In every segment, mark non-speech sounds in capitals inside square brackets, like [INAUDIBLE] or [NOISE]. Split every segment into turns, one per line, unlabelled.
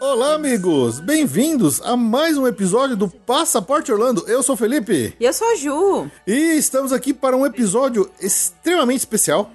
Olá, amigos! Bem-vindos a mais um episódio do Passaporte Orlando. Eu sou o Felipe
E eu sou a Ju.
e estamos aqui para um episódio extremamente
[LAUGHS]
especial,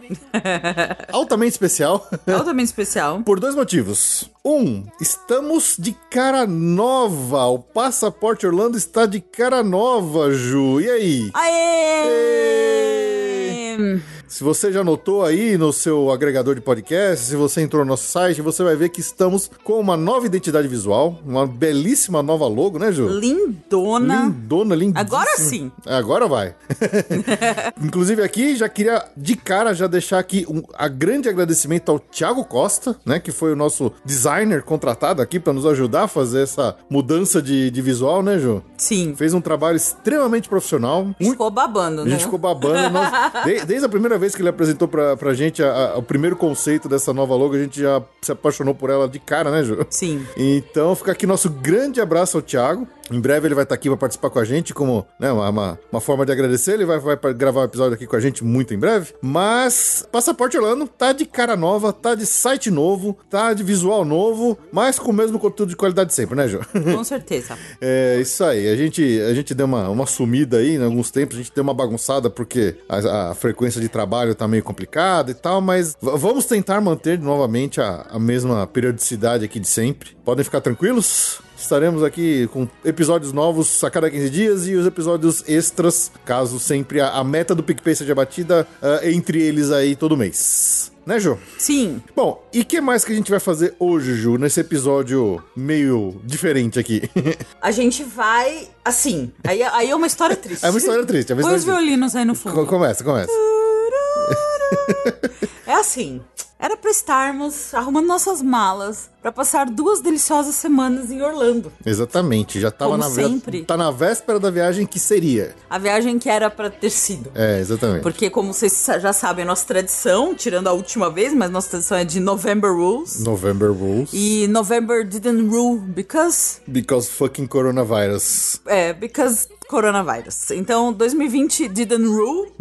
altamente especial,
Altamente é especial.
por dois motivos. Um, estamos de cara nova. O Passaporte Orlando está de cara nova, Ju. E aí?
Aê!
Se você já notou aí no seu agregador de podcast, se você entrou no nosso site, você vai ver que estamos com uma nova identidade visual, uma belíssima nova logo, né, Ju?
Lindona.
Lindona, lindíssima.
Agora sim.
Agora vai. [LAUGHS] Inclusive aqui, já queria de cara já deixar aqui um a grande agradecimento ao Thiago Costa, né? Que foi o nosso designer contratado aqui para nos ajudar a fazer essa mudança de, de visual, né, Ju?
Sim.
Fez um trabalho extremamente profissional. Muito
Ficou babando,
a
né?
gente ficou babando. nós- de- desde a primeira vez que ele apresentou pra, pra gente a- a- o primeiro conceito dessa nova logo, a gente já se apaixonou por ela de cara, né, Ju?
Sim.
Então fica aqui nosso grande abraço ao Thiago. Em breve ele vai estar aqui para participar com a gente, como né, uma, uma, uma forma de agradecer. Ele vai, vai pra- gravar um episódio aqui com a gente muito em breve. Mas Passaporte Orlando tá de cara nova, tá de site novo, tá de visual novo, mas com o mesmo conteúdo de qualidade sempre, né, Ju?
Com certeza.
É isso aí. A gente, a gente deu uma, uma sumida aí em alguns tempos, a gente deu uma bagunçada porque a, a frequência de trabalho tá meio complicada e tal, mas v- vamos tentar manter novamente a, a mesma periodicidade aqui de sempre. Podem ficar tranquilos? Estaremos aqui com episódios novos a cada 15 dias e os episódios extras, caso sempre a, a meta do PicPay seja batida, ah, entre eles aí todo mês. Né, Ju?
Sim.
Bom, e o que mais que a gente vai fazer hoje, Ju, nesse episódio meio diferente aqui? [LAUGHS]
A gente vai assim. Aí, aí é uma história triste.
É uma história triste, é uma
Põe
história
os
triste.
violinos aí no
Co-
fundo.
Começa, começa.
Hum. É assim. Era pra estarmos arrumando nossas malas pra passar duas deliciosas semanas em Orlando.
Exatamente, já tava
Como
na já
sempre.
Tá na véspera da viagem que seria.
A viagem que era pra ter sido.
É, exatamente.
Porque, como vocês sa- já sabem, a nossa tradição, tirando a última vez, mas nossa tradição é de November Rules.
November rules.
E November didn't rule because
Because fucking coronavirus.
É, because coronavirus. Então, 2020
[LAUGHS]
didn't rule.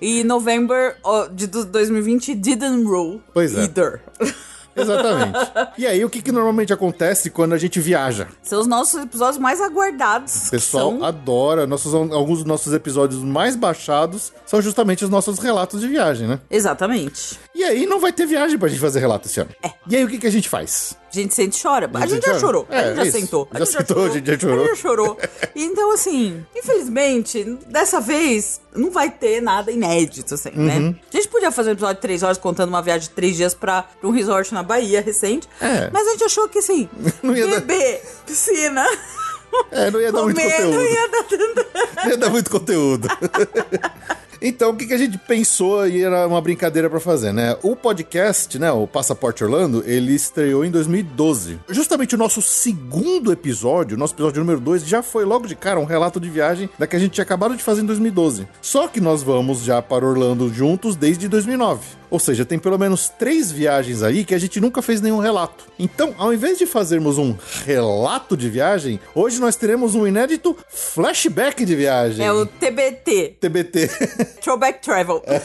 e November ó, de do- 2020 didn't rule
Pois é.
either. [LAUGHS]
Exatamente. e aí, o que, que normalmente acontece quando a gente viaja?
São os nossos episódios mais aguardados.
O pessoal
que são...
adora. Nossos, alguns dos nossos episódios mais baixados são justamente os nossos relatos de viagem, né?
Exatamente.
E aí, não vai ter viagem pra gente fazer relato esse ano.
É.
E aí, o que, que a gente faz?
A gente sente e chora. A, gente já chorou.
É,
a gente já
isso.
sentou.
Já sentou, a gente já chorou.
A gente já chorou. Então, assim, infelizmente, dessa vez não vai ter nada inédito, assim,
Uhum.
né? A gente podia fazer um episódio de três horas contando uma viagem de três dias pra, pra um resort na Bahia recente.
É.
Mas a gente achou que, assim,
[LAUGHS] Não ia dar-
bebê,
[LAUGHS]
piscina,
É, não ia dar muito
comer,
conteúdo.
não ia dar tanta...
Ia dar muito conteúdo. Então, o que, que a gente pensou e era uma brincadeira pra fazer, né? O podcast, né, o Passaporte Orlando, ele estreou em 2012. Justamente o nosso segundo episódio, o nosso episódio número 2, já foi logo de cara um relato de viagem da que a gente tinha acabado de fazer em 2012. Só que nós vamos já para Orlando juntos desde 2009. Ou seja, tem pelo menos três viagens aí que a gente nunca fez nenhum relato. Então, ao invés de fazermos um relato de viagem, hoje nós teremos um inédito flashback de viagem.
É o TBT,
TBT.
Throwback Travel.
É.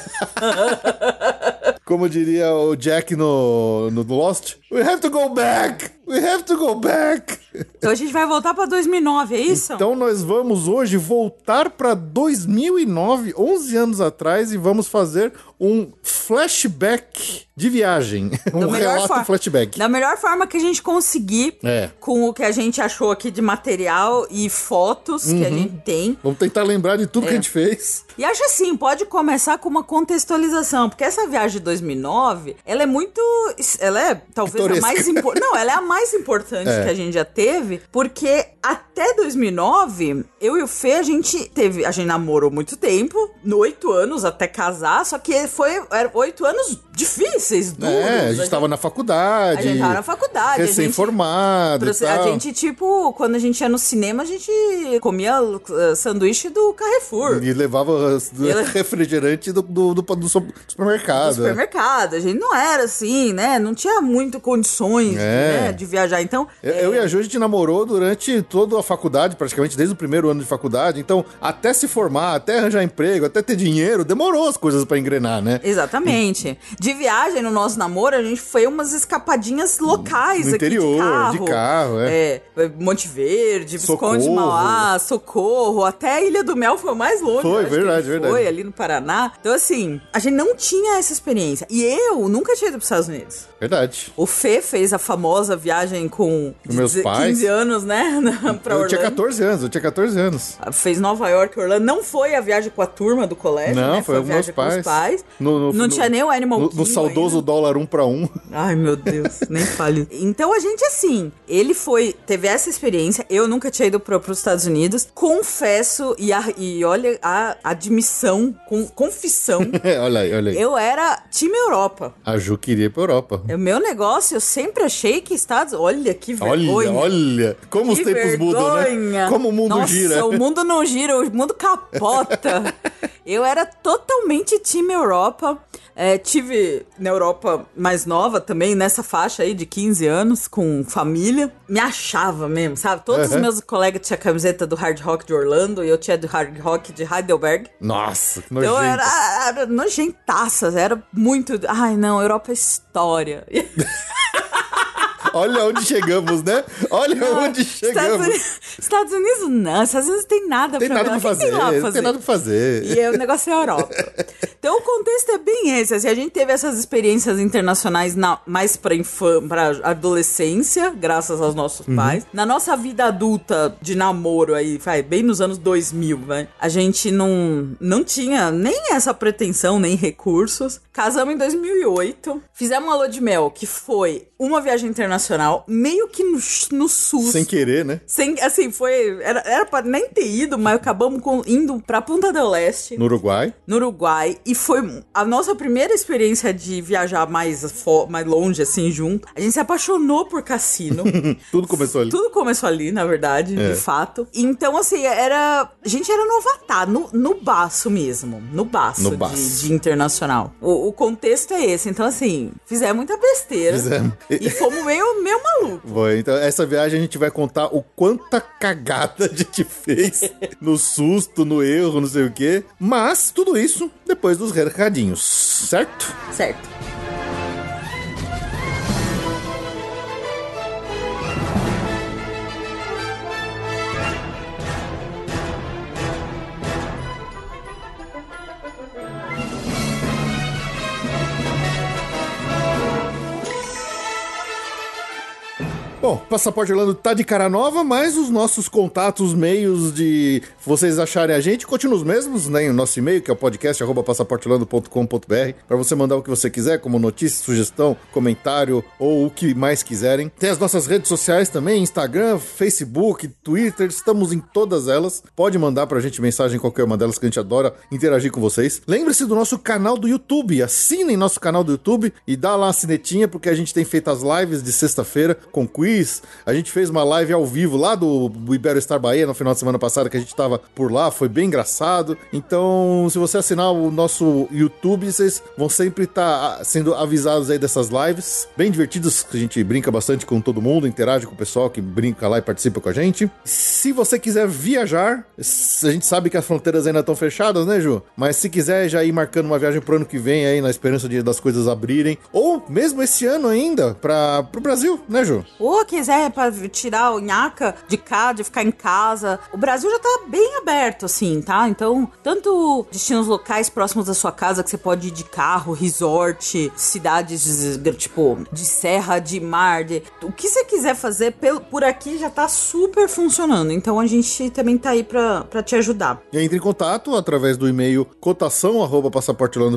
Como diria o Jack no, no Lost, we have to go back! We have to go back!
Então a gente vai voltar pra 2009, é isso?
Então nós vamos hoje voltar para 2009, 11 anos atrás, e vamos fazer um flashback de viagem.
Da
um
melhor
relato
forma.
flashback.
Da melhor forma que a gente conseguir,
É.
com o que a gente achou aqui de material e fotos que
Uhum.
a gente tem.
Vamos tentar lembrar de tudo que a
É.
gente fez.
E acho assim, pode começar com uma contextualização, porque essa viagem de 2009, ela é muito, ela é talvez a
Pitoresca.
mais impor- não, ela é a mais
[LAUGHS]
importante
É.
que a gente já teve, porque até 2009, eu e o Fê, a gente teve, a gente namorou muito tempo, no oito anos até casar, só que foi era oito anos difíceis, duros.
é, a gente tava na faculdade.
a gente tava na faculdade, a gente-
Recém-formado. e
Trouxe- A
tal.
gente, tipo, quando a gente ia no cinema, a gente comia uh, sanduíche do Carrefour.
E levava as-
Ele-
[LAUGHS] refrigerante do, do, do- do su- supermercado.
do supermercado. A gente não era assim, né? Não tinha muito condições
É.
né, de viajar. Então,
Eu, eu e a Ju, a gente namorou durante toda a faculdade, praticamente desde o primeiro ano de faculdade. Então, até se formar, até arranjar emprego, até ter dinheiro, demorou as coisas pra engrenar, né?
exatamente. De viagem no nosso namoro, a gente foi umas escapadinhas locais
No
aqui
interior,
de carro.
de carro, é.
É, Monte Verde, Visconde de
Socorro.
Mauá, Socorro, até a Ilha do Mel foi o mais longe.
Foi,
eu acho que
verdade,
a gente
verdade.
Foi ali no Paraná. Então, assim, a gente não tinha essa experiência. E eu nunca tinha ido para os Estados Unidos.
Verdade.
O Fê fez a famosa viagem com
Com meus
15
pais.
anos, né? [LAUGHS] pra
eu tinha
Orlando.
14 anos, eu tinha 14 anos.
Fez Nova York, Orlando. Não foi a viagem com a turma do colégio,
Não,
né?
foi
a
com meus
viagem
pais.
com os pais.
No- no-
não
no-
tinha nem o Animal
No, no
Kingdom
saudoso
Um ainda.
dólar um pra um. [LAUGHS]
Ai, meu Deus, [LAUGHS] nem fale. Então a gente, assim, ele foi, teve essa experiência. Eu nunca tinha ido pro, pros Estados Unidos. Confesso, e, a- e olha a admissão, com, confissão,
[LAUGHS] É, olha aí, olha aí.
eu era time Europa.
A Ju queria ir pra Europa.
O meu negócio, eu sempre achei que Estados... Olha, que vergonha.
Olha, olha. Como os
Que
tempos mudam, né?
vergonha.
Como o mundo
Nossa,
gira.
O mundo não gira, o mundo
[LAUGHS]
capota. Eu era totalmente time Europa. É, tive na Europa mais nova também, nessa faixa aí de 15 anos, com família. Me achava mesmo, sabe? Todos os
Aham.
meus colegas tinham camiseta do Hard Rock de Orlando e eu tinha do Hard Rock de Heidelberg.
Nossa, que nojento.
Então era, era nojentaças, era muito. Ai não, Europa é
[LAUGHS]
história.
Olha onde chegamos, né? Olha onde
Estados
chegamos.
Unidos, Estados Unidos não, Estados Unidos tem nada
Tem
pra
nada
ver.
pra
O que
fazer,
Tem, lá pra
tem nada pra fazer.
E é, o negócio é a Europa. Então o contexto é bem esse. Assim, a gente teve essas experiências internacionais na- mais pra, infan, pra adolescência, graças aos nossos pais. Na nossa vida adulta de namoro aí, vai, bem nos anos 2000, né? A gente não, não tinha nem essa pretensão, nem recursos. Casamos em 2008. Fizemos uma lua de mel, que foi uma viagem internacional, meio que no, no SUS.
Sem querer, né?
Sem, assim, foi. Era, era pra nem ter ido, mas acabamos com- indo pra Punta del Leste,
No Uruguai.
no Uruguai. E foi a nossa primeira experiência de viajar mais, fo- mais longe, assim, junto. A gente se apaixonou por
[LAUGHS]
cassino.
Tudo começou ali.
Tudo começou ali, na verdade,
É.
de fato. Então, assim, era. A gente era novatar, no, no baço mesmo. No baço,
No
de-
baço.
De, internacional. O, o contexto é esse. Então, assim, fizemos muita besteira.
Fizemos.
E fomos meio, meio malucos.
Foi, então essa viagem a gente vai contar o quanta cagada a gente fez no susto, no erro, não sei o quê. Mas tudo isso depois dos recadinhos, certo?
Certo.
Bom, Passaporte Orlando tá de cara nova, mas os nossos contatos, meios de vocês acharem a gente, continuam os mesmos, né? O nosso e-mail, que é o podcast, arroba passaporteorlando.com.br, pra você mandar o que você quiser, como notícia, sugestão, comentário ou o que mais quiserem. Tem as nossas redes sociais também, Instagram, Facebook, Twitter, estamos em todas elas. Pode mandar pra gente mensagem em qualquer uma delas, que a gente adora interagir com vocês. Lembre-se do nosso canal do YouTube, assinem nosso canal do YouTube e dá lá a sinetinha, porque a gente tem feito as lives de sexta-feira com quiz. A gente fez uma live ao vivo lá do Ibero Star Bahia no final de semana passada, que a gente tava por lá, foi bem engraçado. Então, se você assinar o nosso YouTube, vocês vão sempre estar sendo avisados aí dessas lives, bem divertidas, que a gente brinca bastante com todo mundo, interage com o pessoal que brinca lá e participa com a gente. Se você quiser viajar, s- a gente sabe que as fronteiras ainda estão fechadas, né, Ju? Mas se quiser já ir marcando uma viagem pro ano que vem aí, na esperança de, das coisas abrirem, ou mesmo esse ano ainda, para pro Brasil, né, Ju?
Ô, pessoa quiser pra tirar o nhaca de cá, de ficar em casa, o Brasil já tá bem aberto, assim, tá? Então, tanto destinos locais próximos da sua casa que você pode ir de carro, resort, cidades, de, tipo, de serra, de mar, de, o que você quiser fazer pel- por aqui já tá super funcionando. Então, a gente também tá aí pra, pra te ajudar.
E entre em contato através do e-mail cotação arroba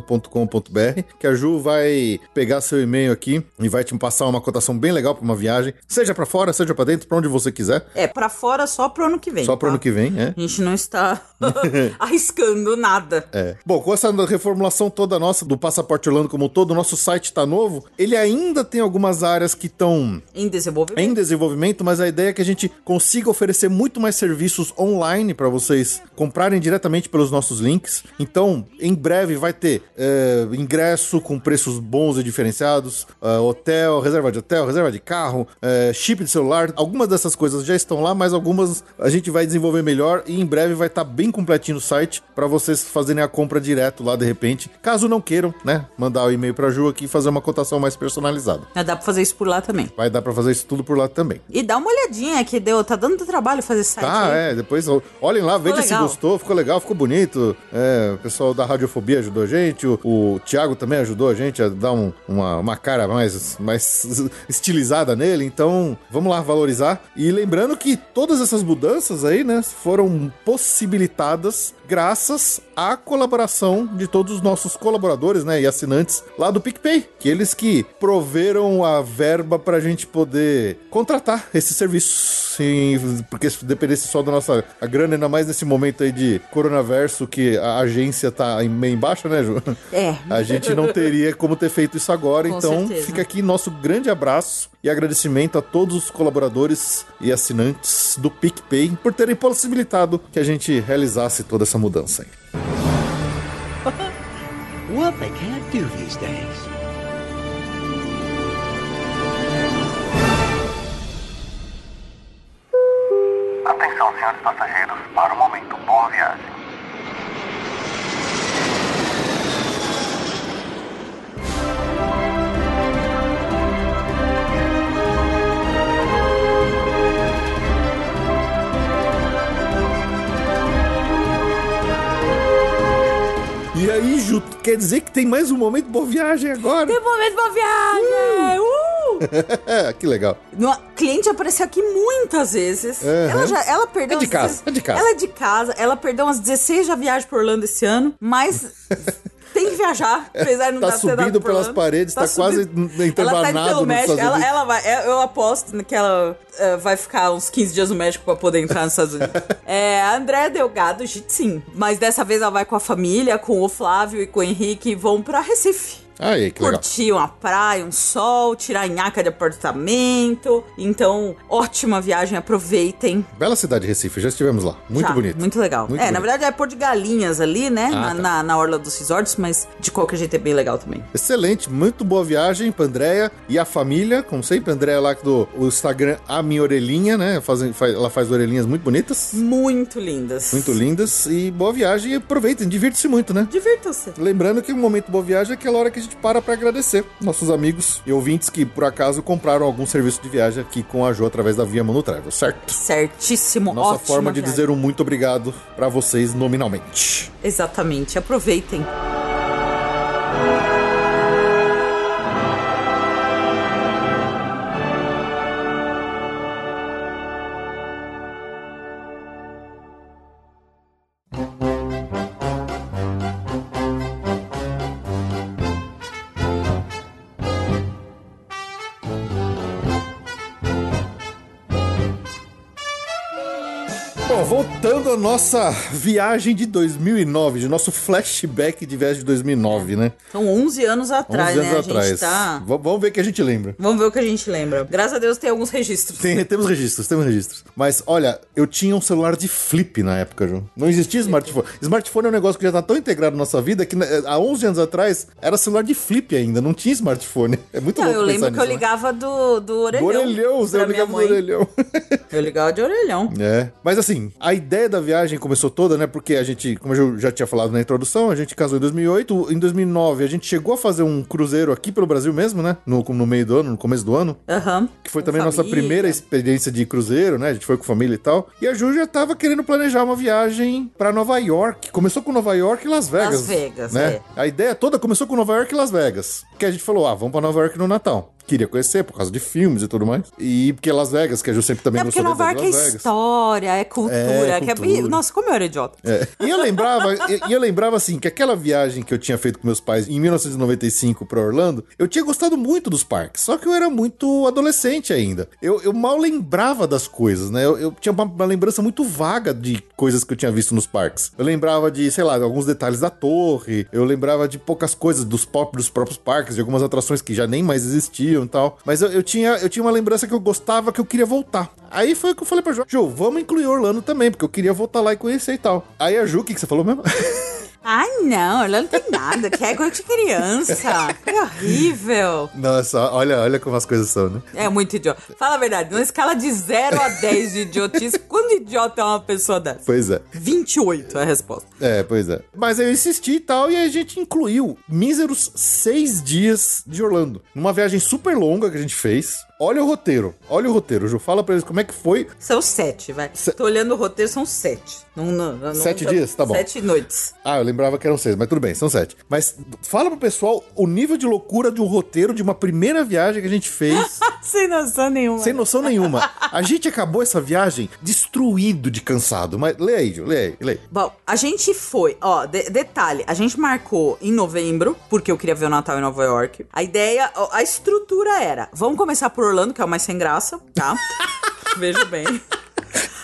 passaporteorlando.com.br, que a Ju vai pegar seu e-mail aqui e vai te passar uma cotação bem legal pra uma viagem, seja pra fora, seja pra dentro, pra onde você quiser,
É, pra fora só pro ano que vem.
só pro
tá?
ano que vem, é.
A gente não está [LAUGHS] arriscando nada.
[LAUGHS] É. Bom, com essa reformulação toda nossa do Passaporte Orlando como um todo, o nosso site tá novo. Ele ainda tem algumas áreas que estão
Em desenvolvimento.
em desenvolvimento, mas a ideia é que a gente consiga oferecer muito mais serviços online para vocês comprarem diretamente pelos nossos links. Então, em breve vai ter é, ingresso com preços bons e diferenciados, é, hotel, reserva de hotel, reserva de carro, é, chip de celular. Algumas dessas coisas já estão lá, mas algumas a gente vai desenvolver melhor e em breve vai estar bem completinho o site para vocês fazerem a compra direto lá de repente. Caso não queiram, né, mandar o e-mail para Ju aqui e fazer uma cotação mais personalizada.
Ah, Dá pra fazer isso por lá também.
Vai dar para fazer isso tudo por lá também.
E dá uma olhadinha que deu. Tá dando trabalho fazer site.
Tá,
aí.
é. Depois ó, olhem lá, vejam se
legal.
gostou, ficou legal, ficou bonito. É, o pessoal da Radiofobia ajudou a gente, o, o Thiago também ajudou a gente a dar um- uma, uma cara mais, mais [LAUGHS] estilizada nele. Então, vamos lá valorizar. E lembrando que todas essas mudanças aí, né, foram possibilitadas graças à colaboração de todos os nossos colaboradores, né, e assinantes lá do PicPay, que eles que proveram a verba pra gente poder contratar esses serviços, sim, porque se dependesse só da nossa a grana, ainda mais nesse momento aí de coronaverso, que a agência tá em- meio embaixo, né, Ju?
É.
A gente não teria como ter feito isso agora,
[LAUGHS] Com
então
certeza.
fica aqui nosso grande abraço e agradecimento a todos os colaboradores e assinantes do PicPay por terem possibilitado que a gente realizasse toda essa mudança aí.
What they can't do these days.
Atenção, senhores passageiros, para o momento. Boa viagem.
E aí, Ju, quer dizer que tem mais um momento boa viagem agora?
Tem momento pra viagem! Uh!
[LAUGHS] que legal.
No- cliente apareceu aqui muitas vezes.
Uhum.
Ela já ela perdeu
É de
umas
casa,
16
é de casa.
Ela é de casa, ela perdeu umas 16 já viagens por Orlando esse ano,
[LAUGHS]
mas tem que viajar, apesar de não
Tá
dar pra ter dado
subindo
por
pelas
Orlando.
paredes, tá quase
subindo.
internado
Ela tá indo pelo
nos
México,
Estados
ela,
Unidos.
ela vai, eu aposto que ela eh, vai ficar uns 15 dias no México pra poder entrar nos
[LAUGHS]
Estados Unidos. é, a Andréa Delgado, sim, mas dessa vez ela vai com a família, com o Flávio e com o Henrique e vão pra Recife
Aí, que legal.
curtir uma praia, um sol, tirar a nhaca de apartamento. Então, ótima viagem, aproveitem.
Bela cidade, Recife, já estivemos lá. Muito
Já,
bonito.
Muito legal.
Muito
é, na
bonito.
verdade é pôr de galinhas ali, né? na,
tá.
na, na orla dos resorts, mas de qualquer jeito é bem legal também.
Excelente, muito boa viagem pra Andréia e a família, como sempre, a Andréia lá do o Instagram A Minha Orelhinha, né? Fazem- faz- ela faz orelhinhas muito bonitas,
Muito lindas.
muito lindas, e boa viagem e aproveitem, divirtam-se muito, né?
Divirtam-se.
Lembrando que o momento boa viagem é aquela hora que a gente para pra agradecer nossos amigos e ouvintes que por acaso compraram algum serviço de viagem aqui com a Jo através da Via Mano Travel, certo?
Certíssimo,
Nossa
ótima
forma de
viagem.
dizer um muito obrigado pra vocês nominalmente.
Exatamente, aproveitem.
Bom, voltando à nossa viagem de 2009, de nosso flashback de viagem de 2009, né?
São 11 anos
11
atrás,
anos
né? A
atrás.
gente tá...
V- vamos ver o que a gente lembra.
Vamos ver o que a gente lembra. Graças a Deus tem alguns registros.
Tem- temos registros, temos registros. Mas olha, eu tinha um celular de flip na época, Ju. Não existia smartphone. Smartphone é um negócio que já tá tão integrado na nossa vida que né, há 11 anos atrás era celular de flip ainda, não tinha smartphone. É muito
Não,
louco
Ah, eu lembro
pensar
que eu
nisso, né?
ligava do, do orelhão.
Do orelhão,
pra
eu
minha
ligava do
mãe.
orelhão.
Eu ligava de orelhão.
É. Mas assim, assim, a ideia da viagem começou toda, né? Porque a gente, como eu já tinha falado na introdução, a gente casou em 2008. Em 2009, a gente chegou a fazer um cruzeiro aqui pelo Brasil mesmo, né? No, no meio do ano, no começo do ano.
Aham.
Que foi
Com
também a nossa
família. É
primeira experiência de cruzeiro, né? A gente foi com família e tal. E a Ju já tava querendo planejar uma viagem pra Nova York. Começou com Nova York e Las Vegas.
Las Vegas, é.
né? A ideia toda começou com Nova York e Las Vegas. Que a gente falou, ah, vamos pra Nova York no Natal. Queria conhecer por causa de filmes e tudo mais. E porque Las Vegas, que a Ju sempre também
É porque
gostou
Nova York é
de Las Vegas.
história, é cultura.
É,
que é
cultura.
bem- Nossa, como eu era idiota.
É. E eu lembrava, e- e eu lembrava assim, que aquela viagem que eu tinha feito com meus pais em 1995 pra Orlando, eu tinha gostado muito dos parques, só que eu era muito adolescente ainda. Eu, eu mal lembrava das coisas, né? Eu, eu tinha uma, uma lembrança muito vaga de coisas que eu tinha visto nos parques. Eu lembrava de, sei lá, de alguns detalhes da torre, eu lembrava de poucas coisas dos, pop, dos próprios parques, de algumas atrações que já nem mais existiam e tal. Mas eu, eu tinha, eu tinha uma lembrança que eu gostava, que eu queria voltar. Aí foi o que eu falei pra Ju, Ju, vamos incluir Orlando também, porque eu queria voltar lá e conhecer e tal. Aí a Ju, o que, que você falou mesmo? [LAUGHS]
Ai, não, ela não tem nada, que é coisa de criança. Que horrível.
Nossa, olha, olha como as coisas são, né?
É muito idiota. Fala a verdade, numa escala de 0 a 10 de idiotice, quando idiota é uma pessoa dessa?
Pois é.
28 é a resposta.
É, pois é. Mas eu insisti e tal, e a gente incluiu míseros seis dias de Orlando. Numa viagem super longa que a gente fez. Olha o roteiro, olha o roteiro, Ju. Fala pra eles como é que foi.
São sete, vai. Tô olhando o roteiro, são sete. Não, não, não-
Sete
não-
dias? Tá bom.
Sete noites.
Ah, eu lembrava que eram seis, mas tudo bem, são sete. Mas fala pro pessoal o nível de loucura de um roteiro de uma primeira viagem que a gente fez.
Sem noção nenhuma.
Sem noção nenhuma. A gente acabou essa viagem destruído de cansado. Mas lê aí, Ju, lê aí, lê aí.
Bom, a gente foi, ó, de- detalhe, a gente marcou em novembro, porque eu queria ver o Natal em Nova York. A ideia, ó, a estrutura era, vamos começar por Orlando, que é o mais sem graça, tá? [LAUGHS] Veja bem.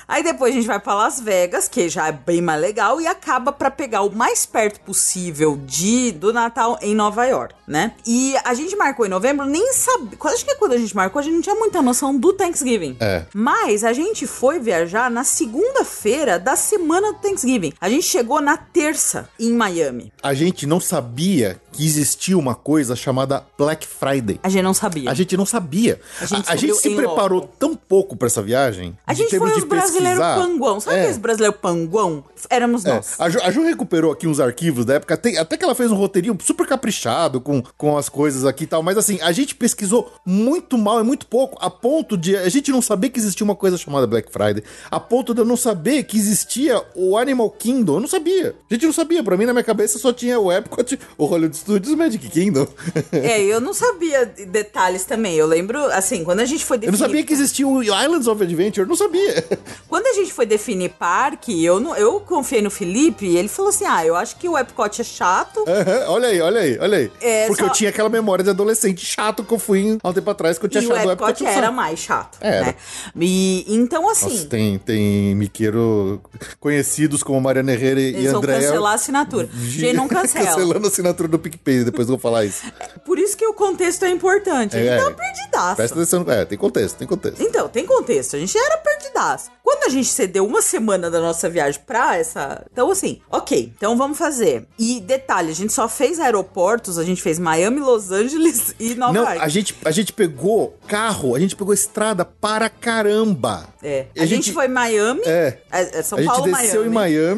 Aí depois a gente vai pra Las Vegas, que já é bem mais legal, e acaba pra pegar o mais perto possível de do Natal em Nova York, né? E a gente marcou em novembro, nem sabia. Acho que quando a gente marcou, a gente não tinha muita noção do Thanksgiving.
É.
Mas a gente foi viajar na segunda-feira da semana do Thanksgiving. A gente chegou na terça em Miami.
A gente não sabia que existia uma coisa chamada Black Friday.
A gente não sabia.
A gente não sabia. A
gente
gente, a, gente
descobriu
se
em
preparou
loco.
tão pouco pra essa viagem.
A
em
gente
termos
foi os
de
brasileiros
pesquisar.
panguão. Sabe
É,
aqueles brasileiros panguão? Éramos
é.
nós.
A, Ju, a Ju recuperou aqui uns arquivos da época, tem- até que ela fez um roteirinho super caprichado com, com as coisas aqui e tal, mas assim, a gente pesquisou muito mal e muito pouco, a ponto de a gente não saber que existia uma coisa chamada Black Friday, a ponto de eu não saber que existia o Animal Kingdom, eu não sabia. A gente não sabia, pra mim na minha cabeça só tinha o Epcot, o Hollywood Studios e o Magic Kingdom. [LAUGHS]
É, eu não sabia detalhes também. Eu lembro, assim, quando a gente foi
Eu
definir.
não sabia que existia o Islands of Adventure, eu não sabia. [LAUGHS]
Quando a gente foi definir parque, eu, não, eu confiei no Felipe e ele falou assim: ah, eu acho que o Epcot é chato.
Aham, olha aí, olha aí, olha aí.
É,
Porque
só-
eu tinha aquela memória de adolescente chato que eu fui em- há um tempo atrás que eu tinha
E o
achado
Epcot
um saco.
era mais chato,
Era.
né? E, então, assim...
Nossa, tem, tem miqueiro conhecidos como Mariana Herrera e
Eles vão
André.
cancelar
[LAUGHS]
a assinatura. Gente, não cancela.
Cancelando a assinatura do PicPay, depois eu vou falar isso.
Por isso que o contexto é importante. A gente
É,
tava
é.
perdidaço.
Presta atenção. É, tem contexto, tem contexto.
Então, tem contexto. A gente era perdidaço. Quando a gente cedeu uma semana da nossa viagem pra essa. Então, assim, ok, então vamos fazer. E detalhe, a gente só fez aeroportos, a gente fez Miami, Los Angeles e Nova
Não,
York.
a gente, a gente pegou carro, a gente pegou estrada para caramba.
É.
E
A, gente, foi em Miami.
É.
é- é São
a gente
Paulo,
desceu
Miami.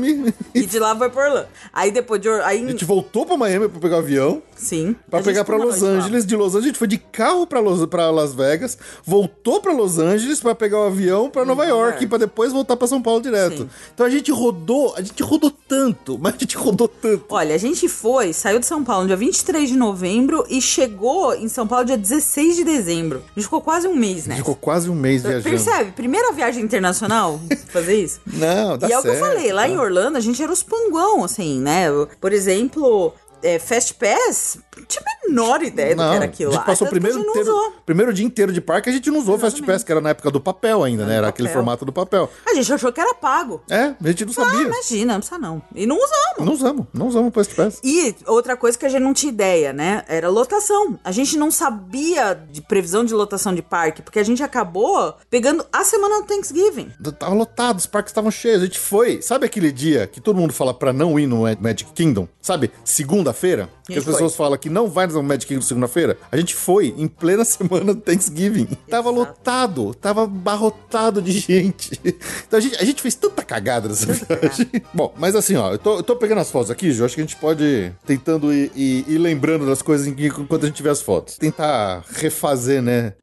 em Miami,
E de lá foi pra Orlando. Aí depois de. Or- Aí,
a gente voltou pra Miami pra pegar o avião.
Sim.
Pra
A gente
pegar pra
ficou uma
Los
noite lá.
Angeles, de Los Angeles a gente foi de carro pra, Los, pra Las Vegas, voltou pra Los Angeles pra pegar o avião pra Nova
Nova
York,
York.
pra depois voltar pra São Paulo direto.
é. Sim.
Então a gente rodou, a gente rodou tanto, mas a gente rodou tanto.
Olha, a gente foi, saiu de São Paulo no dia 23 de novembro e chegou em São Paulo dia 16 de dezembro. A gente ficou quase um mês,
A
né?
gente ficou quase um mês viajando.
Percebe? Primeira viagem internacional fazer isso.
[LAUGHS] Não, dá
e é o que eu
certo,
falei, lá
tá.
em Orlando a gente era os panguão, assim, né? Por exemplo, é, Fast Pass, não tinha a menor ideia do
Não,
que era aquilo
a
lá.
gente passou o
Tanto que
primeiro,
a gente não
inteiro-
usou.
primeiro dia inteiro de parque, a gente não usou Fast Pass, que era na época do papel ainda, né? Era aquele
papel.
formato do papel.
A gente achou que era pago.
É, a gente não
Ah,
sabia.
imagina, não precisa não. E não usamos.
Não usamos, não usamos Fast Pass.
E outra coisa que a gente não tinha ideia, né? Era lotação. A gente não sabia de previsão de lotação de parque, porque a gente acabou pegando a semana do Thanksgiving.
Tava lotado, os parques estavam cheios. A gente foi. Sabe aquele dia que todo mundo fala pra não ir no Magic Kingdom? Sabe? Segunda segunda-feira, que as
foi.
pessoas falam que não vai no Magic Kingdom segunda-feira, a gente foi em plena [LAUGHS] semana do Thanksgiving. Tava lotado, tava barrotado de gente. [LAUGHS] Então a gente, a gente fez tanta cagada nessa viagem. Bom, mas assim, ó, eu tô, eu tô pegando as fotos aqui, Ju, acho que a gente pode ir tentando ir, ir- ir lembrando das coisas em- enquanto a gente vê as fotos. Tentar refazer, né?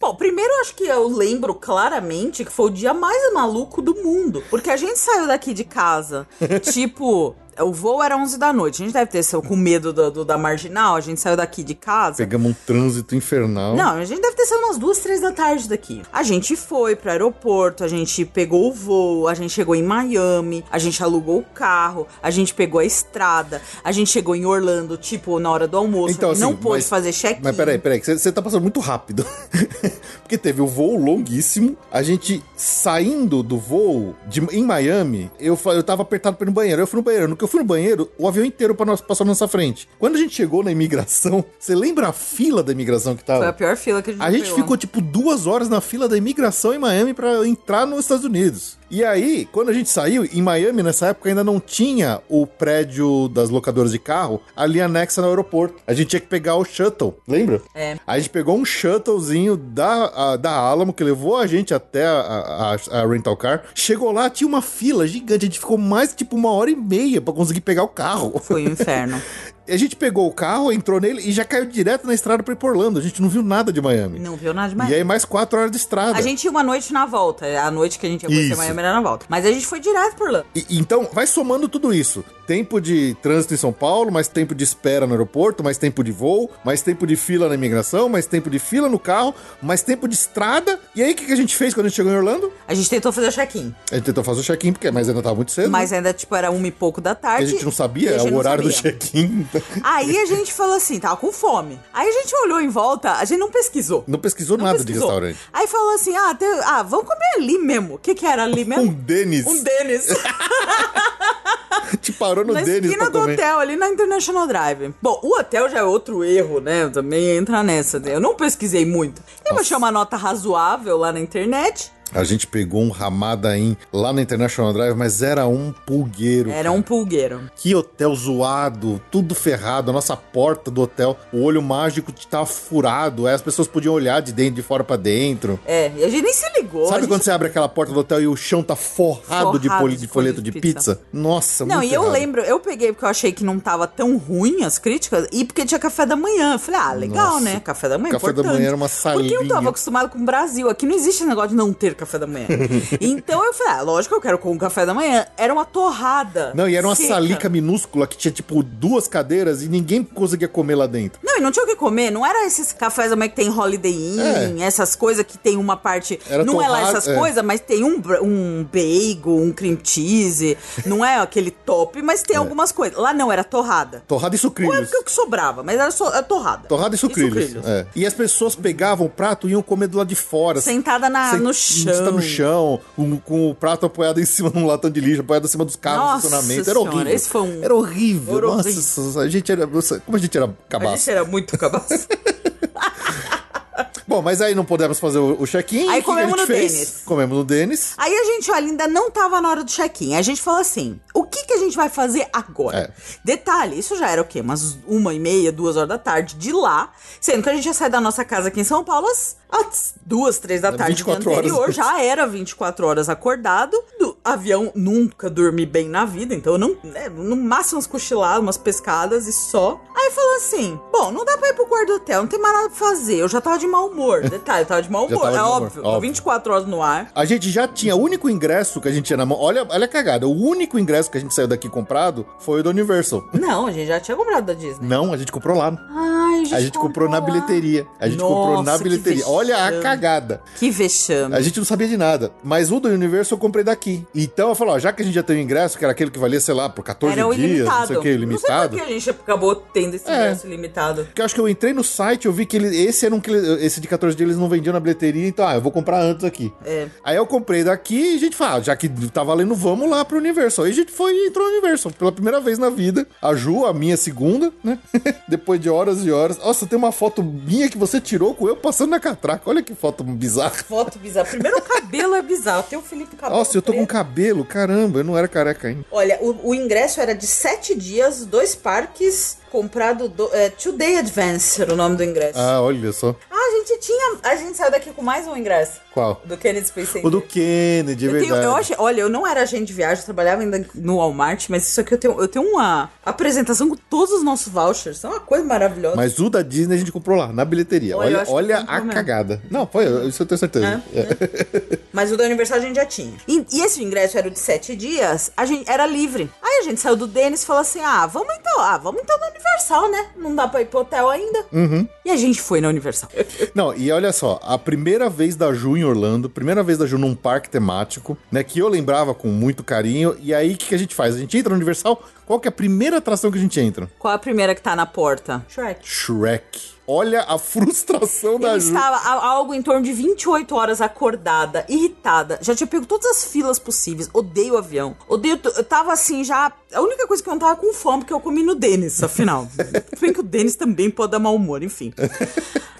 Bom, primeiro eu acho que eu lembro claramente que foi o dia mais maluco do mundo. Porque a gente saiu daqui de casa, tipo, o voo era 11 da noite. A gente deve ter sido com medo do- do- da marginal, a gente saiu daqui de casa.
Pegamos um trânsito infernal.
Não, a gente deve ter sido umas duas, três da tarde daqui. A gente foi pro aeroporto, a gente pegou o voo, a gente chegou em Miami, a gente alugou o carro, a gente pegou a estrada, a gente chegou em Orlando, tipo, na hora do almoço.
Então, assim,
não pôde
mas-
fazer check-in.
Mas peraí, peraí, que você você tá passando muito rápido. [LAUGHS] Porque teve o voo longuíssimo, a gente saindo do voo de- em Miami, eu, fa- eu tava apertado pra ir no banheiro. Eu fui no banheiro. No que eu fui no banheiro, o avião inteiro pa- nós- passou na nossa frente. Quando a gente chegou na imigração, [LAUGHS] você lembra a fila da imigração que tava?
Foi a pior fila que a gente
A gente
pegou.
ficou tipo duas horas na fila da imigração em Miami pra entrar nos Estados Unidos. E aí, quando a gente saiu, em Miami, nessa época, ainda não tinha o prédio das locadoras de carro ali anexa no aeroporto. A gente tinha que pegar o shuttle, lembra?
É.
A gente pegou um shuttlezinho da, a- da Alamo, que levou a gente até a, a- a rental car. Chegou lá, tinha uma fila gigante. A gente ficou mais tipo uma hora e meia pra conseguir pegar o carro.
Foi um
[LAUGHS]
inferno.
A gente pegou o carro, entrou nele e já caiu direto na estrada pra ir pra Orlando. A gente não viu nada de Miami.
Não viu nada demais.
E aí mais quatro horas de estrada.
A gente ia uma noite na volta. A noite que a gente ia conhecer
Isso.
Miami era na volta. Mas a gente foi direto por lá.
E- então, vai somando tudo isso. Tempo de trânsito em São Paulo, mais tempo de espera no aeroporto, mais tempo de voo, mais tempo de fila na imigração, mais tempo de fila no carro, mais tempo de estrada. E aí, o que, que a gente fez quando a gente chegou em Orlando?
A gente tentou fazer o check-in.
A gente tentou fazer o check-in, porque mas ainda tava muito cedo.
Mas ainda, tipo, era uma e pouco da
né?
tarde.
a gente não
e
sabia
a gente
o
não
horário
sabia.
do check-in. então.
Aí a gente falou assim, tava com fome. Aí a gente olhou em volta, a gente não pesquisou.
[LAUGHS] Não pesquisou nada Um de
pesquisou.
restaurante.
Aí falou assim, ah, tem- ah, vamos comer ali mesmo. O que que era ali
Um
mesmo?
Denis. [LAUGHS]
Um Denis.
Te parou no
na
Denis
esquina
pra
do
comer.
hotel, ali na International Drive. Bom, o hotel já é outro erro, né? Também entra nessa. né? Eu não pesquisei muito. Eu achei uma nota razoável lá na internet.
A gente pegou um Ramada Inn lá na International Drive, mas era um pulgueiro.
Era um pulgueiro.
Que hotel zoado, tudo ferrado, a nossa porta do hotel, o olho mágico tava furado, aí as pessoas podiam olhar de dentro, de fora pra dentro.
É, e a gente nem se ligou. a
Sabe
gente...
quando você abre aquela porta do hotel e o chão tá forrado, de,
Forrado
poli-
de
de folheto de pizza? Nossa,
Não,
muito
e eu
errado.
lembro, eu peguei porque eu achei que não tava tão ruim as críticas e porque tinha café da manhã. Eu falei, ah, legal,
Nossa,
né? Café da manhã,
café da
importante.
manhã era uma
Porque eu tava
salinha.
acostumado com o Brasil, aqui não existe negócio de não ter café da
[LAUGHS]
manhã. então eu falei, ah, lógico que eu quero com o café da manhã. Era uma torrada.
Não, e era uma
seca.
salica minúscula que tinha tipo duas cadeiras e ninguém conseguia comer lá dentro.
Não, e não tinha o que comer. Não era esses cafés da manhã que tem Holiday Inn, essas coisas que tem uma parte.
É. Era
não é lá
torrada,
essas
é.
coisas, mas tem um, br- um bagel, um cream cheese. não é aquele top, mas
É.
tem algumas coisas. Lá não, era torrada.
Torrada e
Ou é
sucrilhos.
porque o que sobrava, mas era, só, era torrada.
Torrada e sucrilhos.
sucrilhos.
é. E as pessoas pegavam o prato e iam comer do lado de fora.
Sentada na-
Sen-
no chão.
Sentada no chão, com, com o prato apoiado em cima de um latão de lixo, apoiado em cima dos carros
Nossa
do estacionamento. Era
senhora,
horrível.
esse foi um-
Era horrível.
Era
Nossa,
horrível.
senhora, a gente era. nossa, Como a gente era
A
cabaço.
gente era muito cabaço.
Bom, mas aí não pudemos fazer o, o check-in.
Aí
o que que a
comemos
gente
no
fez?
Dennis.
Comemos no Denis.
Aí a gente olha, ainda não tava na hora do check-in. A gente falou assim: o que, que a gente vai fazer
É.
agora? Detalhe, isso já era o quê? Umas uma e meia, duas horas da tarde de lá. Sendo que a gente já sai da nossa casa aqui em São Paulo às, às duas, três da tarde do
24 horas.
anterior. Já era 24 horas acordado. Do avião nunca dormi bem na vida, então eu não, né, no máximo umas cochiladas, umas pescadas e só. Aí falou assim: bom, não dá pra ir pro quarto do hotel, não tem mais nada pra fazer. Eu já tava de mau
[LAUGHS]
humor. Detalhe, eu tava de mau
Já tava
humor. É
de mau humor,
óbvio, tô
óbvio.
24 horas no ar.
A gente já tinha, o único ingresso que a gente tinha na mão. Olha, olha a cagada. O único ingresso que a gente saiu daqui comprado foi o do Universal.
Não, a gente já tinha comprado da Disney.
Não, a gente comprou lá.
Ai,
A gente comprou na
lá.
bilheteria. A gente comprou na
Nossa, que
bilheteria. Olha a
vexame.
cagada.
Que vexame.
A gente não sabia de nada. Mas o do Universo eu comprei daqui. Então eu falei, ó, já que a gente já tem o ingresso, que era aquele que valia, sei lá, por 14
Era o
dias,
ilimitado.
não sei o que,
Não sei
ilimitado. É.
por que a gente acabou tendo eles tivessem limitado.
Porque eu acho que eu entrei no site, eu vi que ele- esse era um que ele- esse de 14 dias eles não vendiam na bilheteria, então ah, eu vou comprar antes aqui.
É.
Aí eu comprei daqui e a gente fala, ah, já que tá valendo, vamos lá pro Universal. Aí a gente foi e entrou no Universal pela primeira vez na vida. A Ju, a minha segunda, né? [LAUGHS] Depois de horas e horas. Nossa, tem uma foto minha que você tirou com eu passando na catraca. Olha que foto bizarra.
Foto bizarra. Primeiro, o cabelo é bizarro. Tem o Felipe Cabelo.
Nossa, eu tô com
preto.
cabelo, caramba, eu não era careca ainda.
Olha, o, o ingresso era de sete dias, dois parques, comprado do, é, Today Advance era o nome do ingresso. Ah.
Ah, olha só.
a gente tinha. A gente saiu daqui com mais um ingresso.
Qual?
Do Kennedy Space Center.
O do Kennedy, é
Eu tenho-
verdade.
eu achei- olha, eu não era agente de viagem, eu trabalhava ainda no Walmart, mas isso aqui eu tenho, eu tenho uma apresentação com todos os nossos vouchers. Isso é uma coisa maravilhosa.
Mas o da Disney a gente comprou lá, na bilheteria.
Olha, eu
Olha,
acho que
olha,
comprou
a
mesmo.
cagada. Não, foi, isso eu tenho certeza.
É, Mas o do aniversário a gente já tinha. E, e esse ingresso era o de sete dias, a gente era livre. Aí a gente saiu do Denis e falou assim: ah, vamos então, ah, vamos então no Universal, né? Não dá pra ir pro hotel ainda.
Uhum.
E a gente foi no Universal.
[LAUGHS] Não, e olha só, a primeira vez da Ju em Orlando, primeira vez da Ju num parque temático, né, que eu lembrava com muito carinho, e aí o que, que a gente faz? A gente entra no Universal, qual que é a primeira atração que a gente entra?
Qual a primeira que tá na porta? Shrek.
Shrek. Olha a [LAUGHS] frustração da
Eu
Ju.
estava a- algo em torno de 28 horas acordada, irritada. Já tinha pego todas as filas possíveis. Odeio o avião. Odeio. t- Eu tava assim já. A única coisa que eu não tava com fome, porque eu comi no Denis, afinal. Se bem que o Denis também pode dar mau humor, enfim.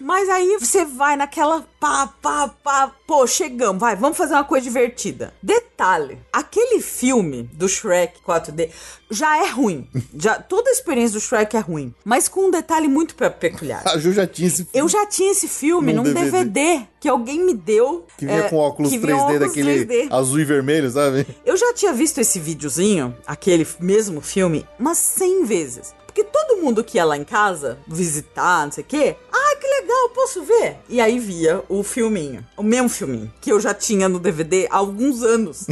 Mas aí você vai naquela pá, pá, pá. Pô, chegamos, vai, vamos fazer uma coisa divertida. Detalhe: aquele filme do Shrek 4D já é ruim. Já, toda a experiência do Shrek é ruim. Mas com um detalhe muito pe- peculiar.
A Ju já tinha esse...
Eu já tinha esse filme
Hum. Num
num DVD,
DVD
que alguém me deu.
Que vinha
é,
com óculos
que
3D
vinha óculos
daquele
3D.
azul e vermelho, sabe?
Eu já tinha visto esse videozinho, aquele mesmo filme, umas 100 vezes. Porque todo mundo que ia lá em casa visitar, não sei o quê, ah, que legal, posso ver? E aí via o filminho, o mesmo filminho, que eu já tinha no DVD há
[LAUGHS]
alguns anos.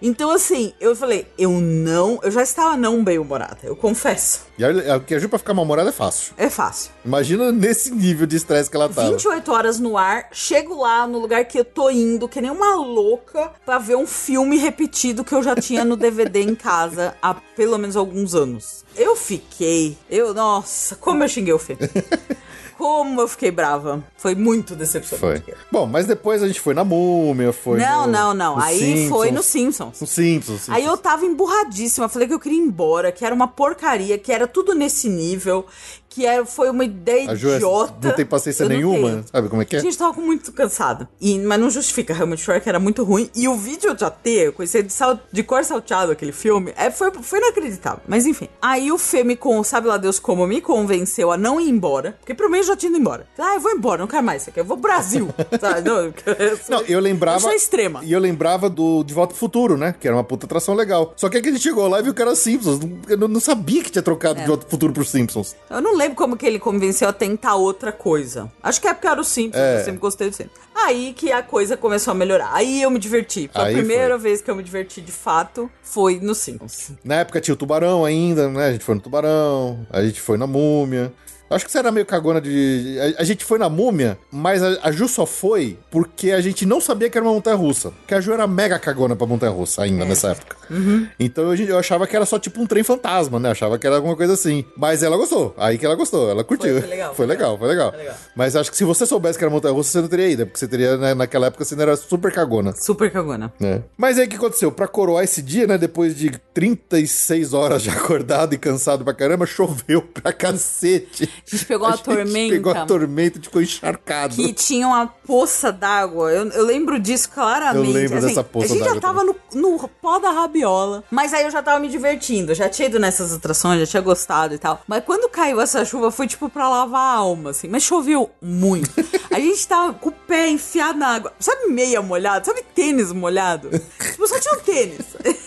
então, assim, eu falei, eu não, eu já estava não bem humorada, eu confesso.
E olha, que a Ju pra ficar mal-humorada é fácil.
É fácil.
Imagina nesse nível de estresse que ela tava.
28 horas no ar, chego lá no lugar que eu tô indo, que nem uma louca, pra ver um filme repetido que eu já tinha no DVD em casa há pelo menos alguns anos. Eu fiquei. Eu, nossa, como eu xinguei o
[LAUGHS]
Fê. Como eu fiquei brava. Foi muito
Foi.
decepcionante.
Bom, mas depois a gente foi na Múmia, foi
Não,
no-
não, não.
no
Aí foi no
Simpsons.
Simpsons.
No Simpsons, Simpsons.
Aí eu tava emburradíssima, falei que eu queria ir embora, que era uma porcaria, que era tudo nesse nível, que era, foi uma ideia
A Ju é-
idiota.
não tem paciência
Eu não
nenhuma,
tenho.
sabe como é que é?
A gente tava com muito cansada. E, mas não justifica, realmente o Shrek era muito ruim. E o vídeo de AT, eu conheci de, sal, de cor salteado aquele filme, é, foi, foi inacreditável. Mas enfim. Aí o Fê me, con- sabe lá Deus como, me convenceu a não ir embora. Porque pra mim eu já tinha ido embora. Ah, eu vou embora, não quero mais isso aqui. Eu vou pro
[LAUGHS]
Brasil. sabe? Não, eu,
Não, eu lembrava.
Eu sou extrema.
E eu lembrava do De Volta pro Futuro, né? Que era uma puta atração legal. Só que aí que a gente chegou lá e viu que era Simpsons. Eu não- não sabia que tinha
É.
trocado De Volta pro Futuro pro Simpsons.
Eu não lembro como que ele convenceu a tentar outra coisa. Acho que é porque era o Simpsons,
É.
eu sempre gostei do Simpsons. Aí que a coisa começou a melhorar. Aí eu me diverti. Foi
Aí
a
foi.
primeira vez que eu me diverti de fato, foi no Simpsons.
Na época tinha o Tubarão ainda, né? A gente foi no Tubarão, a gente foi na Múmia. Acho que você era meio cagona de. A, a gente foi na múmia, mas a, a Ju só foi porque a gente não sabia que era uma montanha russa. Porque a Ju era mega cagona pra montanha russa ainda
É.
nessa época.
Uhum.
Então a gente- eu achava que era só tipo um trem fantasma, né? Eu achava que era alguma coisa assim. Mas ela gostou. Aí que ela gostou, ela curtiu.
Foi, foi legal,
[LAUGHS] Foi
foi
legal, foi legal.
foi legal.
Mas acho que se você soubesse que era montanha russa, você não teria ido. Porque você teria, né, naquela época, você não era super cagona
Super cagona.
né? Mas aí o que aconteceu? Pra coroar esse dia, né? Depois de 36 horas já acordado e cansado pra caramba, choveu pra cacete.
A gente pegou uma
gente
tormenta.
Pegou [LAUGHS] a tormenta e ficou encharcado.
Que tinha uma poça d'água. Eu, eu lembro disso claramente. Assim,
Eu lembro dessa poça
A gente já
d'água
tava no, no pó da rabiola. Mas aí eu já tava me divertindo. Eu já tinha ido nessas atrações, já tinha gostado e tal. Mas quando caiu essa chuva, foi tipo pra lavar a alma, assim. Mas choveu
[LAUGHS]
muito. a gente tava com o pé enfiado na água. Sabe meia molhada? Sabe
[LAUGHS]
tênis molhado? tipo, só tinha um tênis. [LAUGHS]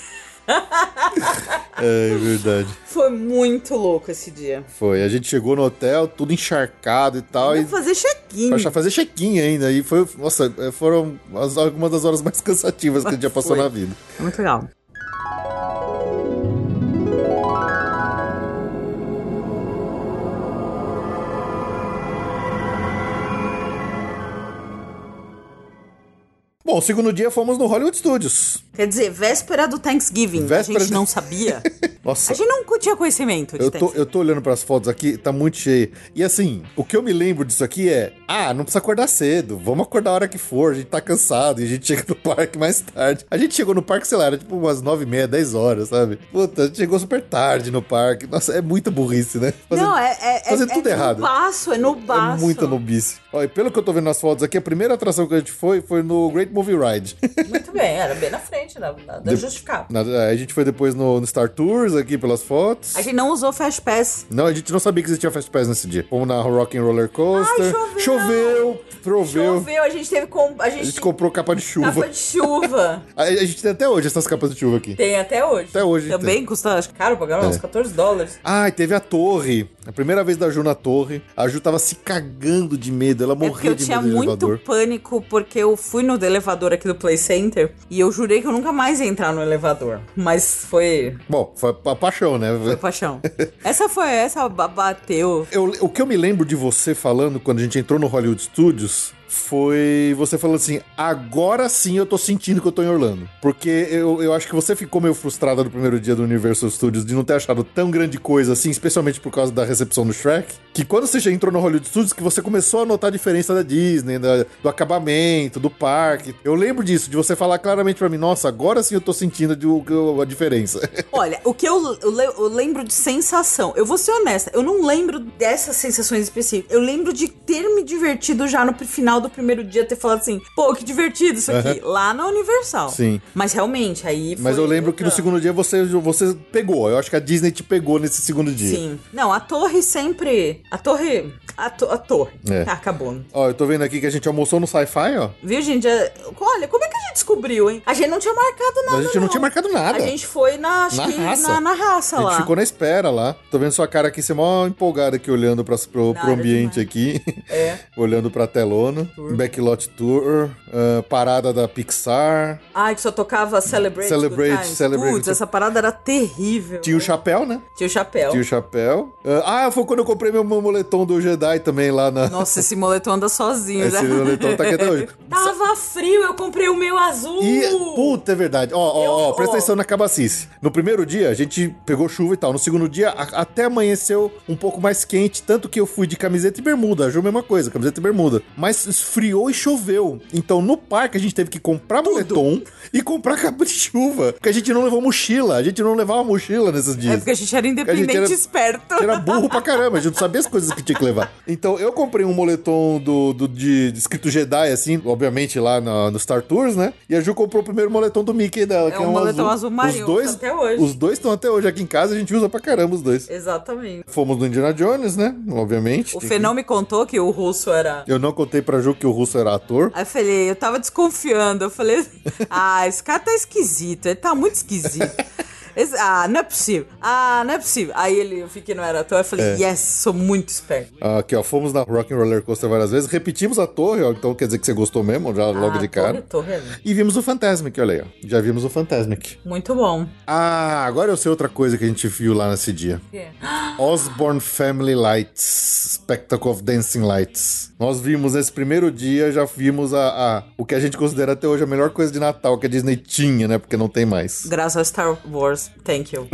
É verdade.
foi muito louco esse dia.
Foi. A gente chegou no hotel, tudo encharcado e tal.
Vamos
E
fazer check-in.
pra achar- fazer check-in ainda. E foi. Nossa, eh, foram as- algumas das horas mais [LAUGHS] cansativas que a gente já passou
Foi.
na vida.
Muito legal.
Bom, segundo dia fomos no Hollywood Studios.
Quer dizer, véspera do Thanksgiving.
Véspera
a gente
do- [LAUGHS]
não sabia.
Nossa.
A gente não tinha conhecimento de
Eu tô,
Texas.
eu tô olhando pras fotos aqui, tá muito cheio. E assim, o que eu me lembro disso aqui é: ah, não precisa acordar cedo, vamos acordar a hora que for, a gente tá cansado e a gente [LAUGHS] chega no parque mais tarde. A gente chegou no parque, sei lá, era tipo umas 9 e meia, 10 horas, sabe? Puta, a gente chegou super tarde no parque. Nossa, é muita burrice, né? Fazer-
não, é, é, é,
fazer tudo
é
errado.
no baço, é no
É
baço.
muita nubice. Ó, e pelo que eu tô vendo nas fotos aqui, a primeira atração que a gente foi foi no Great Movie Ride. [LAUGHS]
Muito bem, era bem na frente, nada, nada justificável.
Na- a gente foi depois no, no Star Tours aqui pelas fotos.
A gente não usou Fast Pass.
Não, a gente não sabia que existia Fast Pass nesse dia. Fomos na Rock and Roller Coaster.
Ai, choveu!
choveu! Choveu!
Choveu, a gente teve. Com, a
A
gente,
gente comprou capa de chuva.
capa de chuva.
A, a gente tem até hoje essas capas de chuva aqui.
Tem até hoje.
Até hoje É.
Também custa acho, caro pra caramba, uns 14 dólares.
Ah, e teve a torre. A primeira vez da Ju na torre. A Ju tava se cagando de medo. Ela
É porque
morria
eu
de
tinha
medo do
muito
elevador.
pânico, porque eu fui no elevador aqui do Play Center e eu jurei que eu nunca mais ia entrar no elevador. Mas foi,
Bom, foi a paixão, né? [LAUGHS]
foi paixão. essa foi, essa ba- bateu.
Eu- o que eu me lembro de você falando quando a gente entrou no Hollywood Studios foi você falando assim: agora sim eu tô sentindo que eu tô em Orlando. Porque eu, eu acho que você ficou meio frustrada no primeiro dia do Universal Studios de não ter achado tão grande coisa assim, especialmente por causa da recepção do Shrek. Que quando você já entrou no Hollywood Studios, que você começou a notar a diferença da Disney, da- do acabamento, do parque. Eu lembro disso, de você falar claramente pra mim: nossa, agora sim eu tô sentindo de- o- a diferença.
Olha, o que eu, eu le- eu lembro de sensação, eu vou ser honesta, eu não lembro dessas sensações específicas. Eu lembro de ter me divertido já no pr- final do primeiro dia, ter falado assim, pô, que divertido isso aqui, lá na Universal.
Sim.
Mas realmente, aí foi
Mas eu lembro que no
outra.
segundo dia você, você pegou. Eu acho que a Disney te pegou nesse segundo dia.
Sim. Não, a torre sempre. A torre. A, to- a torre.
É.
Tá, acabou.
Ó, eu tô vendo aqui que a gente almoçou no sci-fi, ó.
Viu, gente? É- Olha, como é que a gente descobriu, hein? A gente não tinha marcado nada.
a gente não, tinha marcado nada.
A gente foi na, acho
Na
que
raça.
Na, na raça
A gente
lá.
ficou na espera lá. Tô vendo sua cara aqui, você é mó empolgada aqui olhando pra, pro,
Nada
pro ambiente
demais.
aqui. [LAUGHS]
É.
olhando pra telona. Backlot Tour. ah, parada da Pixar.
Ai, que só tocava Celebrate.
Celebrate,
Good Times.
Celebrate.
Putz, essa parada era terrível.
Tinha o chapéu, né?
Tinha o chapéu.
Tinha o chapéu. Ah, ah, foi quando eu comprei meu meu moletom do Jedi também lá na.
Nossa, esse moletom anda sozinho,
[LAUGHS] Esse
né?
moletom tá aqui até hoje.
Tava frio, eu comprei o meu azul.
E, puta, é verdade. Ó, ó, ó,
Eu-
presta
ó.
atenção na cabacice. No primeiro dia, a gente pegou chuva e tal. No segundo dia, a- até amanheceu um pouco mais quente, tanto que eu fui de camiseta e bermuda. A Ju, mesma coisa, camiseta e bermuda. Mas esfriou e choveu. Então, no parque, a gente teve que comprar moletom e comprar [LAUGHS] capa de chuva. Porque a gente não levou mochila. A gente não levava mochila nesses
É
dias.
porque a gente era independente
era-
e esperto.
Que era burro pra caramba, a gente não sabia as coisas que tinha que levar. Então eu comprei um moletom do, do- de, de escrito Jedi, assim, obviamente lá na- no Star Tours, né? E a Ju comprou o primeiro moletom do Mickey dela, que é
um
um
moletom azul marinho,
Os dois,
tá até hoje.
Os dois estão até hoje aqui em casa, a gente usa pra caramba os dois.
Exatamente.
Fomos no Indiana Jones, né? Obviamente.
O
Tem-
Fenão me contou que o russo era.
Eu não contei pra Ju que o Russo era ator.
Aí eu falei, eu tava desconfiando.
[LAUGHS]
Eu falei, ah, esse cara tá esquisito, ele tá muito esquisito. Esse- ah, não é possível. Ah, não é possível. Aí ele, eu fiquei no aeroporto, eu falei,
É.
yes, sou muito esperto.
Ah, Aqui, ó, fomos na Rock and Roller Coaster várias vezes, repetimos a torre, ó, então quer dizer que você gostou mesmo, já logo
Ah,
de cara.
Torre, torre, é lindo.
E vimos o Fantasmic, olha aí, ó. Já vimos o Fantasmic.
muito bom.
Ah, agora eu sei outra coisa que a gente viu lá nesse dia. Osborne Family Lights, Spectacle of Dancing Lights. Nós vimos esse primeiro dia, já vimos a, a- o que a gente considera até hoje a melhor coisa de Natal que a Disney tinha, né? Porque não tem mais.
Graças a Star Wars, thank you.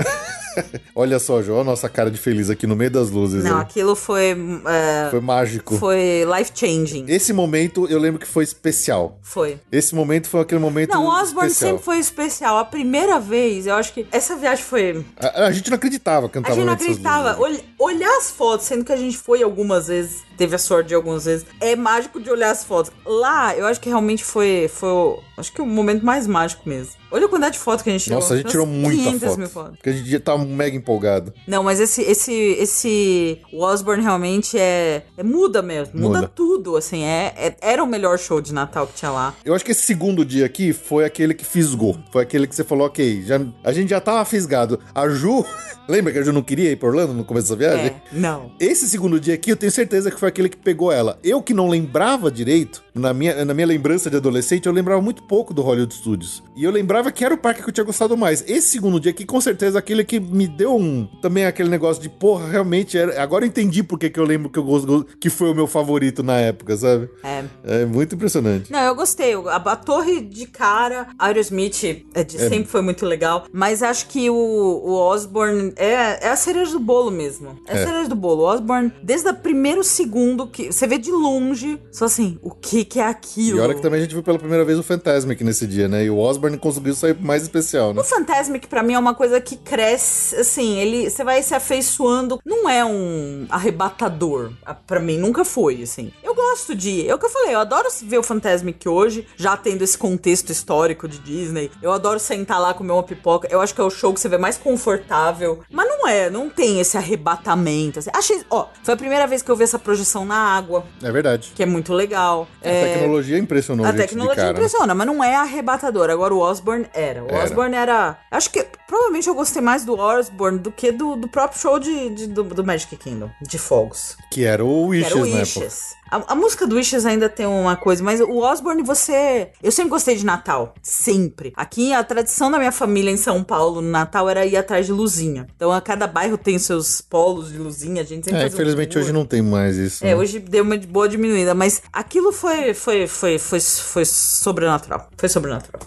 Olha só, João, a nossa cara de feliz aqui no meio das luzes.
Não,
hein?
aquilo foi. é,
Foi mágico.
foi life changing.
Esse momento eu lembro que foi especial.
Foi.
Esse momento foi aquele momento.
Não, Osborne
especial.
sempre foi especial. A primeira vez, eu acho que. Essa viagem foi
A, a gente não acreditava que
A
cantava
gente não acreditava. Olha- olhar as fotos, sendo que a gente foi algumas vezes, teve a sorte de algumas vezes, é mágico de olhar as fotos. Lá, eu acho que realmente foi, foi o- acho que o momento mais mágico mesmo. Olha a quantidade de fotos que a gente tirou.
Nossa, a gente tirou
Umas
muita
500 mil
foto.
fotos.
Porque a gente tava mega empolgado.
Não, mas esse, esse, esse o Osborne realmente é, é muda mesmo, muda,
Muda.
tudo, assim, é, é- era o melhor show de Natal que tinha lá.
Eu acho que esse segundo dia aqui foi aquele que fisgou. Foi aquele que você falou, ok, já, a gente já tava fisgado. A Ju. [LAUGHS] Lembra que a Ju não queria ir pra Orlando no começo da viagem?
É, não.
Esse segundo dia aqui, eu tenho certeza que foi aquele que pegou ela. Eu que não lembrava direito, na minha, na minha lembrança de adolescente, eu lembrava muito pouco do Hollywood Studios. E eu lembrava que era o parque que eu tinha gostado mais. Esse segundo dia aqui, com certeza, aquele que me deu um. Também aquele negócio de, porra, realmente, era, agora eu entendi porque que eu lembro que, eu, gosto- que foi o meu favorito na época, sabe?
É.
É muito impressionante.
Não, eu gostei. Eu- A, a torre de cara, Aerosmith é de- sempre foi muito legal. Mas acho que o, o Osborne é, é a cereja do bolo mesmo. É, a cereja do bolo. O Osborne, desde o primeiro segundo que você vê de longe, só assim, o que que é aquilo?
E olha que também a gente viu pela primeira vez o Fantasma aqui nesse dia, né? E o Osborne conseguiu sair mais especial, né?
O Fantasmic, pra mim, é uma coisa que cresce, assim, ele, você vai se afeiçoando. Não é um arrebatador, a- Pra mim, nunca foi, assim. Eu gosto de, é o que eu falei, eu adoro ver o Fantasmic hoje, já tendo esse contexto histórico de Disney. Eu adoro sentar lá, comer uma pipoca, eu acho que é o show que você vê mais confortável. Mas não é, não tem esse arrebatamento, assim. Achei, ó, foi a primeira vez que eu vi essa projeção na água,
É verdade.
que é muito legal.
A
É,
tecnologia impressionou a
a
gente de
tecnologia
cara. né?
impressiona, mas não é arrebatadora. Agora o Osborne era. O
Era.
Osborne era. Acho que provavelmente eu gostei mais do Osborne do que do, do próprio show de, de- do, do Magic Kingdom, de fogos.
Que era o
Que
Wishes,
era o
né? pô?
Wishes. A, a música do Wishes ainda tem uma coisa, mas o Osborne, você. Eu sempre gostei de Natal. Sempre. Aqui, a tradição da minha família em São Paulo no Natal era ir atrás de luzinha. Então, a cada bairro tem seus polos de luzinha. A gente sempre
É,
fazia um
infelizmente
tour.
hoje não tem mais isso.
É,
né?
hoje deu uma de boa diminuída, mas aquilo foi, foi, foi, foi, foi sobrenatural. Foi sobrenatural.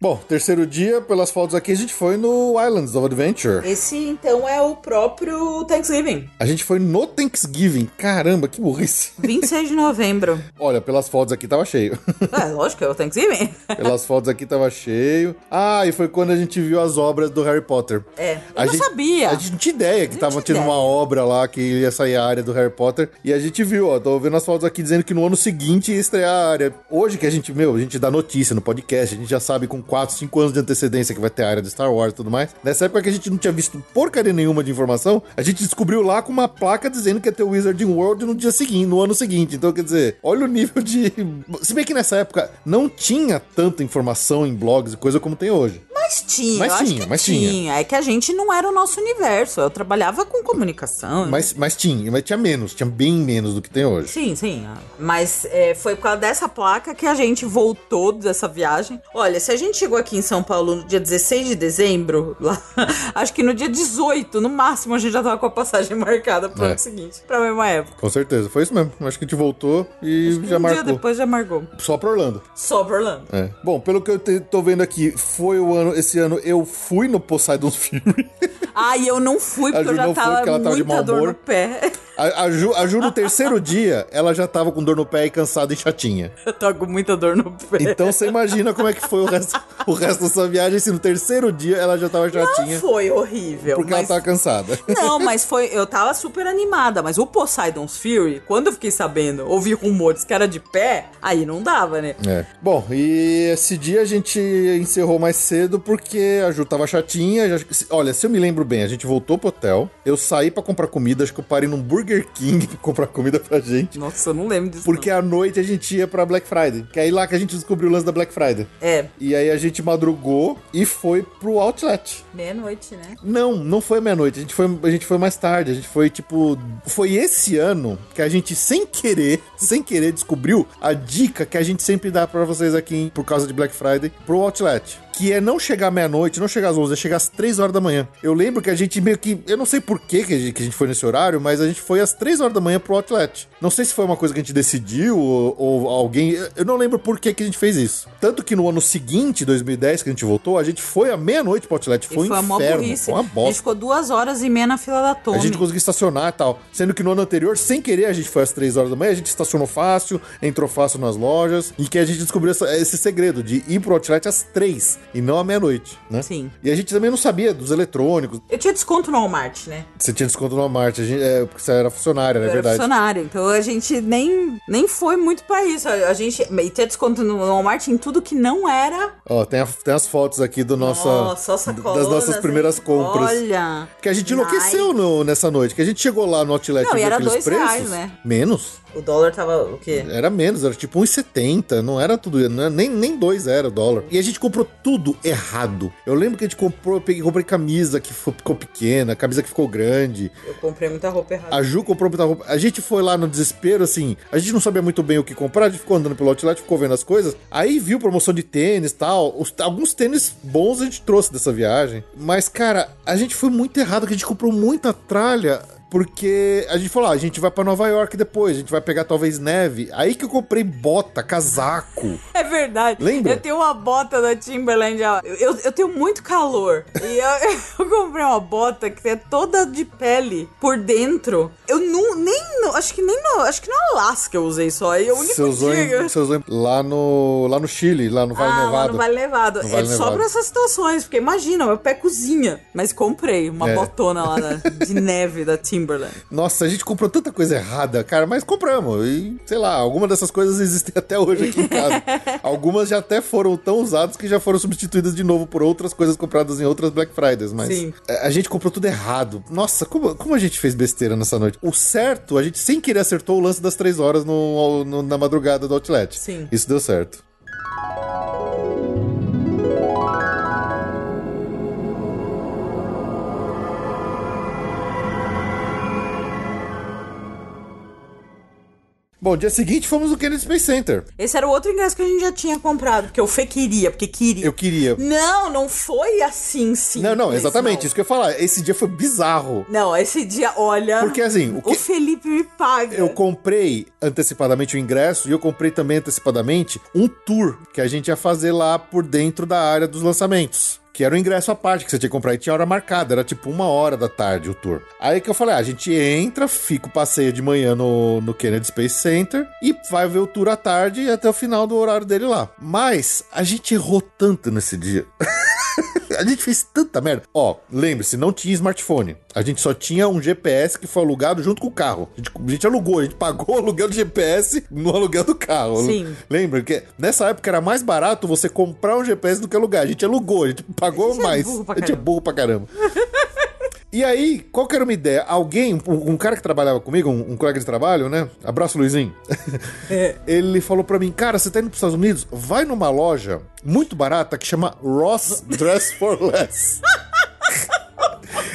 Bom, terceiro dia, pelas fotos aqui, a gente foi no Islands of Adventure.
Esse, então, é o próprio Thanksgiving.
A gente foi no Thanksgiving. Caramba, que burrice. [LAUGHS]
26 de novembro.
Olha, pelas fotos aqui tava [LAUGHS] cheio.
É, lógico, é o Thanksgiving.
pelas fotos aqui tava cheio. Ah, e foi quando a gente viu as obras do Harry Potter.
É, eu
A
não
gente-
sabia.
A gente não tinha ideia que
Não
tava
tinha
tendo
ideia.
uma obra lá que ia sair a área do Harry Potter. E a gente viu, ó, tô vendo as fotos aqui dizendo que no ano seguinte ia estrear a área. Hoje que a gente, meu, a gente dá notícia no podcast, a gente já sabe com 4, 5 anos de antecedência que vai ter a área do Star Wars e tudo mais. Nessa época que a gente não tinha visto porcaria nenhuma de informação, a gente descobriu lá com uma placa dizendo que ia ter o Wizarding World no dia seguinte, no ano seguinte. Então, quer dizer, olha o nível de. [LAUGHS] Se bem que nessa época não tinha tanta informação em blogs e coisa como tem hoje.
Mas tinha,
Mas
eu acho
tinha,
que
mas tinha.
É que a gente não era o nosso universo. Eu trabalhava com comunicação.
Mas, mas tinha, mas tinha menos, tinha bem menos do que tem hoje.
Sim, sim. Mas é, foi por causa dessa placa que a gente voltou dessa viagem. Olha, se a gente chegou aqui em São Paulo no dia 16 de dezembro, lá, [LAUGHS] acho que no dia 18, no máximo, a gente já tava com a passagem marcada pro
É.
ano seguinte, pra mesma época.
Com certeza, foi isso mesmo. Acho que a gente voltou e já
um
marcou.
dia depois já marcou.
Só pra Orlando.
Só pra Orlando.
É. Bom, pelo que eu te- tô vendo aqui, foi o ano. Esse ano eu fui no Poseidon [LAUGHS] Fury.
Ah, e eu não fui,
[LAUGHS] A
porque eu
Ju
já
não foi,
tava
porque ela
com
tava de
muita
mau
dor
humor.
no pé. [LAUGHS]
A, a Ju, a Ju, no terceiro [LAUGHS] dia, ela já tava com dor no pé e cansada e chatinha.
Eu tava com muita dor no pé.
Então você imagina como é que foi o resto, o resto dessa viagem se no terceiro dia ela já tava
Não
chatinha
foi horrível.
porque ela
mas...
tava cansada.
Não, mas foi. Eu tava super animada, mas o Poseidon's Fury, quando eu fiquei sabendo, ouvi rumores que era de pé, aí não dava, né?
É. Bom, e esse dia a gente encerrou mais cedo porque a Ju tava chatinha. já- se- olha, se eu me lembro bem, a gente voltou pro hotel. Eu saí pra comprar comida, acho que eu parei num Burger King [LAUGHS] pra comprar comida pra gente.
Nossa, eu não lembro disso.
Porque à noite a gente ia pra Black Friday. Que é aí lá que a gente descobriu o lance da Black Friday.
não. É,
E aí a gente madrugou e foi pro Outlet.
meia-noite, né?
Não, não foi meia-noite. A, gente foi- a gente foi mais tarde. A gente foi, tipo. Foi esse ano que a gente, sem querer, sem querer, descobriu a dica que a gente sempre dá pra vocês aqui, hein, por causa de Black Friday, pro Outlet. Que é não chegar meia-noite, não chegar às 11, é chegar às 3 horas da manhã. Eu lembro que a gente meio que. Eu não sei por que que a gente, que a gente foi nesse horário, mas a gente foi às 3 horas da manhã pro Outlet. Não sei se foi uma coisa que a gente decidiu ou, ou alguém. eu- Eu não lembro por que que a gente fez isso. Tanto que no ano seguinte, 2010, que a gente voltou, a gente foi à meia-noite pro Outlet.
E
Foi, um
a mó
inferno,
burrice.
foi uma
A
bosta.
gente ficou duas horas e meia na fila da Tommy.
A gente conseguiu estacionar e tal. Sendo que no ano anterior, sem querer, a gente foi às 3 horas da manhã, a gente estacionou fácil, entrou fácil nas lojas, e que a gente descobriu essa- esse segredo de ir pro outlet às 3 e não à meia-noite, né?
Sim.
E a gente também não sabia dos eletrônicos.
Eu tinha desconto no Walmart, né?
Você tinha desconto no Walmart, a gente, é, porque você era funcionária, né?
Eu
É
era
verdade.
funcionária, então a gente nem, nem foi muito pra isso. A, a gente. E tinha desconto no Walmart em tudo que não era.
Ó, tem, a- tem as fotos aqui do nossa,
Nossa, olha sacolas,
das nossas primeiras
hein?
compras.
Olha.
Que a gente enlouqueceu no- nessa noite, que a gente chegou lá no Outlet
Não, e
viu
era
aqueles
dois reais, né?
Menos?
O dólar tava o quê?
Era menos, era tipo 1,70, não era tudo, não era, nem, nem 2 era o dólar. E a gente comprou tudo errado. Eu lembro que a gente comprou, eu peguei, comprei camisa que ficou pequena, camisa que ficou grande.
Eu comprei muita roupa errada.
A Ju comprou muita roupa. A gente foi lá no desespero, assim, a gente não sabia muito bem o que comprar, a gente ficou andando pelo outlet, ficou vendo as coisas. Aí viu promoção de tênis e tal. Os- alguns tênis bons a gente trouxe dessa viagem. Mas, cara, a gente foi muito errado, que a gente comprou muita tralha. Porque a gente falou, ah, a gente vai pra Nova York depois, a gente vai pegar talvez neve. Aí que eu comprei bota, casaco.
[LAUGHS] É verdade.
Lembra?
Eu tenho uma bota da Timberland. ó. Eu, eu, eu tenho muito calor. E eu, [LAUGHS] eu comprei uma bota que é toda de pele por dentro. Eu não, nem. no- acho que nem no. Acho que no Alasca eu usei só. E o único
Você usou,
dia.
[LAUGHS]
que eu-
em, você usou em- lá, no, lá no Chile, lá no Vale
ah, lá
Nevado.
no Vale Nevado.
No
é
Vale
só
Nevado.
pra essas situações, porque imagina, meu pé cozinha. Mas comprei uma
É.
botona lá da- de neve da Timberland.
Nossa, a gente comprou tanta coisa errada, cara, mas compramos. E, sei lá, algumas dessas coisas [LAUGHS] existem até hoje aqui em casa. algumas já até foram tão usadas que já foram substituídas de novo por outras coisas compradas em outras Black Fridays, mas
Sim.
a a gente comprou tudo errado. Nossa, como, como a gente fez besteira nessa noite? O certo, a gente sem querer acertou o lance das três horas no- no- na madrugada do Outlet.
Sim.
Isso deu certo. Bom, dia seguinte fomos no Kennedy Space Center.
Esse era o outro ingresso que a gente já tinha comprado, porque o Fê queria, porque queria.
Eu queria.
Hum, Não, não foi assim, sim.
não, não,
Cris,
exatamente,
não.
isso que eu ia falar. Esse dia foi bizarro.
Não, esse dia, olha.
Porque assim, o
o
que-
Felipe me paga.
Eu comprei antecipadamente o ingresso e eu comprei também antecipadamente um tour que a gente ia fazer lá por dentro da área dos lançamentos. Que era o ingresso à parte que você tinha que comprar e tinha hora marcada, era tipo uma hora da tarde o tour. Aí que eu falei: ah, a gente entra, fica o passeio de manhã no, no Kennedy Space Center e vai ver o tour à tarde e até o final do horário dele lá. Mas a gente errou tanto nesse dia. A gente fez tanta merda. Ó, lembre-se, não tinha smartphone. A gente só tinha um GPS que foi alugado junto com o carro. A gente, a gente alugou, a gente pagou [LAUGHS] o aluguel do GPS no aluguel do carro.
Sim.
Lembra que nessa época era mais barato você comprar um GPS do que alugar. A gente alugou, a gente pagou
A gente é
mais.
burro pra
a gente é
caramba.
burro pra caramba.
[LAUGHS]
E aí, qual que era uma ideia? Alguém, um, um cara que trabalhava comigo, um, um colega de trabalho, né? Abraço, Luizinho.
É.
[LAUGHS] Ele falou pra mim, cara, você tá indo pros Estados Unidos? Vai numa loja muito barata que chama Ross Dress for Less. [LAUGHS]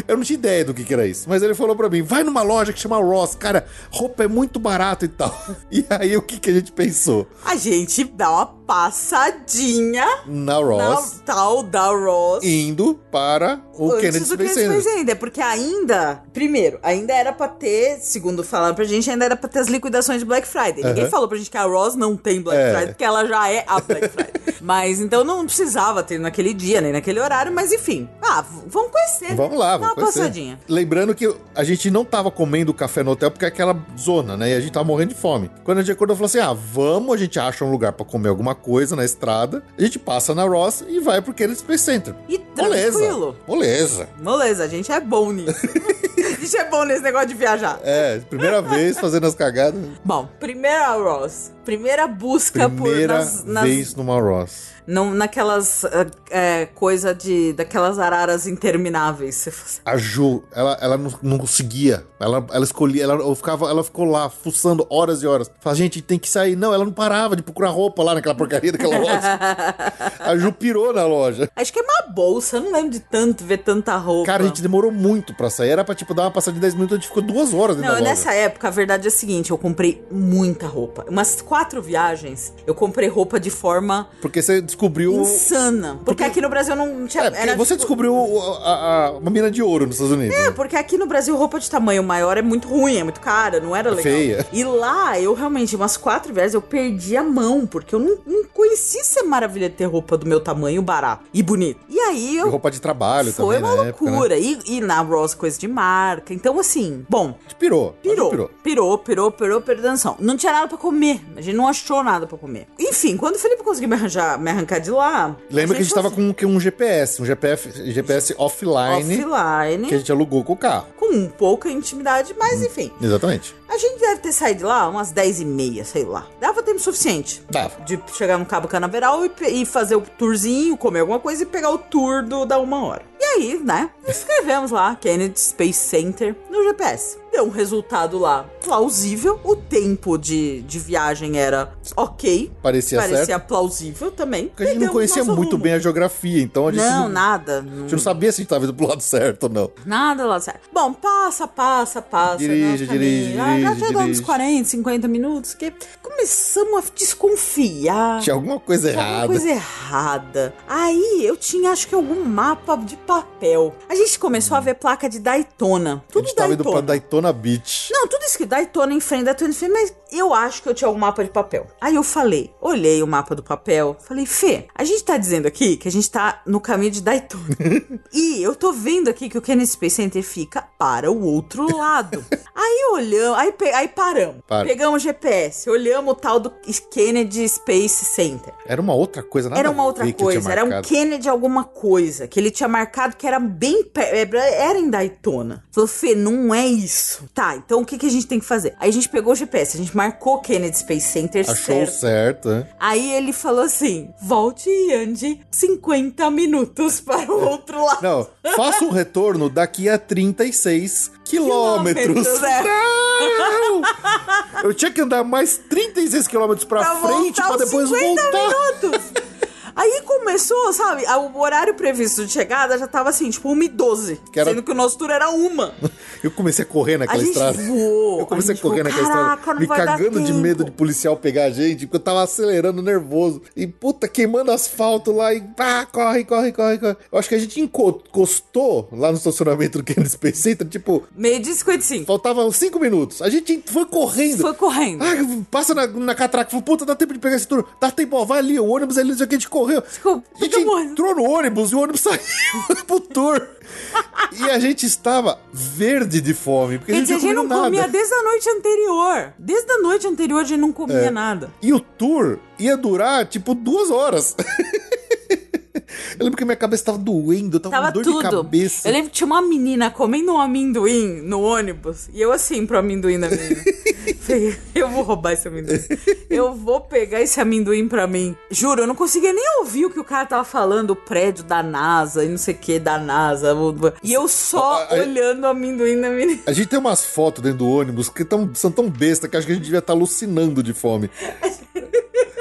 Eu não tinha ideia do que, que era isso, mas ele falou pra mim: vai numa loja que chama Ross, cara, roupa é muito barata e tal. [LAUGHS] E aí, o que, que a gente pensou?
A gente dá uma passadinha
Na Ross,
na tal da Ross.
indo para o Kennedy
Antes do que
Space
eles
Center.
fazem ainda, porque ainda, primeiro, ainda era pra ter, segundo falaram pra gente, ainda era pra ter as liquidações de Black Friday. Ninguém
Aham.
falou pra gente que a Ross não tem Black
É.
Friday, porque ela já é a Black Friday.
[LAUGHS]
mas então não precisava ter naquele dia, nem naquele horário, mas enfim. Ah, v- vamos conhecer.
Vamos lá, vamos
Dá uma
conhecer.
passadinha.
Lembrando que a gente não tava comendo café no hotel porque é aquela zona, né? E a gente tava morrendo de fome. Quando a gente acordou, falou assim: ah, vamos, a gente acha um lugar pra comer alguma coisa na estrada, a gente passa na Ross e vai pro Kennedy Space Center.
E
Moleza.
tranquilo.
Moleza.
Moleza, a gente é
[LAUGHS]
bom nisso. a gente é bom nesse negócio de viajar.
É,
[LAUGHS]
primeira vez fazendo as cagadas.
Bom, primeira Ross. Primeira busca
Primeira
por nas, nas-
vez numa Ross.
não, naquelas ah, é, coisa de daquelas araras intermináveis. Você fala assim,
A Ju, ela, ela não, não conseguia. Ela, ela escolhia, ela, eu ficava, ela ficou lá, fuçando horas e horas. Falava, gente, tem que sair. Não, ela não parava de procurar roupa lá naquela porcaria
[LAUGHS]
daquela loja. a Ju pirou na loja.
Acho que é uma bolsa, eu não lembro de tanto ver tanta roupa.
Cara, a gente demorou muito pra sair. Era pra, tipo, dar uma passada de 10 minutos, a gente ficou duas horas dentro
Não,
da loja.
nessa época a verdade é a seguinte: eu comprei muita roupa. Umas quatro viagens, eu comprei roupa de forma
Porque você descobriu...
insana. Porque, aqui no Brasil não tinha.
É, porque
era,
você
tipo,
descobriu o- a, a- uma mina de ouro nos Estados Unidos. né? [LAUGHS]
É, porque aqui no Brasil roupa de tamanho maior é muito ruim, é muito cara, não era legal.
Feia.
E lá, eu realmente, umas quatro vezes, eu perdi a mão, porque eu não, não conheci essa maravilha de ter roupa do meu tamanho barato e bonito. E aí
E
eu.
roupa de trabalho
Foi
também
uma
na época, né?
loucura. E, e na Ross, coisa de marca. Então, assim, bom,
A gente pirou. a gente
Pirou,
pirou.
pirou, pirou, pirou, pirou, danção. Não tinha nada pra comer. A gente não achou nada pra comer. Enfim, quando o Felipe conseguiu me, arranjar, me arrancar de lá.
Lembra que a gente tava
falou
com um GPS, um GPS, GPS offline,
assim, offline.
que a Hum. gente alugou com o carro.
Com pouca intimidade, mas enfim.
Exatamente.
A gente deve ter saído de lá umas 10 e meia, sei lá. Dava tempo suficiente.
Dava.
De chegar no Cabo Canaveral e, pe- e fazer o tourzinho, comer alguma coisa e pegar o tour do, da uma hora. E E aí, né? Escrevemos lá Kennedy Space Center no GPS. Deu um resultado lá plausível. O tempo de, de viagem era ok.
Parecia
Parecia
certo.
plausível também.
Porque a gente não conhecia muito bem a geografia, então a gente
Não, nada.
a
Não,
gente não sabia se a gente tava indo pro lado certo ou não.
Nada lá certo. Bom, passa, passa, passa.
Dirige,
né, o caminho.
dirige,
Ah, Já
dirige,
chegou uns
dirige.
40, 50 minutos que começamos a desconfiar.
Tinha alguma coisa
Tinha
errada.
alguma coisa errada. Aí eu tinha, acho que algum mapa de papel. A gente começou a ver placa de Daytona.
Hum. a
Tudo
gente tava indo pra
Daytona.
Daytona Beach.
Não, tudo isso que Daytona em frente, Daytona em frente, mas eu acho que eu tinha um mapa de papel. Aí eu falei, olhei o mapa do papel, falei, Fê, a gente tá dizendo aqui que a gente tá no caminho de Daytona. e eu tô vendo aqui que o Kennedy Space Center fica para o outro lado. aí olhamos, aí, pe- aí paramos.
Para.
Pegamos o GPS, olhamos o tal do Kennedy Space Center.
Era uma outra coisa, nada
Era uma
a
outra
ver Ah, que eu tinha
coisa, era um
marcado.
Kennedy alguma coisa, que ele tinha marcado que era bem perto, era em Daytona. Falou, Fê, não é isso. Tá, então o que, que a gente tem que fazer? Aí a gente pegou o GPS, a gente marcou Kennedy Space Center
Achou
certo.
certo, né?
Aí ele falou assim, volte e ande 50 minutos [LAUGHS] para o outro lado.
Não,
[LAUGHS]
faça um retorno daqui a 36 quilômetros.
Quilômetros, é.
Não! Eu tinha que andar mais 36 quilômetros pra,
Pra
frente
voltar
pra
os
depois
50
voltar. [LAUGHS]
minutos. Aí começou, sabe, a- o horário previsto de chegada já tava assim, tipo 1h12.
Que era-
Sendo que o nosso tour era uma.
Eu comecei a correr
A
naquela
gente
estrada.
voou.
Eu comecei a,
a gente
correr
voou,
naquela
"Caraca,
estrada,
não
me
vai dar
cagando de
tempo."
medo de policial pegar a gente, porque eu tava acelerando, nervoso. E puta, queimando asfalto lá e pá, corre, corre, corre, corre. Eu acho que a gente enco- encostou lá no estacionamento do Kennedy Space Center, tipo,
Meio dia e 55.
faltavam cinco minutos. A gente foi correndo.
Foi correndo.
Ah, passa na, na catraca, falou, puta, dá tempo de pegar esse turno. Dá tempo, ó, vai ali, o ônibus ali, não sei o que, a gente correu.
Ficou
A gente
todo mundo.
entrou no ônibus e o ônibus [LAUGHS] saiu pro tour. E a gente estava verde de fome, porque
Quer dizer,
a
a
gente
gente
não
não
comeu nada.
comia desde a noite anterior. Desde a noite anterior a gente não
É.
comia nada.
E o tour ia durar, tipo, duas horas. [LAUGHS] Eu lembro que minha cabeça tava doendo, eu tava,
Tava
com dor
tudo.
de cabeça.
Eu lembro que tinha uma menina comendo um amendoim no ônibus. E eu assim pro amendoim
[LAUGHS]
da menina. Falei, eu vou roubar esse amendoim. Eu vou pegar esse amendoim pra mim. Juro, eu não conseguia nem ouvir o que o cara tava falando, o prédio da NASA e não sei o que da NASA. E eu só
Ah, ah,
olhando o amendoim da menina.
A gente tem umas fotos dentro do ônibus que tão, são tão besta que acho que a gente devia estar alucinando de
[LAUGHS]
fome.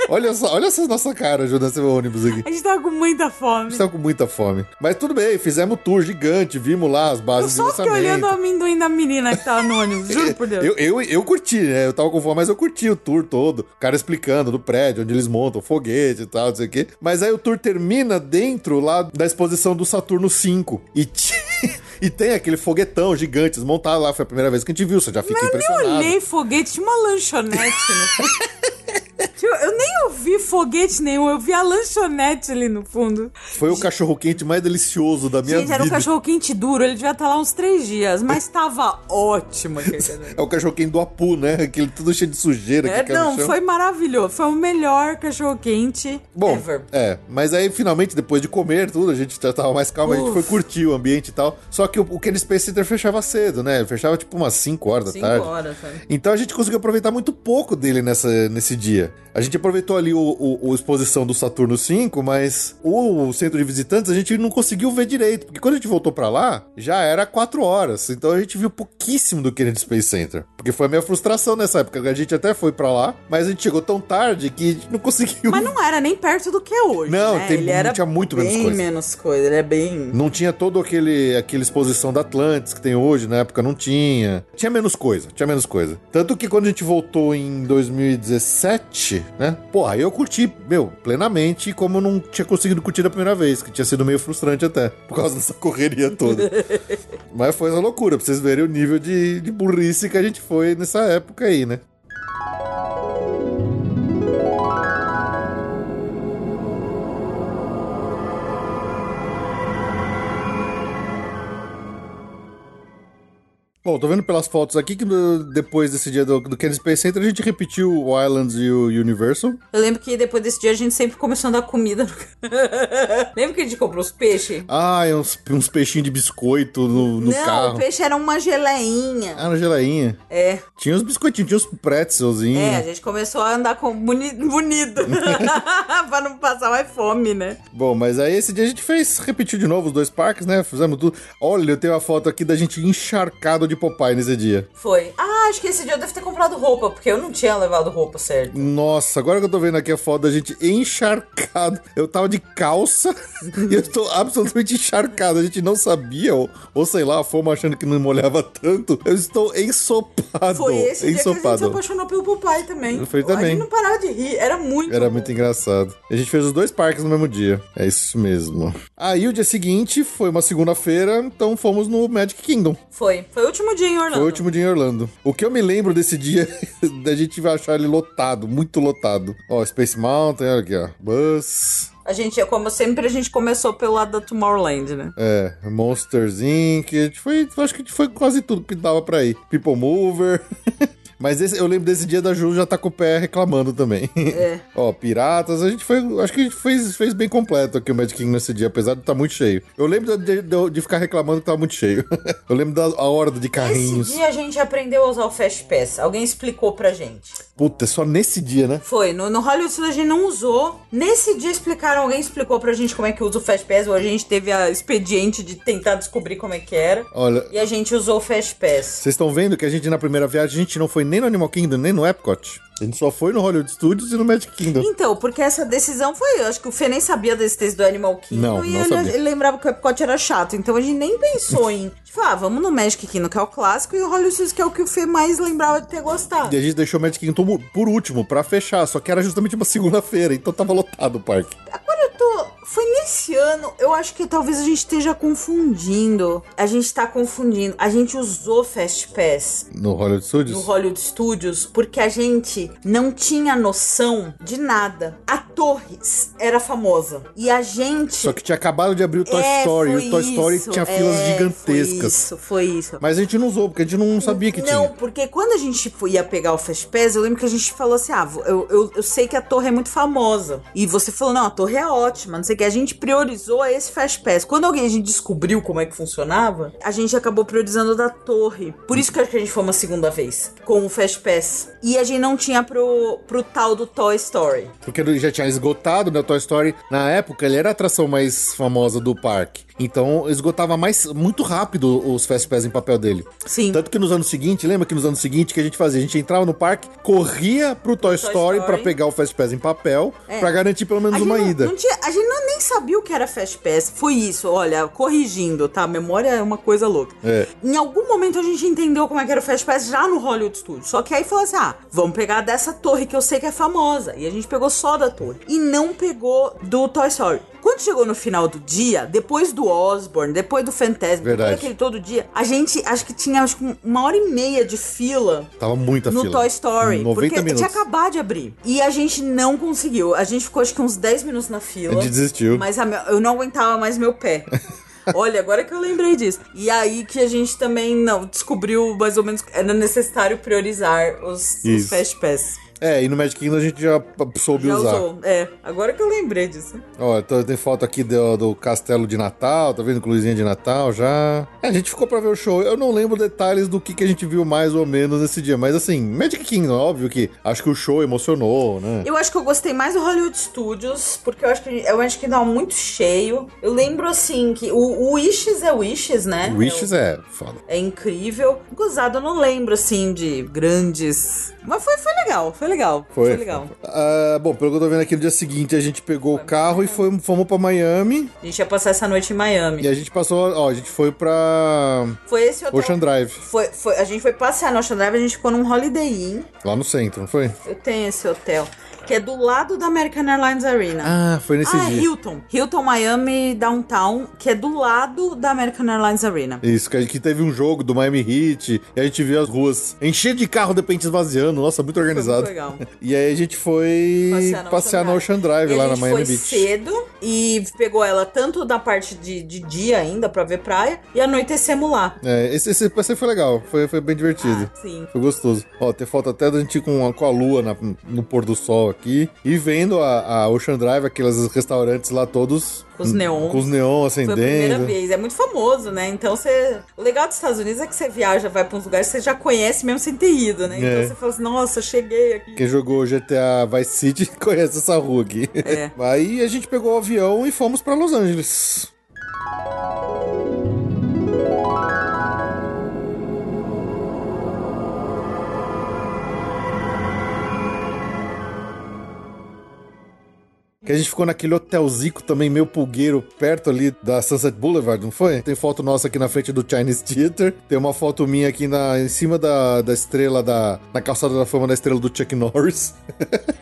olha só, olha essa nossa cara, Júlia, esse ônibus aqui.
A gente tava com muita
A
fome.
gente tava com muita fome. Mas tudo bem, fizemos um tour gigante, vimos lá as
Eu
bases de
só fiquei olhando
[LAUGHS]
o
lançamento.
amendoim da menina que tava no ônibus, juro por Deus.
Eu, eu, eu curti, né? Eu tava com fome, mas eu curti o tour todo. O cara explicando do prédio, onde eles montam, foguete e tal, não sei o quê. Mas aí o tour termina dentro lá da exposição do Saturno 5. E, ti- [LAUGHS] e tem aquele foguetão gigante desmontado lá. Foi a primeira vez que a gente viu, você já fica
Eu
impressionado.
olhei foguete, tinha uma lanchonete no fundo.
[LAUGHS]
Tipo, Eu nem ouvi foguete nenhum, eu vi a lanchonete ali no fundo.
Foi o cachorro-quente mais delicioso da minha
Gente,
vida.
era um cachorro quente duro, ele devia estar lá uns três dias, mas tava ótimo. aquele cachorro.
É o cachorro-quente do Apu, né? Aquele tudo cheio de sujeira que
É,
cai no
não,
chão.
foi maravilhoso. Foi o melhor cachorro quente
Bom,
ever.
é, mas aí finalmente, depois de comer tudo, a gente já tava mais calmo, a gente
Uf.
foi curtir o ambiente e tal. Só que o, o Kennedy Space Center fechava cedo, né? Fechava tipo umas 5 horas da
Cinco
tarde.
horas, sabe?
Então a gente conseguiu aproveitar muito pouco dele nessa, nesse dia. A gente aproveitou ali o, o- o exposição do Saturno 5, mas o centro de visitantes a gente não conseguiu ver direito, porque quando a gente voltou pra lá, já era 4 horas. Então a gente viu pouquíssimo do Kennedy Space Center. Porque foi a minha frustração nessa época. A gente até foi pra lá, mas a gente chegou tão tarde que a gente não conseguiu
Mas não era nem perto do que é hoje.
Não,
né?
tem-
ele era
tinha muito menos
bem
coisa.
menos coisa. Ele é bem.
Não tinha todo aquele aquela exposição da Atlantis que tem hoje, na época não tinha. Tinha menos coisa, tinha menos coisa. Tanto que quando a gente voltou em 2017, né? Porra, eu curti, meu, plenamente, como eu não tinha conseguido curtir da primeira vez, que tinha sido meio frustrante até, por causa dessa correria toda. Mas foi uma loucura, pra vocês verem o nível de, de burrice que a gente foi nessa época aí, né? Bom, tô vendo pelas fotos aqui que no- depois desse dia do, do Kennedy Space Center a gente repetiu o Islands e o Universal.
Eu lembro que depois desse dia a gente sempre começou a dar comida. no- [LAUGHS] Lembra que a gente comprou os peixes?
Ah, e uns, uns peixinhos de biscoito no, no
Não,
carro.
o peixe era uma geleinha.
Ah, na geleinha.
É,
Tinha uns biscoitinhos, tinha uns pretzelzinhos.
é, a gente começou a andar com boni-
[LAUGHS]
bonito. [LAUGHS] pra não passar mais fome, né?
Bom, mas aí esse dia a gente fez, repetiu de novo os dois parques, né? Fizemos tudo. Olha, eu tenho uma foto aqui da gente encharcado de Popeye nesse dia.
Foi. Ah, acho que esse dia eu devo ter comprado roupa, porque eu não tinha levado roupa, certo?
Nossa, agora que eu tô vendo aqui a foto da gente encharcado. Eu tava de calça [LAUGHS] e eu tô absolutamente encharcado. A gente não sabia, ou, ou sei lá, a fomos achando que não molhava tanto. Eu estou ensopado.
Foi esse dia que a gente se
ensopado.
apaixonou pelo papai também.
Foi
A
também.
gente não parava de rir, era muito
Era
bom.
muito engraçado. A gente fez os dois parques no mesmo dia. É isso mesmo. Aí o dia seguinte foi uma segunda-feira, então fomos no Magic Kingdom.
Foi. Foi o último dia em Orlando.
Foi o último dia em Orlando. O que eu me lembro desse dia, [LAUGHS] da gente vai achar ele lotado, muito lotado. Ó, Space Mountain, olha aqui, ó. Bus.
A gente, como sempre, a gente começou pelo lado da Tomorrowland, né?
É, Monsters Inc. A gente foi, acho que a gente foi quase tudo que dava pra ir. People Mover. [LAUGHS] Mas esse- eu lembro desse dia da Ju já tá com o pé reclamando também.
É.
[LAUGHS] Ó, Piratas, a gente foi. Acho que a gente fez, fez bem completo aqui o Magic Kingdom nesse dia, apesar de estar muito cheio. Eu lembro de, de- de ficar reclamando que tava muito cheio. [LAUGHS] eu lembro da a horda de carrinhos.
Esse dia a gente aprendeu a usar o Fast Pass. Alguém explicou pra gente.
Puta, é só nesse dia, né?
Foi. No, no Hollywood Studios a gente não usou. Nesse dia explicaram, alguém explicou pra gente como é que usa o Fast Pass. Ou a gente teve a expediente de tentar descobrir como é que era.
Olha,
E a gente usou o Fast Pass.
Vocês estão vendo que a gente na primeira viagem a gente não foi nem no Animal Kingdom, nem no Epcot. A gente só foi no Hollywood Studios e no Magic Kingdom.
Então, porque essa decisão foi. Eu acho que o Fê nem sabia da existência do Animal Kingdom
Não,
e
não
ele,
sabia.
ele lembrava que o Epcot era chato. Então a gente nem pensou em. Tipo, ah, vamos no Magic Kingdom, que é o clássico, e o Hollywood Studios, que é o que o Fê mais lembrava de ter gostado.
E a gente deixou o Magic Kingdom mu- por último, pra fechar, só que era justamente uma segunda-feira, então tava lotado o parque.
Agora eu tô. Foi nesse ano, eu acho que talvez a gente esteja confundindo. A gente tá confundindo. A gente usou Fast Pass
No Hollywood Studios?
no Hollywood Studios porque a gente não tinha noção de nada. A torre era famosa. E a gente.
Só que tinha acabado de abrir o Toy
É,
Story.
foi
O Toy Story
isso,
tinha filas
é, Foi
gigantescas.
isso, foi isso.
Mas a gente não usou, porque a gente não sabia que
não,
tinha.
porque quando a gente foi- ia pegar o Fast Pass, eu lembro que a gente falou assim: ah, vou- eu, eu, eu sei que a torre é muito famosa. E você falou: não, a torre é ótima, não sei o que. A gente priorizou esse Fast Pass. Quando alguém a gente descobriu como é que funcionava, a gente acabou priorizando o da torre. Por isso que eu acho que a gente foi uma segunda vez com o Fast Pass. E a gente não tinha pro, pro tal do Toy Story.
Porque já tinha esgotado, né? O Toy Story, na época, ele era a atração mais famosa do parque. Então, esgotava mais, muito rápido os Fast Pass em papel dele.
Sim.
Tanto que nos anos seguintes, lembra que nos anos seguintes que a gente fazia? A gente entrava no parque, corria pro Toy,
Toy
Story pra
Story.
pegar o Fast Pass em papel, pra garantir pelo menos
A gente
uma
não-
ida.
não tinha- a gente não, nem sabia o que era Fast Pass. Foi isso, olha, corrigindo, tá? Memória é uma coisa louca.
É.
Em algum momento a gente entendeu como é que era o Fast Pass já no Hollywood Studios. Só que aí falou assim: ah, vamos pegar dessa torre que eu sei que é famosa. E a gente pegou só da torre. E não pegou do Toy Story. Quando chegou no final do dia, depois do Osborne, depois do Fantasma, depois
Verdade.
daquele todo dia, a gente acho que tinha acho que uma hora e meia de fila
Tava muita
no
fila.
Toy Story.
90
porque
minutos.
tinha acabado de abrir. E a gente não conseguiu. A gente ficou acho que uns 10 minutos na fila.
A gente desistiu.
Mas a meu- eu não aguentava mais meu
[LAUGHS]
pé. Olha, agora que eu lembrei disso. E aí que a gente também não descobriu mais ou menos que era necessário priorizar os, os
Isso.
fast pass.
É, e no Magic Kingdom a gente já p- soube
Já
usar.
usou. É, agora que eu lembrei disso.
Ó, então tem foto aqui do, do castelo de Natal, tá vendo? Com luzinha de Natal já. É, a gente ficou pra ver o show. Eu não lembro detalhes do que, que a gente viu mais ou menos nesse dia, mas assim, Magic Kingdom, óbvio que acho que o show emocionou, né?
Eu acho que eu gostei mais do Hollywood Studios, porque eu acho que eu acho que dá muito cheio. Eu lembro assim que o, o Wishes é Wishes, né? É o-
Wishes é foda.
É incrível. Gozado, eu não lembro, assim, de grandes. Mas foi, foi legal, foi legal. Foi, legal.
Ah, bom, pelo que eu tô vendo aqui, no dia seguinte a gente pegou o carro e foi, fomos pra Miami.
A gente ia passar essa noite em Miami.
E a gente passou, ó, a gente foi pra
Foi esse hotel.
Ocean Drive,
Foi, foi- a gente foi passear no Ocean Drive, a gente ficou num Holiday Inn.
lá no centro, não foi?
Eu tenho esse hotel. que é do lado da American Airlines Arena.
Ah, foi nesse
ah, é
dia.
Hilton. Hilton Miami Downtown, que é do lado da American Airlines Arena.
Isso, que a gente teve um jogo do Miami Heat, e a gente viu as ruas encher de carro, de repente esvaziando. Nossa, muito organizado. [LAUGHS]
legal.
E aí a gente foi passear, no Ocean Drive
E
lá
a
na
gente
Miami
foi
Beach.
cedo e pegou ela tanto da parte de, de dia ainda pra ver praia e anoitecemos lá.
É, esse, esse passeio foi legal, foi, foi bem divertido.
Sim.
Foi gostoso. Ó, tem foto até da gente ir com a, com a lua na- no pôr do sol aqui. E vendo a, a Ocean Drive, aqueles restaurantes lá todos.
Com os neons.
Com os neon
Foi a primeira
acendendo.
vez. É muito famoso, né? Então você. O legal dos Estados Unidos é que você viaja, vai pra uns lugares que você já conhece mesmo sem ter ido, né?
É.
Então você fala assim, nossa, cheguei aqui.
Quem jogou GTA Vice City [LAUGHS] conhece essa rua aqui.
É.
Aí a gente pegou o avião e fomos pra Los Angeles. Que a gente ficou naquele hotelzico também, meio pulgueiro, perto ali da Sunset Boulevard, não foi? Tem foto nossa aqui na frente do Chinese Theater. Tem uma foto minha aqui na, em cima da, da estrela da. Na calçada da fama da estrela do Chuck Norris. [LAUGHS]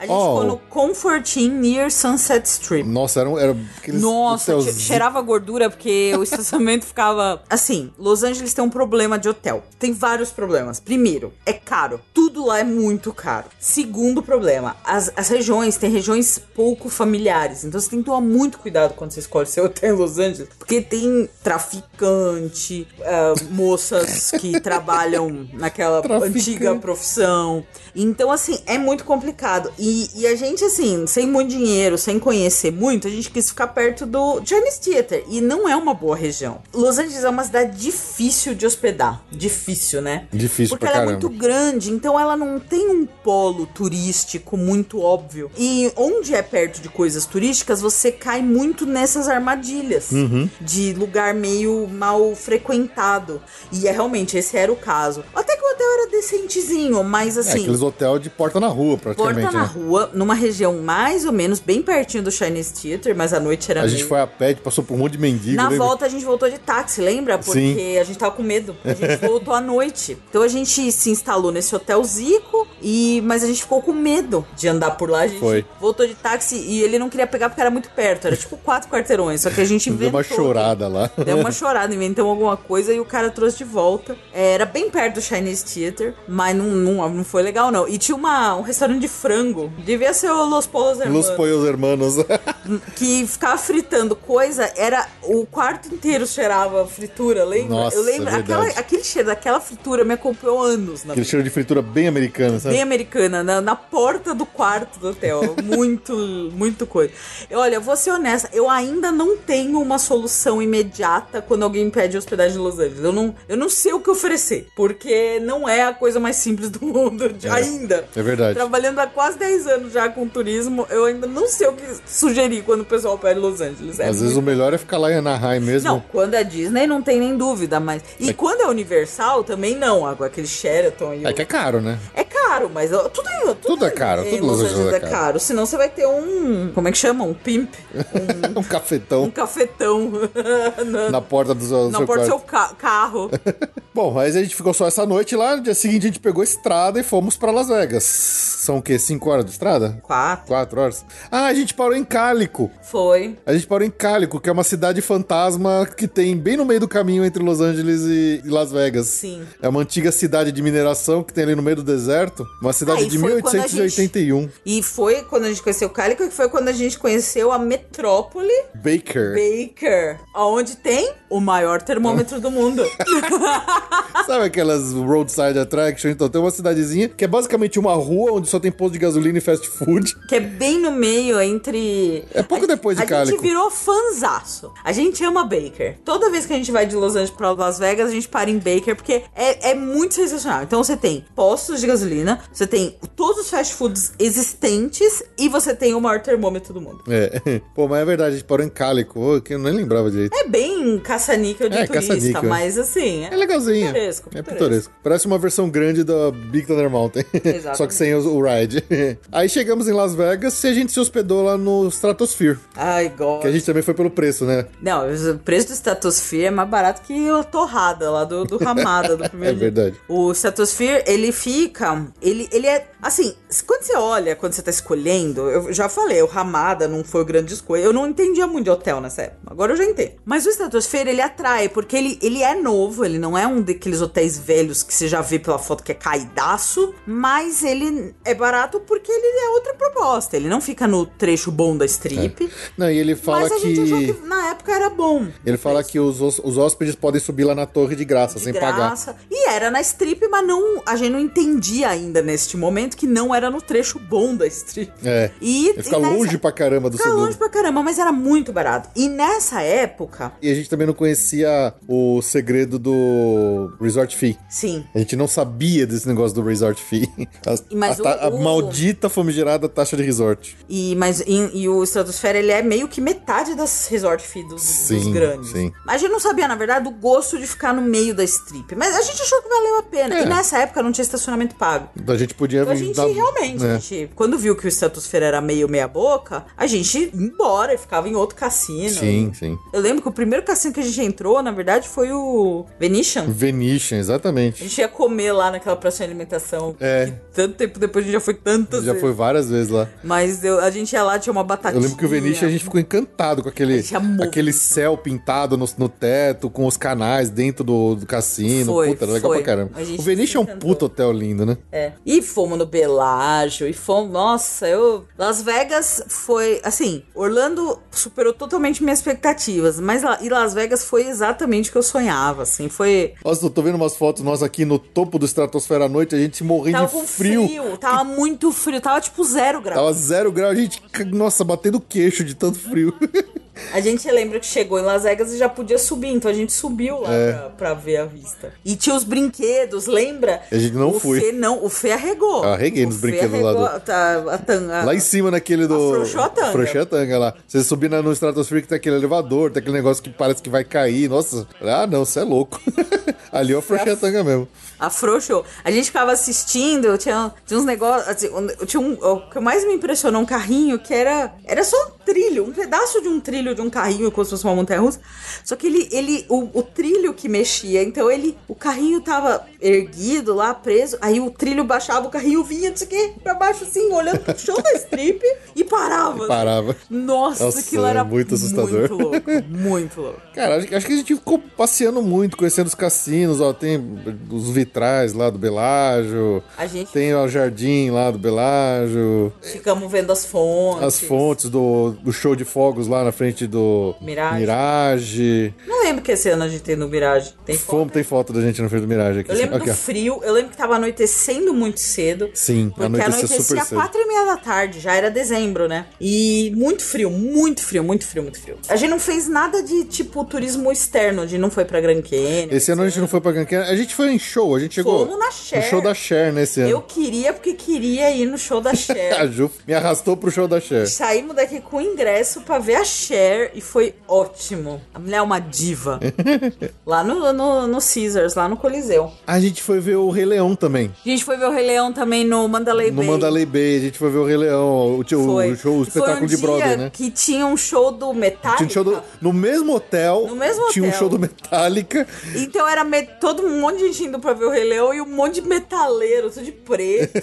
A gente
Ó,
ficou no Comfort Inn near Sunset Strip.
Nossa, era, um- era aqueles
Nossa, che-
hotelzico.
cheirava gordura porque o estacionamento [LAUGHS] ficava. Assim, Los Angeles tem um problema de hotel. Tem vários problemas. Primeiro, é caro. Tudo lá é muito caro. Segundo problema, as, as regiões, tem regiões pouco familiares. Então você tem que tomar muito cuidado quando você escolhe seu [LAUGHS] hotel em Los Angeles. Porque tem traficante, ah, moças
[LAUGHS]
que trabalham naquela
Traficante.
antiga profissão. Então, assim, é muito complicado. E, e a gente, assim, sem muito dinheiro, sem conhecer muito, a gente quis ficar perto do Chinese Theater. E não é uma boa região. Los Angeles é uma cidade difícil de hospedar. Difícil, né?
Difícil
Porque
pra
ela é
caramba.
muito grande, então ela não tem um polo turístico muito óbvio. E onde é perto de coisas turísticas, você cai muito nessas armadilhas
Uhum.
de lugar meio mal frequentado. E é realmente, esse era o caso. Até que o hotel era decentezinho, mas
É,
assim.
aqueles hotel de porta na rua,
Porta
praticamente.
tá na
né?
rua, numa região mais ou menos bem pertinho do Chinese Theater, mas a noite era
A gente
meio-
foi a pé, passou por um monte de mendigo.
na
lembra?
volta a gente voltou de táxi, lembra? Porque
Sim.
a gente tava com medo. A
[LAUGHS]
gente voltou à noite. Então a gente se instalou nesse hotel Zico e mas a gente ficou com medo de andar por lá. A gente
Foi.
voltou de táxi e ele não queria pegar porque era muito perto. Era tipo quatro quarteirões. Só que a gente
[LAUGHS] Deu
inventou.
uma chorada
[LAUGHS]
lá.
Deu uma chorada, inventou alguma coisa e o cara trouxe de volta. É, Era bem perto do Chinese Theater, mas não, não, não foi legal, não. E tinha uma, um restaurante de frango. Devia ser o Los Polos
Los
Hermanos
Poios Hermanos. [LAUGHS]
que ficava fritando coisa, era o quarto inteiro cheirava fritura, lembra?
Nossa,
eu lembro,
é
aquela-
verdade.
aquele cheiro daquela fritura me acompanhou anos na
Aquele
vida.
cheiro de fritura bem americana, sabe?
Bem americana, na, na porta do quarto do
[LAUGHS]
hotel. Muito, muito coisa. Eu, Olha, eu vou ser honesta, eu ainda não tenho uma solução imediata quando alguém me pede hospedagem em Los Angeles. Eu não, eu não sei o que oferecer, porque não é a coisa mais simples do mundo de-
É.
ainda.
É verdade.
Trabalhando há quase 10 anos já com turismo, eu ainda não sei o que sugerir quando o pessoal pede Los Angeles. É
Às vezes o
muito-
melhor é ficar lá em Anaheim mesmo.
Não, quando é Disney não tem nem dúvida, mas. E quando é Universal também não. Agora, aquele Sheraton e
É
o-
que é caro, né?
é caro, mas ó, tudo, tudo,
Tudo é caro,
em
tudo
Los
Los Angeles
Angeles
é
é
caro.
caro. Senão você vai ter um. Como é que chama? Um pimp.
[LAUGHS] Um cafetão
Um cafetão [LAUGHS] na,
na porta do seu,
na
seu
porta do seu
quarto.
ca-
[LAUGHS]
carro.
Bom, mas a gente ficou só essa noite lá. No dia seguinte a gente pegou a estrada e fomos pra Las Vegas. São o quê? Cinco horas de estrada?
Quatro.
Quatro horas? Ah, a gente parou em Cálico.
Foi.
A gente parou em Cálico, que é uma cidade fantasma que tem bem no meio do caminho entre Los Angeles e e Las Vegas.
Sim.
É uma antiga cidade de mineração que tem ali no meio do deserto. Uma cidade
Ah, e
de
foi quando a gente-
1881.
E foi quando a gente conheceu o Cálico que foi quando a gente conheceu a metrópole
Baker.
Baker. Onde tem o maior termômetro
[LAUGHS]
do mundo.
Sabe aquelas roadside attraction? Então tem uma cidadezinha que é basicamente uma rua onde só tem posto de gasolina e fast food. [LAUGHS]
que é bem no meio entre.
É pouco
A-
depois de
A
Cálico.
gente virou fanzaço. A gente ama Baker. Toda vez que a gente vai de Los Angeles pra Las Vegas, a gente para em Baker, porque é, é muito sensacional. Então você tem postos de gasolina, você tem todos os fast foods existentes e você tem o maior termômetro do mundo.
É. Pô, mas é verdade, a gente parou em Cálico, ô, que eu nem lembrava direito.
É bem caça-níquel de
É,
turista,
caça-níquel.
mas assim.
É legalzinho.
Pitoresco,
É
pitoresco.
pitoresco. Parece uma versão grande da Big Thunder Mountain. [LAUGHS]
Exatamente.
Só que sem o- o ride. [LAUGHS] Aí chegamos em Las Vegas e a gente se hospedou lá no Stratosphere.
Ai,
Que
gosto.
a gente também foi pelo preço, né?
Não, o preço do Stratosphere é mais barato que a torrada lá do, do Ramada do
[LAUGHS]
primeiro
É
dia.
verdade.
O Stratosphere, ele fica Ele, ele é. Assim, quando você olha, quando você tá escolhendo, eu já falei, o Ramada não foi grande escolha. Eu não entendia muito de hotel nessa época. Agora eu já entendo. Mas o Estratosfera, ele atrai, porque ele, ele é novo, ele não é um daqueles hotéis velhos que você já vê pela foto que é caidaço, mas ele é barato porque ele é outra proposta. Ele não fica no trecho bom da strip.
Não, e ele fala
mas a gente achou
que.
que na época era bom.
Ele fala que os, hós- os hóspedes podem subir lá na torre de graça,
de
Tá sem pagar.
graça. E era na strip, mas não, a gente não entendia ainda neste momento que não era no trecho bom da strip.
É.
E,
Ele fica
e nessa-
longe pra caramba do
Fica longe
Seduto.
pra caramba, mas era muito barato. E nessa época,
E a gente também não conhecia o segredo do Resort Fee.
sim.
A gente não sabia desse negócio do Resort Fee. [LAUGHS] A,
Mas
a ta-
o-
a
o-
maldita famigerada taxa de resort.
E, mas, e, e o Estratosfera, ele é meio que metade das resort fee dos,
Sim,
dos grandes.
sim.
A gente não sabia, na verdade, do gosto de ficar no meio da strip. Mas a gente achou que valeu a pena.
É.
E nessa época não tinha estacionamento pago.
Então a gente podia...
Então a gente
dar-
realmente,
É.
a gente, quando viu que o Estratosfera era meio meia boca, a gente ia embora e ficava em outro cassino.
Sim, sim.
Eu lembro que o primeiro cassino que a gente entrou, na verdade, foi o Venetian.
Hum. Venetian,
A
exatamente.
gente ia comer lá naquela praça de alimentação.
É.
que tanto tempo depois a gente já foi tantas
Já
vezes.
foi várias vezes lá.
Mas eu- a gente ia lá, tinha uma batatinha.
Eu lembro que o Venetian a gente ficou encantado com aquele,
gente amou.
aquele céu pintado no, no teto, com os canais dentro do, do cassino.
Foi,
puta, era legal
foi.
pra caramba.
A gente
O Venetian é um
se encantou.
puto hotel lindo, né?
É. E fomos no Belágio, e fomos. Nossa, eu. Las Vegas foi. Assim, Orlando superou totalmente minhas expectativas. Mas lá- e Las Vegas foi exatamente o que eu sonhava, assim. Foi.
Nossa, eu tô vendo umas fotos nós aqui no topo do Estratosfera à noite, a gente morrendo
Tava
de
com
frio.
frio. tava muito frio, tava tipo zero grau.
Tava zero grau, a gente, nossa, batendo o queixo de tanto frio. [LAUGHS]
A gente lembra que chegou em Las Vegas e já podia subir, então a gente subiu lá
É.
pra, pra ver a vista. E tinha os brinquedos, lembra?
A gente não
o
foi.
Fê não, o Fê arregou.
Eu arreguei nos
O Fê
brinquedos lá do-
arregou, tá, a tanga-
Lá em cima, naquele do.
Afrouxou a tanga.
Afrouxou a tanga lá. Você subir na- no Stratosfera que tem aquele elevador, tem aquele negócio que parece que vai cair. Nossa, ah não, você é louco. [LAUGHS] Ali eu afrouxei a tanga mesmo.
Afrouxou. A gente ficava assistindo, tinha, tinha uns negócios. assim, um- tinha um, o que mais me impressionou um carrinho que era. Era só um trilho, um pedaço de um trilho de um carrinho, como se fosse uma montanha russa. Só que ele. ele o, o trilho que mexia, então ele. O carrinho tava erguido lá, preso. Aí o trilho baixava, o carrinho vinha, não sei o quê, pra baixo, assim, olhando pro chão da strip e parava.
E parava.
Nossa,
Nossa,
aquilo
é
era
muito assustador.
Muito louco, muito louco.
Cara, acho, acho que a gente ficou passeando muito, conhecendo os cassinos, ó, tem os vitrais lá do Belágio,
A gente-
tem ó, o jardim lá do Belágio,
Ficamos vendo as fontes.
as fontes do, do show de fogos lá na frente do
Mirage.
Mirage.
Não lembro que esse ano a gente tem no Mirage. Tem foto?
Fomos, tem foto da gente na frente do Mirage aqui.
Eu lembro
Aqui,
do
ó.
frio, eu lembro que tava anoitecendo muito cedo.
Sim,
porque
anoitecia super
anoitecia às
cedo.
quatro e meia da tarde, já era dezembro, né? E muito frio, muito frio, muito frio, muito frio. A gente não fez nada de tipo turismo externo, a gente não foi pra Grand Canyon.
Esse ano a gente não foi pra Grand Canyon. A gente foi em show, a gente chegou.
Fomos na Cher.
No show da Cher nesse
Eu
ano.
queria porque queria ir
[LAUGHS]
no show da
A
Cher.
Ju me arrastou pro show da Cher.
Saímos daqui com ingresso pra ver a Cher e foi ótimo. A mulher é
[LAUGHS]
uma diva. lá no, no, no Caesars, lá no Coliseu.
A gente foi ver o Rei Leão também.
A gente foi ver o Rei Leão também no Mandalay
No
Bay.
Mandalay Bay, a gente foi ver o Rei Leão, o, tio-
Foi.
o show, o espetáculo
Foi um
de Broadway,
dia
né?
Que tinha um show do
Tinha
Metallica.
um show do, no mesmo hotel.
No mesmo
Tinha um
hotel.
show do Metallica.
Então era me- todo um monte de gente indo pra ver o Rei Leão e um monte de metaleiro, tudo
[LAUGHS]
de preto.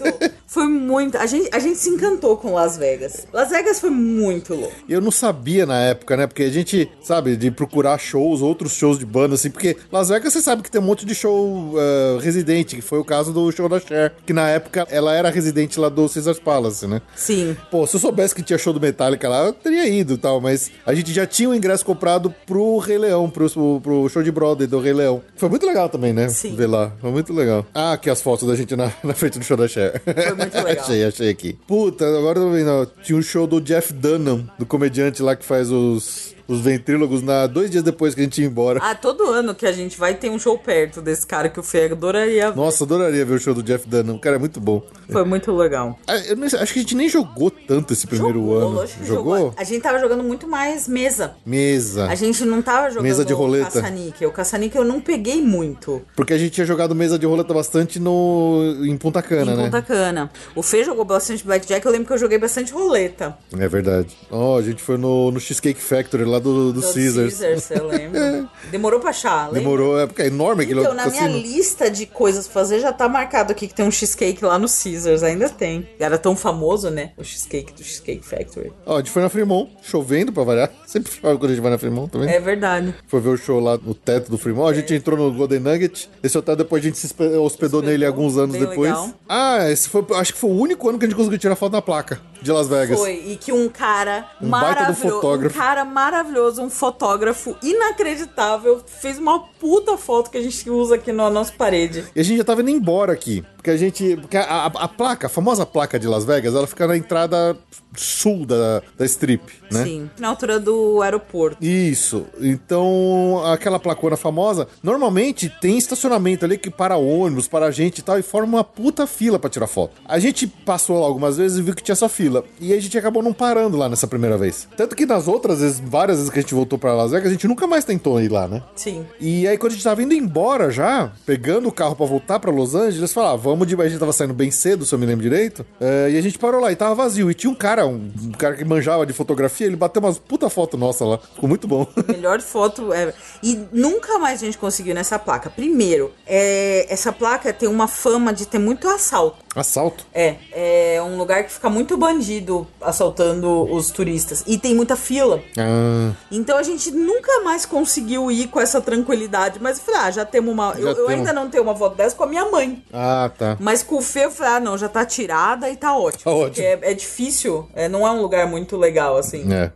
foi muito. A gente, a gente se encantou com Las Vegas. Las Vegas foi muito louco.
E eu não sabia na época, né? Porque a gente, sabe, de procurar shows, outros shows de banda, assim. Porque Las Vegas, você sabe que tem um monte de show eh, residente, que foi o caso do show da Cher. Que na época, ela era residente lá do Caesars Palace, né?
Sim.
Pô, se eu soubesse que tinha show do Metallica lá, eu teria ido e tal, mas a gente já tinha o ingresso comprado pro Rei Leão, pro, pro show de Broadway do Rei Leão. Foi muito legal também, né?
Sim.
Ver lá. Foi muito legal. Ah, aqui as fotos da gente na, [LAUGHS] na frente do show da Cher. Foi
muito
[LAUGHS]
legal.
achei, achei aqui. Puta, agora eu tô vendo. ó, Tinha um show do Jeff Dunham, do comediante lá que faz os, os ventrílogos, na, dois dias depois que a gente ia embora.
Ah, todo ano que a gente vai tem um show perto desse cara que o Fê adoraria. ver.
Nossa, adoraria ver o show do Jeff Dunham. O cara é muito bom.
Foi muito legal.
Ah, eu não sei, acho que a gente nem jogou tanto esse primeiro
Jogou,
ano.
lógico que
jogou?
A gente tava jogando muito mais mesa.
Mesa.
A gente não tava jogando
Mesa de roleta.
caça-níquel. O caça-níquel eu não peguei muito.
Porque a gente tinha jogado mesa de roleta bastante no, em Punta Cana,
Em
né?
Punta Cana. O Fê jogou bastante blackjack, eu lembro que eu joguei bastante roleta.
É verdade. Ó, a gente foi no, no Cheesecake Factory lá do, do,
Do
Caesars.
Caesars,
[LAUGHS]
eu lembro. Demorou pra achar, lembra?
Demorou, assim. é porque é enorme aquele
Então, na minha
cassino.
lista de coisas pra fazer, já tá marcado aqui que tem um cheesecake lá no Caesars, ainda tem. Era tão famoso, né? O cheesecake do Cheesecake Factory.
Ó, a gente foi na Fremont, chovendo pra variar. [LAUGHS] Sempre chove quando a gente vai na Fremont também.
É verdade.
Foi ver o show lá no teto do Fremont. A gente entrou no Golden Nugget. Esse hotel depois a gente se espe- hospedou, nele alguns anos
bem
depois.
legal.
Ah, esse foi. Acho que foi o único ano que a gente conseguiu tirar foto na placa de Las Vegas.
Foi, e que um cara
assim, Um baita do
maravilhoso, um
fotógrafo.
cara maravilhoso, um fotógrafo inacreditável, fez uma puta foto que a gente usa aqui na nossa parede.
E a gente já tava indo embora aqui. Porque a gente. Porque a, a- a placa, a famosa placa de Las Vegas, ela fica na entrada sul da, da strip, né?
Sim, na altura do aeroporto.
Isso. Então, aquela placona famosa, normalmente tem estacionamento ali que para ônibus, para gente e tal, e forma uma puta fila pra tirar foto. A gente passou lá algumas vezes e viu que tinha essa fila. E a gente acabou não parando lá nessa primeira vez. Tanto que nas outras vezes, várias vezes que a gente voltou pra Las Vegas, a gente nunca mais tentou ir lá, né?
Sim.
E aí, quando a gente tava indo embora já, pegando o carro pra voltar pra Los Angeles, falaram, ah, vamos de. A gente tava saindo bem cedo, se eu me lembro direito. É, e a gente parou lá e tava vazio. E tinha um cara, um, um cara que manjava de fotografia, ele bateu umas puta foto nossa lá. Ficou muito bom. [LAUGHS]
Melhor foto ever. E nunca mais a gente conseguiu nessa placa. Primeiro, é, essa placa tem uma fama de ter muito assalto.
Assalto.
É, é um lugar que fica muito bandido assaltando os turistas. E tem muita fila.
Ah,
Então a gente nunca mais conseguiu ir com essa tranquilidade. Mas eu falei, ah, já temos uma. Eu, eu
temos.
ainda não tenho uma foto dessa com a minha mãe.
ah tá.
Mas com o Fê, eu falei, ah, não, já tá tirada e tá ótimo.
Tá ótimo.
Porque É, é difícil, é, não é um lugar muito legal, assim.
É.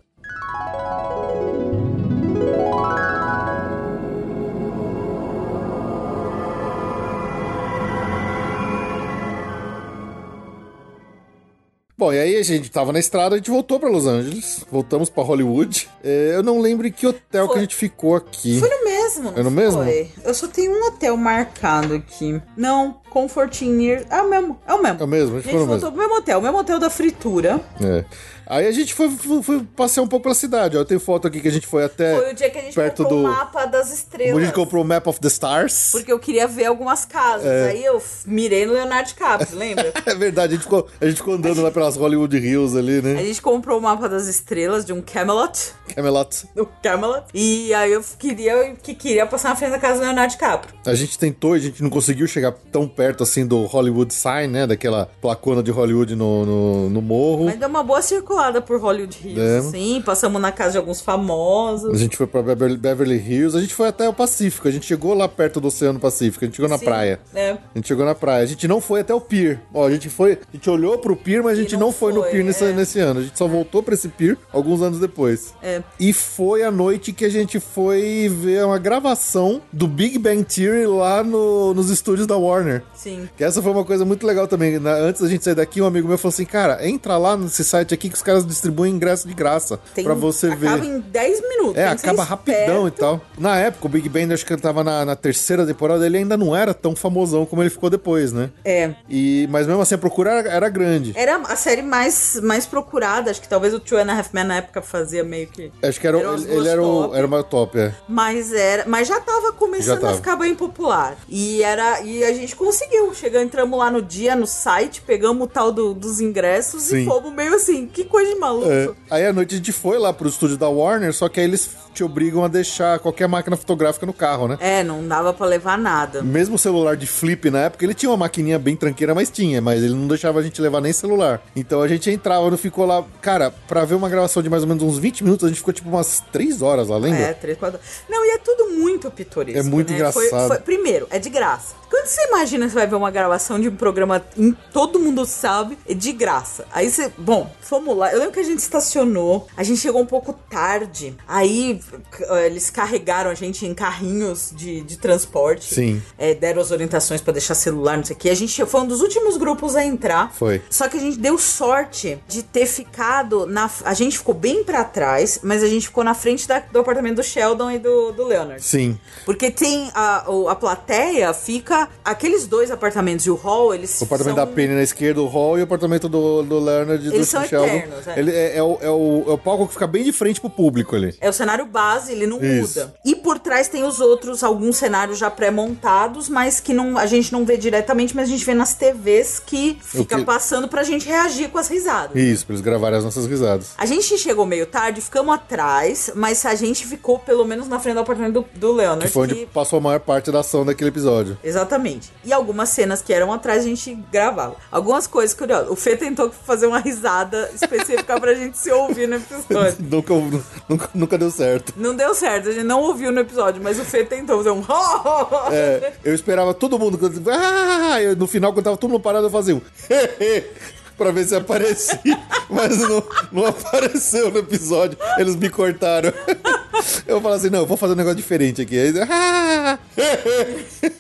Bom, e aí a gente tava na estrada, a gente voltou pra Los Angeles, voltamos pra Hollywood. É, eu não lembro em que hotel
Foi.
que a gente ficou aqui.
Foi no mesmo. não
É no mesmo?
Foi. Eu só tenho um hotel marcado aqui. Não, Comfort Inn. Years- É o mesmo. É o mesmo.
É o mesmo, a
A
gente
gente
foi no
voltou
mesmo.
pro mesmo hotel, o mesmo hotel da fritura.
É. Aí a gente foi, foi- foi passear um pouco pela cidade. Ó, tem foto aqui que a gente foi até.
Foi o dia que a gente
É, perto
comprou
do-
o mapa das
a
estrelas.
gente comprou É. o Map of the Stars.
Porque eu queria ver algumas casas. Aí eu f- mirei no Leonardo DiCaprio,
[LAUGHS]
lembra?
É verdade, a gente ficou, a gente ficou andando lá pelas Hollywood Hills ali,
A
né?
gente comprou o mapa das estrelas de um Camelot. [LAUGHS]
Camelot.
Do Camelot. E aí eu queria, que queria passar na frente da casa do Leonardo DiCaprio.
A gente tentou, a gente não conseguiu chegar tão perto assim do Hollywood Sign, né? Daquela placona de Hollywood no, no, no morro.
Mas deu uma boa circulada por Hollywood Hills,
Demos.
assim. Passamos na casa de alguns famosos.
A gente foi pra Beverly, Beverly Hills, a gente foi até o Pacífico, a gente chegou lá perto do Oceano Pacífico, a gente chegou na
Sim,
praia.
é.
A gente chegou na praia. A gente não foi até o pier. Ó, a gente foi, a gente olhou pro pier, mas a gente
não
não, foi, no
foi,
pier nesse,
é.
nesse ano. A gente só voltou pra esse pier alguns anos depois.
É.
E foi a noite que a gente foi ver uma gravação do Big Bang Theory lá no- nos estúdios da Warner.
Sim.
Que essa foi uma coisa muito legal também. Na- antes da gente sair daqui, um amigo meu falou assim: Cara, entra lá nesse site aqui que os caras distribuem ingresso de graça
Tem-
pra você ver.
Acaba em 10 minutos.
É,
tem que ser
acaba rapidão e
esperto.
tal. Na época, o Big Bang, acho que ele tava na, na terceira temporada, ele ainda não era tão famosão como ele ficou depois, né?
É.
E, mas mesmo assim, a procura era, era grande.
Era a série mais, mais procurada. Acho que talvez o Two and a Half Men na época fazia meio que...
Acho que era,
Eram É, as
ele,
duas
ele era, o,
top.
era uma top, é.
Mas era, mas já tava começando
Já tava.
a ficar bem popular. E era, e a gente conseguiu. Chegamos, entramos lá no dia no site, pegamos o tal do- dos ingressos
Sim.
e fomos meio assim, que coisa de maluco.
É. Aí à noite a gente foi lá pro estúdio da Warner, só que aí eles te obrigam a deixar qualquer máquina fotográfica no carro, né?
É, não dava pra levar nada.
Mesmo o celular de flip na época, ele tinha uma maquininha bem tranqueira, mas tinha, mas ele não deixava a gente levar nem celular. Então a gente entrava, não ficou lá. Cara, pra ver uma gravação de mais ou menos uns 20 minutos, a gente ficou tipo umas 3 horas lá, lembra?
É, três, quatro. Não, e é tudo muito pitoresco.
É muito
né? Foi-
engraçado.
foi- primeiro, é de graça. Quando você imagina, você vai ver uma gravação de um programa em todo mundo sabe, é de graça. Aí você. Bom, fomos lá. Eu lembro que a gente estacionou, a gente chegou um pouco tarde. Aí c- eh, eles carregaram a gente em carrinhos de, de transporte.
Sim.
Eh, deram as orientações pra deixar celular, não sei o quê. A gente foi um dos últimos grupos a entrar.
Foi.
Só que a gente deu sorte de ter ficado na. A gente ficou bem pra trás, mas a gente ficou na frente da- do apartamento do Sheldon e do, do Leonard.
Sim.
Porque tem a, o- a plateia, fica. Aqueles dois apartamentos e o hall, eles.
O apartamento
são-
da Penny na esquerda, o hall, e o apartamento do, do Leonard e do
Eles são
Sheldon.
eternos, é.
Ele é, é o, é, o, é o palco que fica bem de frente pro público ali.
É o cenário base, ele não
Isso.
muda. E por atrás tem os outros, alguns cenários já pré-montados, mas que não, a gente não vê diretamente, mas a gente vê nas TVs que fica
que-
passando pra gente reagir com as risadas.
Isso, pra eles gravarem as nossas risadas.
A gente chegou meio tarde, ficamos atrás, mas a gente ficou pelo menos na frente do apartamento do, do Leonard.
Que foi onde
que-
passou a maior parte da ação daquele episódio.
Exatamente. E algumas cenas que eram atrás a gente gravava. Algumas coisas curiosas. O Fê tentou fazer uma risada [LAUGHS] específica pra gente se ouvir no episódio.
Nunca, nunca, nunca deu certo.
Não deu certo, a gente não ouviu no episódio, mas o Fê tentou fazer um. [LAUGHS]
É, eu esperava todo mundo. quando- Ah, eu- no final, quando tava todo mundo parado, eu fazia um. pra ver se aparecia. [LAUGHS] Mas não, não apareceu no episódio. Eles me cortaram. [LAUGHS] Eu falo assim: não, eu vou fazer um negócio diferente aqui. Aí, ah, [LAUGHS]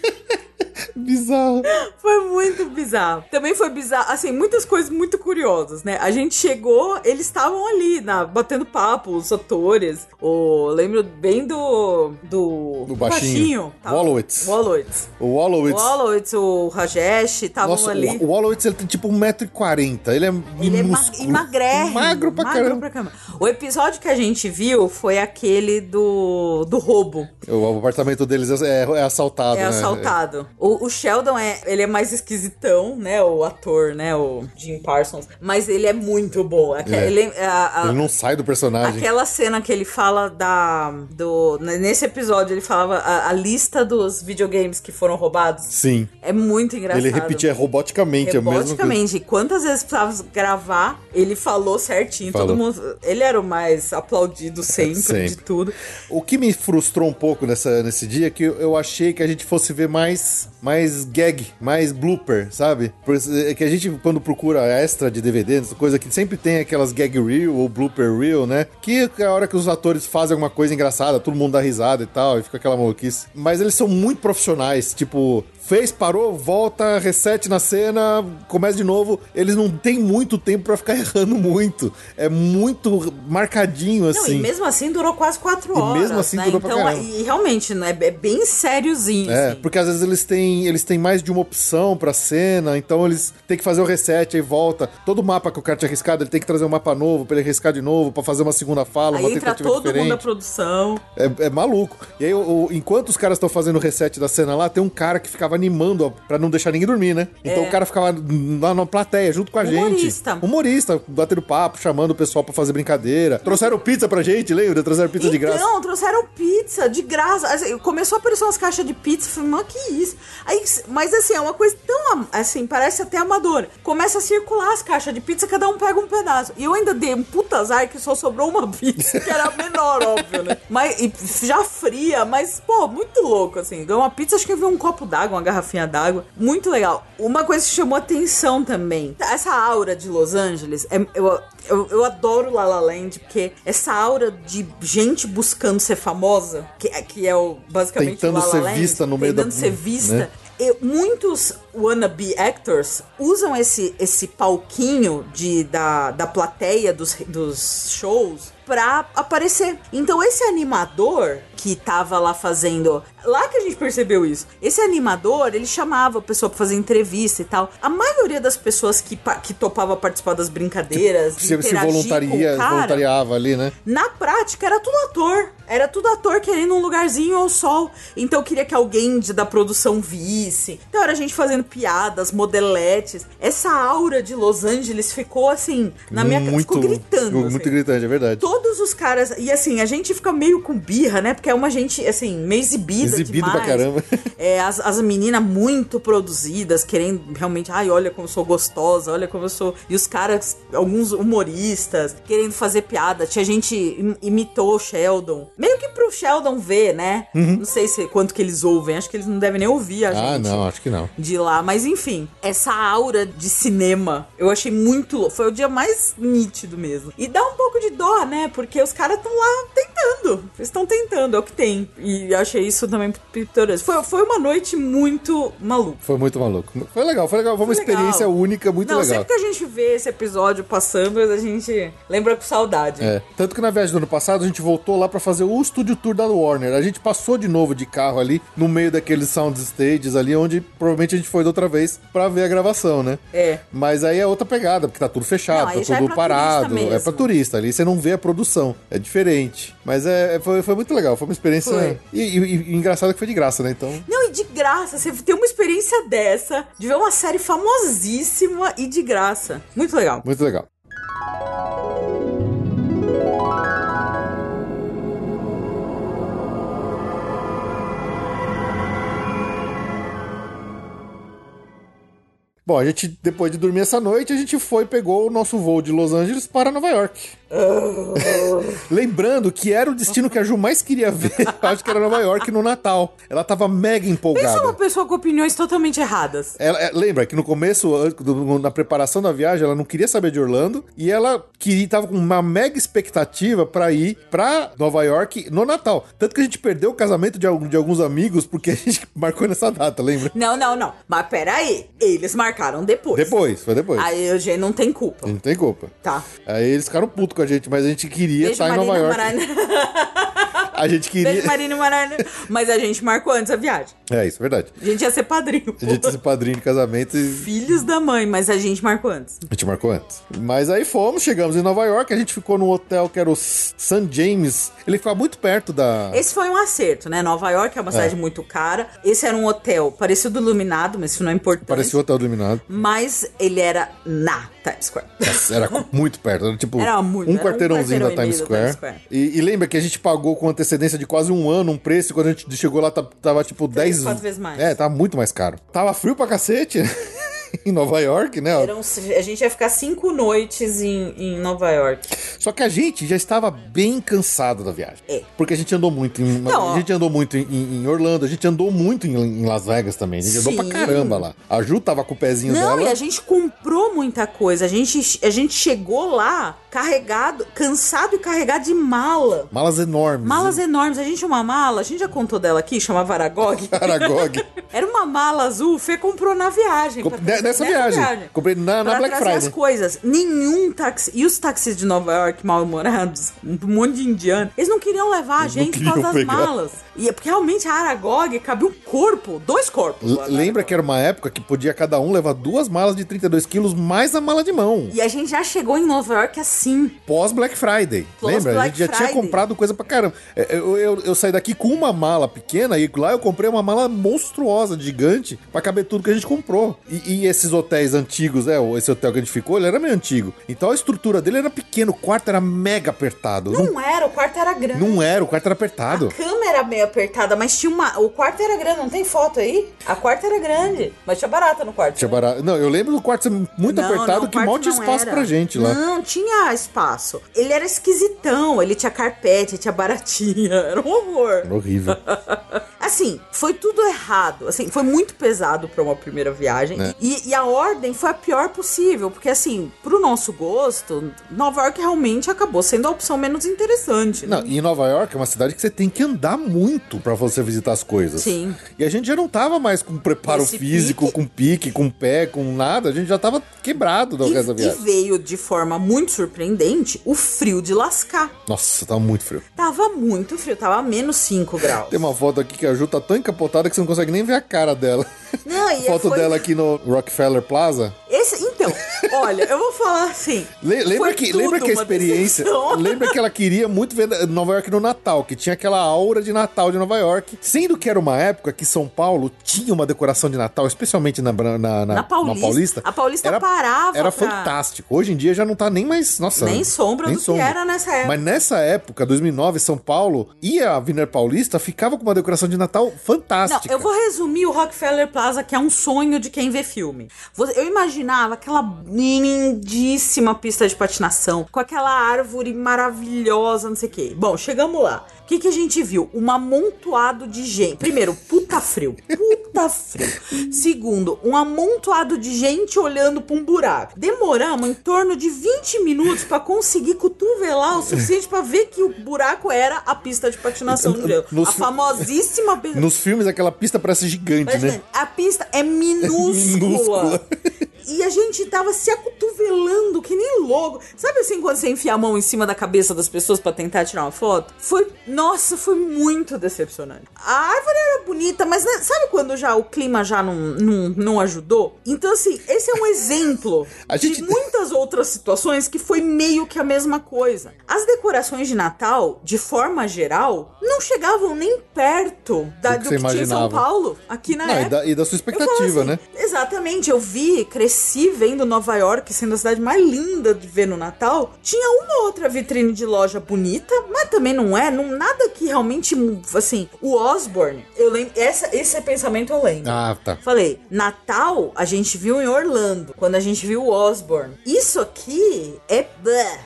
Bizarro.
Foi muito bizarro. Também foi bizarro, assim, muitas coisas muito curiosas, né? A gente chegou, eles estavam ali, na, batendo papo, os atores. O, lembro bem do. Do,
Do baixinho.
Tava-
Wallowitz.
Wallowitz.
O Wallowitz.
O Wallowitz, o Rajesh, estavam
Nossa,
ali.
o Wallowitz ele tem tipo 1,40m. Ele é
Ele é ma
minúsculo.
emagré.
Magro pra caramba.
O episódio que a gente viu foi aquele do, do roubo.
O apartamento deles é, é assaltado,
é
né?
assaltado. O, o Sheldon é, ele é mais esquisitão, né? O ator, né? O Jim Parsons. Mas ele é muito bom. Aque-
É.
ele é- a- a-
Ele não é sai do personagem.
Aquela cena que ele fala da. Do, né, nesse episódio, ele falava a, a lista dos videogames que foram roubados.
Sim.
É muito engraçado.
Ele repetia roboticamente, é o mesmo que-
Roboticamente. Quantas vezes precisava gravar, ele falou certinho.
Falou. É,
Todo mundo. Ele era o mais aplaudido sempre,
Sempre.
de tudo.
O que me frustrou um pouco nessa, nesse dia é que eu eu achei que a gente fosse ver mais, mais gag, mais blooper, sabe? Por isso, é Que a gente, quando procura extra de DVD, essa coisa que sempre tem aquelas gag reel ou blooper reel, né? Que é a hora que os atores fazem alguma coisa engraçada, todo mundo dá risada e tal, e fica aquela maluquice. Mas eles são muito profissionais, tipo, Fez, parou, volta, reset na cena, começa de novo. Eles não têm muito tempo pra ficar [LAUGHS] errando muito. É muito marcadinho
Não,
assim.
e mesmo assim durou quase quatro
E
horas.
mesmo assim
né?
durou pra
então,
caramba.
E realmente, né, é bem sériozinho.
É,
assim.
porque às vezes eles têm, eles têm mais de uma opção pra cena, então eles têm que fazer o reset aí volta. Todo mapa que o cara tinha arriscado, ele tem que trazer um mapa novo pra ele arriscar de novo, pra fazer uma segunda fala, uma
Aí entra
tentativa
todo mundo da
diferente.
produção.
É, é maluco. E aí, o- o- enquanto os caras estão fazendo o reset da cena lá, tem um cara que ficava animando ó, pra não deixar ninguém dormir, né? Então o cara ficava lá na plateia, junto com a
É. Humorista.
gente. Humorista. Batendo papo, chamando o pessoal pra fazer brincadeira. Trouxeram pizza pra gente, lembra? Trouxeram pizza de graça.
Então, trouxeram pizza de graça. Assim, começou a aparecer umas caixas de pizza. eu Falei, mano, que isso? Aí, mas assim, é uma coisa tão am- assim, parece até amadora. Começa a circular as caixas de pizza, cada um pega um pedaço. E eu ainda dei um puta azar que só sobrou uma [LAUGHS] pizza, que era a menor, óbvio, né? Mas e já fria, mas, pô, muito louco, assim. Ganhou uma pizza, acho que eu vi um copo d'água, uma garrafinha d'água. Muito legal. Uma coisa que chamou atenção também. Essa aura de Los Angeles, é- eu, eu, eu adoro La La Land, porque essa aura de gente buscando ser famosa, que, é- que é o, basicamente
Tentando
o La La
ser
Land,
vista no meio da-
tentando ser vista.
né?
E muitos wannabe actors usam esse, esse palquinho de, da, da plateia dos, dos shows pra aparecer. Então esse animador que tava lá fazendo... Lá que a gente percebeu isso. Esse animador, ele chamava a pessoa pra fazer entrevista e tal. A maioria das pessoas que, pa- que topava participar das brincadeiras,
Tipo, Se, se
interagir
voluntaria,
com o cara,
voluntariava ali, né?
na prática, era tudo ator. Era tudo ator querendo um lugarzinho ao sol. Então queria que alguém de- da produção visse. Então era gente fazendo piadas, modeletes. Essa aura de Los Angeles ficou assim, na minha cara. Ficou gritando.
Muito
assim.
gritante, é verdade.
Todos os caras. E assim, a gente fica meio com birra, né? Porque é uma gente, assim, meio exibida.
Exibido pra
demais. [LAUGHS]
caramba.
É, as, as meninas muito produzidas, querendo realmente. Ai, olha como eu sou gostosa, olha como eu sou. E os caras, alguns humoristas, querendo fazer piada. Tinha gente im- imitou o Sheldon. Meio que pro Sheldon ver, né? Não sei se quanto que eles ouvem. Acho que eles não devem nem ouvir a
Uhum. Ah,
gente
não, acho que não.
de lá, mas enfim, essa aura de cinema, eu achei muito louco. Foi o dia mais nítido mesmo. E dá um pouco de dó, né? Porque os caras estão lá tentando. Eles estão tentando, é o que tem. E eu achei isso também pitoresco. Foi, foi uma noite muito maluca.
Foi muito maluco. Foi legal, foi legal. Foi uma
Foi legal.
experiência única, muito
Não,
legal.
sempre que a gente vê esse episódio passando, a gente lembra com saudade.
É. Tanto que na viagem do ano passado a gente voltou lá pra fazer o estúdio tour da Warner. A gente passou de novo de carro ali no meio daqueles sound stages ali onde provavelmente a gente foi da outra vez pra ver a gravação, né?
É.
Mas aí é outra pegada, porque tá tudo fechado,
Não, aí
tá
já é
tudo
pra
parado,
turista
é
mesmo.
pra turista ali, você não vê a produção, é diferente. Mas é, é- foi, foi muito legal, foi Foi uma experiência.
Foi.
E, e- e engraçado que foi de graça, né? Então.
Não, e de graça, você ter uma experiência dessa, de ver uma série famosíssima e de graça. Muito legal.
Muito legal. Bom, a gente, depois de dormir essa noite, a gente foi e pegou o nosso voo de Los Angeles para Nova York. Lembrando que era o destino que a Ju mais queria ver, [LAUGHS] eu acho que era Nova York no Natal. Ela tava mega empolgada.
Pensa uma pessoa com opiniões totalmente erradas.
Ela- é, lembra que no começo, an- do- na preparação da viagem, ela não queria saber de Orlando e ela queria, tava com uma mega expectativa pra ir pra Nova York no Natal. Tanto que a gente perdeu o casamento de, algum- de alguns amigos porque [LAUGHS] a gente marcou nessa data, lembra?
Não, não, não. Mas peraí, eles marcaram depois.
Depois, foi depois.
A Eugênia não tem culpa.
Não tem culpa.
Tá.
Aí eles ficaram putos com a gente, mas a gente queria
Beijo,
estar em Nova
Marina
York. [LAUGHS]
Marana.
A gente queria.
Beijo, Marina Marana. Mas a gente marcou antes a viagem.
É isso, é verdade.
A gente ia ser padrinho.
A gente ia ser padrinho de casamento e
[LAUGHS] Filhos da mãe, mas a gente marcou antes.
A gente marcou antes. Mas aí fomos, chegamos em Nova York, a gente ficou num hotel que era o St. James. Ele ficava muito perto da.
Esse foi um acerto, né? Nova York é uma cidade muito cara. Esse era um hotel parecido iluminado, mas isso não é importante.
Parecia o hotel iluminado.
Mas ele era na Times Square.
Era muito perto, era tipo
um Era muito,
um
era um
quarteirãozinho
quarteirão
da
e
Times
meio da
Square.
Times Square.
E, e lembra que a gente pagou com antecedência de quase um ano um preço, e quando a gente chegou lá ta- tava tipo 10
quatro vezes mais.
É, tava muito mais caro. Tava frio pra cacete [LAUGHS] em Nova York, né?
Eram- a gente ia ficar cinco noites em, em Nova York.
Só que a gente já estava bem cansado da viagem.
É.
Porque a gente andou muito em.
Não, ó.
a gente andou muito em, em- em Orlando, a gente andou muito em, em Las Vegas também. A gente andou pra
Sim.
caramba lá. A Ju tava com o pezinho
Não, e
dela.
a gente comprou muita coisa. A gente, a gente chegou lá carregado, cansado e carregado de mala.
Malas enormes.
Malas enormes. A gente tinha uma mala, a gente já contou dela aqui, chamava Aragog.
[LAUGHS]
[LAUGHS]
Aragog.
Era uma mala azul, o Fê comprou na viagem.
Com-
pra
ne-
trazer-
nessa viagem. Comprei na- na
Pra
Black
trazer
Friday.
as coisas. Nenhum táxi. E os táxis de Nova York, mal-humorados, um monte de indiano, eles não queriam levar a gente por
queriam
causa das
pegar.
malas. E é porque realmente a Aragog cabia um corpo, dois corpos.
L- Lembra
né?
que era uma época que podia cada um levar duas malas de 32 quilos mais a mala de mão.
E a gente já chegou em Nova York assim.
Pós Black Friday.
Pós
Lembra? a
Black
gente já tinha
Friday.
comprado coisa pra caramba. É, Eu, eu- eu saí daqui com uma mala pequena e lá eu comprei uma mala monstruosa, gigante, pra caber tudo que a gente comprou. E, e esses hotéis antigos, é, esse hotel que a gente ficou, ele era meio antigo. Então a estrutura dele era pequena, o quarto era mega apertado. Não,
Não Ah, era, o quarto era grande.
não era, o quarto era apertado.
A cama era meio apertada, mas tinha uma. O quarto era grande, não tem foto aí? A quarto era grande, mas tinha barata no quarto.
Tinha barato. Não, eu lembro do quarto ser muito
Não,
apertado
não,
que
quarto
mal tinha
não
espaço
era.
pra gente lá.
Não, tinha espaço. Ele era esquisitão, ele tinha carpete, tinha baratinha, [LAUGHS] era um horror.
Era horrível.
[LAUGHS] Assim, foi tudo errado. Assim, foi muito pesado pra uma primeira viagem.
É.
E, e a ordem foi a pior possível, porque assim, pro nosso gosto, Nova York realmente acabou sendo a opção menos interessante. né?
Não, e Nova York é uma cidade que você tem que andar muito pra você visitar as coisas.
Sim.
E a gente já não tava mais com preparo
Esse
físico,
pique.
com pique, com pé, com nada. A gente já tava quebrado da
E,
dessa
e
viagem.
veio de forma muito surpreendente o frio de lascar.
Nossa, tava muito frio.
Tava muito frio, tava menos 5 graus.
Tem uma foto aqui que a Ju tá tão encapotada que você não consegue nem ver a cara dela.
Não, e
[LAUGHS] foto
foi-
dela aqui no Rockefeller Plaza.
Esse, então, olha, eu vou falar assim.
Le- lembra,
foi
que,
tudo
lembra que a
uma
experiência.
decepção.
Lembra que ela queria muito ver Nova York no Natal, que tinha aquela aura de Natal de Nova York. Sendo que era uma época que São Paulo tinha uma decoração de Natal, especialmente na, na, na,
Na Paulista. A Paulista parava
Era
pra-
fantástico. Hoje em dia já não tá nem mais. Nossa.
Nem sombra do que era nessa época.
Mas nessa época, 2009, São Paulo e a Avenida Paulista ficava com uma decoração de Natal
Não,
fantástica.
eu vou resumir o Rockefeller Plaza, que é um sonho de quem vê filme. Você- Eu imaginava aquela lindíssima pista de patinação, com aquela árvore maravilhosa, não sei o quê. Bom, chegamos lá. O que, que a gente viu? Um amontoado de gente. Primeiro, puta frio. Puta frio. Segundo, um amontoado de gente olhando pra um buraco. Demoramos em torno de 20 minutos pra conseguir cotovelar o suficiente pra ver que o buraco era a pista de patinação.
Nos
a
fi-
famosíssima pista é,
Nos filmes, aquela pista parece gigante,
Mas,
né?
A pista é minúscula.
Minúscula.
E a gente tava se acotovelando que nem louco. Sabe assim quando você enfia a mão em cima da cabeça das pessoas pra tentar tirar uma foto? Foi, nossa, foi muito decepcionante. A árvore era bonita, mas né, sabe quando já o clima já não, não, não ajudou? Então assim, esse é um exemplo
[LAUGHS] A gente-
de muitas outras situações que foi meio que a mesma coisa. As decorações de Natal, de forma geral, não chegavam nem perto da,
Do
do
que
que,
você
tinha em São
imaginava.
Paulo, aqui na
Não, e,
época.
da, e da sua
Eu falo
expectativa,
assim,
né?
Exatamente, eu vi, cresci vendo Nova York sendo a cidade mais linda de ver no Natal. Tinha uma outra vitrine de loja bonita, mas também não é, não nada que realmente assim, o Osborne, eu lembro, essa, esse pensamento eu lembro.
Ah, tá.
Falei, Natal a gente viu em Orlando, quando a gente viu o Osborne. Isso aqui é
[LAUGHS]
bleh.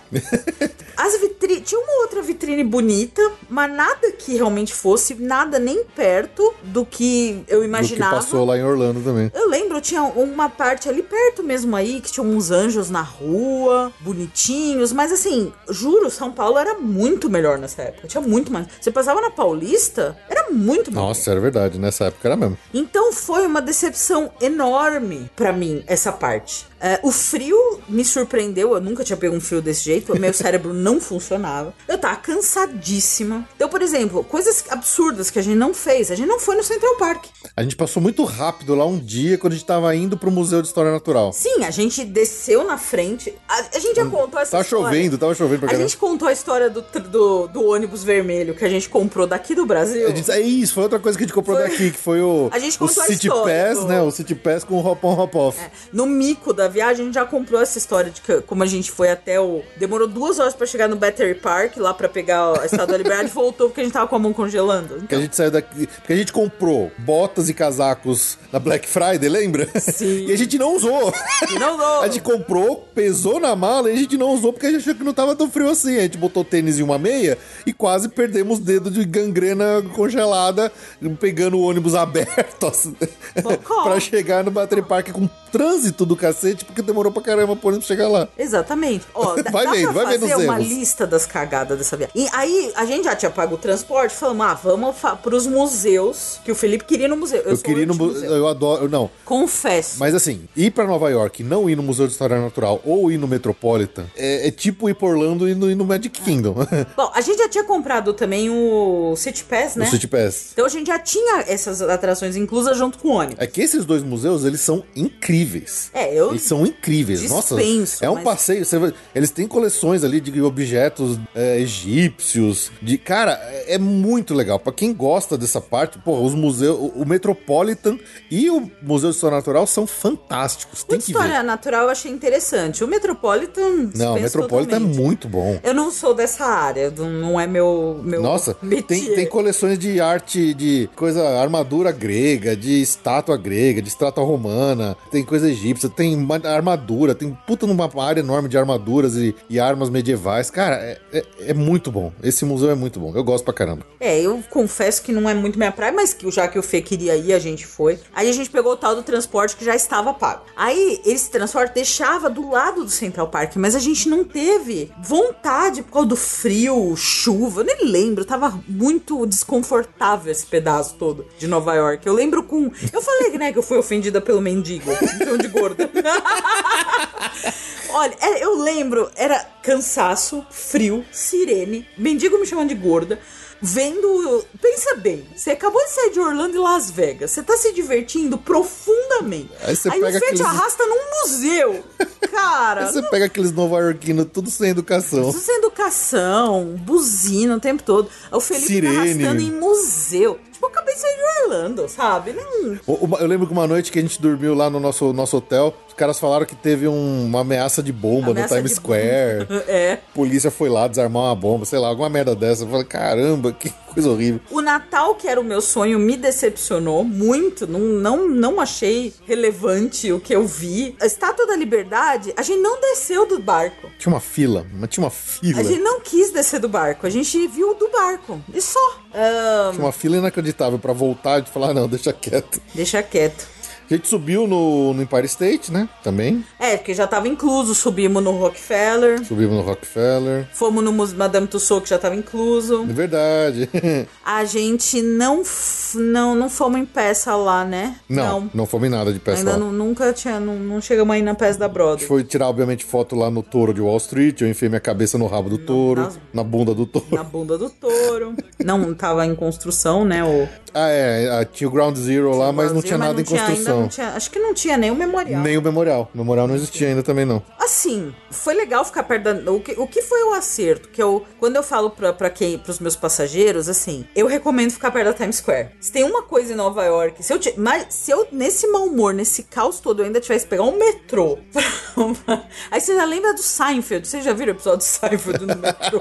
As vitrines. Tinha uma outra vitrine bonita, mas nada que realmente fosse, nada nem perto do que eu
Do
imaginava.
que passou lá em Orlando também.
Eu lembro, tinha uma parte ali perto mesmo aí, que tinha uns anjos na rua, bonitinhos, mas assim, juro, São Paulo era muito melhor nessa época. Tinha muito mais. Você passava na Paulista, era muito melhor.
Nossa, era verdade, nessa época era mesmo.
Então foi uma decepção enorme pra mim essa parte. É, o frio me surpreendeu, eu nunca tinha pego um frio desse
[LAUGHS]
jeito, meu cérebro não funcionava. Eu tava cansadíssima. Então, por exemplo, coisas absurdas que a gente não fez, a gente não foi no Central Park.
A gente passou muito rápido lá um dia quando a gente tava indo pro Museu de História Natural.
Sim, a gente desceu na frente. A, a gente já contou
Hum,
essa
Tava
história.
chovendo, tava chovendo pra
A
caramba.
gente contou a história do, tr- do, do ônibus vermelho que a gente comprou daqui do Brasil.
A gente- é isso, foi outra coisa que a gente comprou
Foi-
daqui, que foi o,
A gente
o
contou a
City
história É.
Pass,
do-
né? O City Pass com o Hop On Hop Off.
No mico da viagem, a gente já comprou essa história de que, como a gente foi até o. Demorou duas horas pra chegar no Battery Park, lá pra pegar a Estátua da Liberdade, [LAUGHS] e voltou porque a gente tava com a mão congelando. Então,
Que a gente saiu daqui. Porque a gente comprou botas e casacos na Black Friday, lembra?
Sim.
[LAUGHS] E a gente não
[LAUGHS]
usou.
E não, não.
A gente comprou, pesou na mala e a gente não usou porque a gente achou que não tava tão frio assim. A gente botou tênis e uma meia e quase perdemos dedo de gangrena congelada, pegando o ônibus [LAUGHS] aberto assim,
Socorro.
pra chegar no Battery Park com trânsito do cacete, porque demorou pra caramba pro ônibus chegar lá.
Exatamente. Ó, dá,
Vai
dá
vendo,
pra
vai vendo os
fazer uma
erros.
lista das cagadas dessa viagem. E aí, a gente já tinha pago o transporte, falamos, ah, vamos fa- pros museus, que o Felipe queria ir no museu. Eu,
Eu
sou
queria ir no. mu-
anti-museu.
Eu adoro. Não.
Confesso.
Mas assim, ir pra Nova York e não ir no Museu de História Natural ou ir no Metropolitan é, é tipo ir pra Orlando e ir no, ir no Magic Kingdom. [LAUGHS]
Bom, a gente já tinha comprado também o City Pass, né?
O City Pass.
Então a gente já tinha essas atrações inclusas junto com o ônibus.
É que esses dois museus, eles são incríveis.
É, eu-
Eles são incríveis. Nossa,
Dispenso,
é um
mas-
passeio. você vai- Eles têm coleções ali de objetos é, egípcios. De... Cara, é- é muito legal. Pra quem gosta dessa parte, pô, os museus... o- O Metropolitan e o Museu de História Natural são fantásticos.
O
Tem
de
que ver.
História Natural eu achei interessante. O Metropolitan.
Não,
dispenso
o Metropolitan é
totalmente.
muito bom.
Eu não sou dessa área, não- não é meu. meu
Nossa,
métier.
tem, tem coleções de arte, de coisa, armadura grega, de estátua grega, de estátua romana, tem coisa egípcia, tem ma- armadura, tem puta numa área enorme de armaduras e, e armas medievais. Cara, é, é- é muito bom. Esse museu é muito bom. Eu gosto pra caramba.
É, eu confesso que não é muito minha praia, mas que já que o Fê queria ir, a gente foi. Aí a gente pegou o tal do transporte que já estava pago. Aí esse transporte deixava do lado do Central Park, mas a gente não teve vontade por causa do frio, chuva, eu nem lembro, tava muito desconfortável esse pedaço todo de Nova York. Eu lembro com. Eu falei, né, que eu fui ofendida pelo mendigo, então de [LAUGHS] gorda. Olha, é, eu lembro, era cansaço, frio, sirene, mendigo me chamando de gorda. Vendo. Pensa bem, você acabou de sair de Orlando e Las Vegas, você tá se divertindo profundamente.
Aí você
o
pega
Fê te
aqueles- é
arrasta num museu.
[LAUGHS]
Cara,
Aí você pega aqueles nova-iorquinos tudo sem educação.
isso sem educação, buzina o tempo todo. O Felipe me
Sirene.
arrastando em museu. Tipo, eu acabei de sair de Orlando, sabe? Não,
O- uma- Eu lembro que uma noite que a gente dormiu lá no nosso, nosso hotel, os caras falaram que teve um- uma ameaça de bomba
Ameaça
no Times
de
Square.
[LAUGHS] é.
polícia foi lá desarmar uma bomba, sei lá, alguma merda dessa. Eu falei, caramba, que coisa horrível.
O Natal, que era o meu sonho, me decepcionou muito. Não, não, não achei relevante o que eu vi. A Estátua da Liberdade, a gente não desceu do barco.
Tinha uma fila, mas tinha uma fila.
A gente não quis descer do barco. A gente viu do barco. E só. Ah,
Tinha uma fila inacreditável pra voltar e falar, não, deixa quieto.
deixa quieto.
A gente subiu no, no Empire State, né? Também.
É, porque já tava incluso, subimos no Rockefeller,
Subimos no Rockefeller.
fomos no Mus- Madame Tussauds, que já tava incluso.
É verdade. [LAUGHS]
A gente não, f- não, não fomos em peça lá, né?
Não, não, fomos em nada de peça
Ainda
lá.
nu- nunca tinha, não, não chegamos aí na peça da
A gente
Broadway.
foi tirar, obviamente, foto lá no touro de Wall Street. Eu enfiei minha cabeça no rabo do touro,
nas-
na bunda do touro.
Na bunda do touro. Não tava em construção, né? O
Ah, é. ah, Tinha o Ground Zero lá, Ah, mas não
Brasil,
tinha nada em
tinha- ainda
construção.
não tinha- acho que não tinha nem o memorial.
Nem o memorial. O memorial não existia ainda também, não.
Assim, foi legal ficar perto da... O que, o que foi o acerto? Que eu... Quando eu falo pra, pra quem... Pros meus passageiros, assim... Eu recomendo ficar perto da Times Square. Se tem uma coisa em Nova York... Se eu, ti- mas se eu, nesse mau humor, nesse caos todo, eu ainda tivesse que pegar um metrô... [LAUGHS] pra- Aí você já lembra do Seinfeld. Vocês já viram o episódio do Seinfeld no metrô?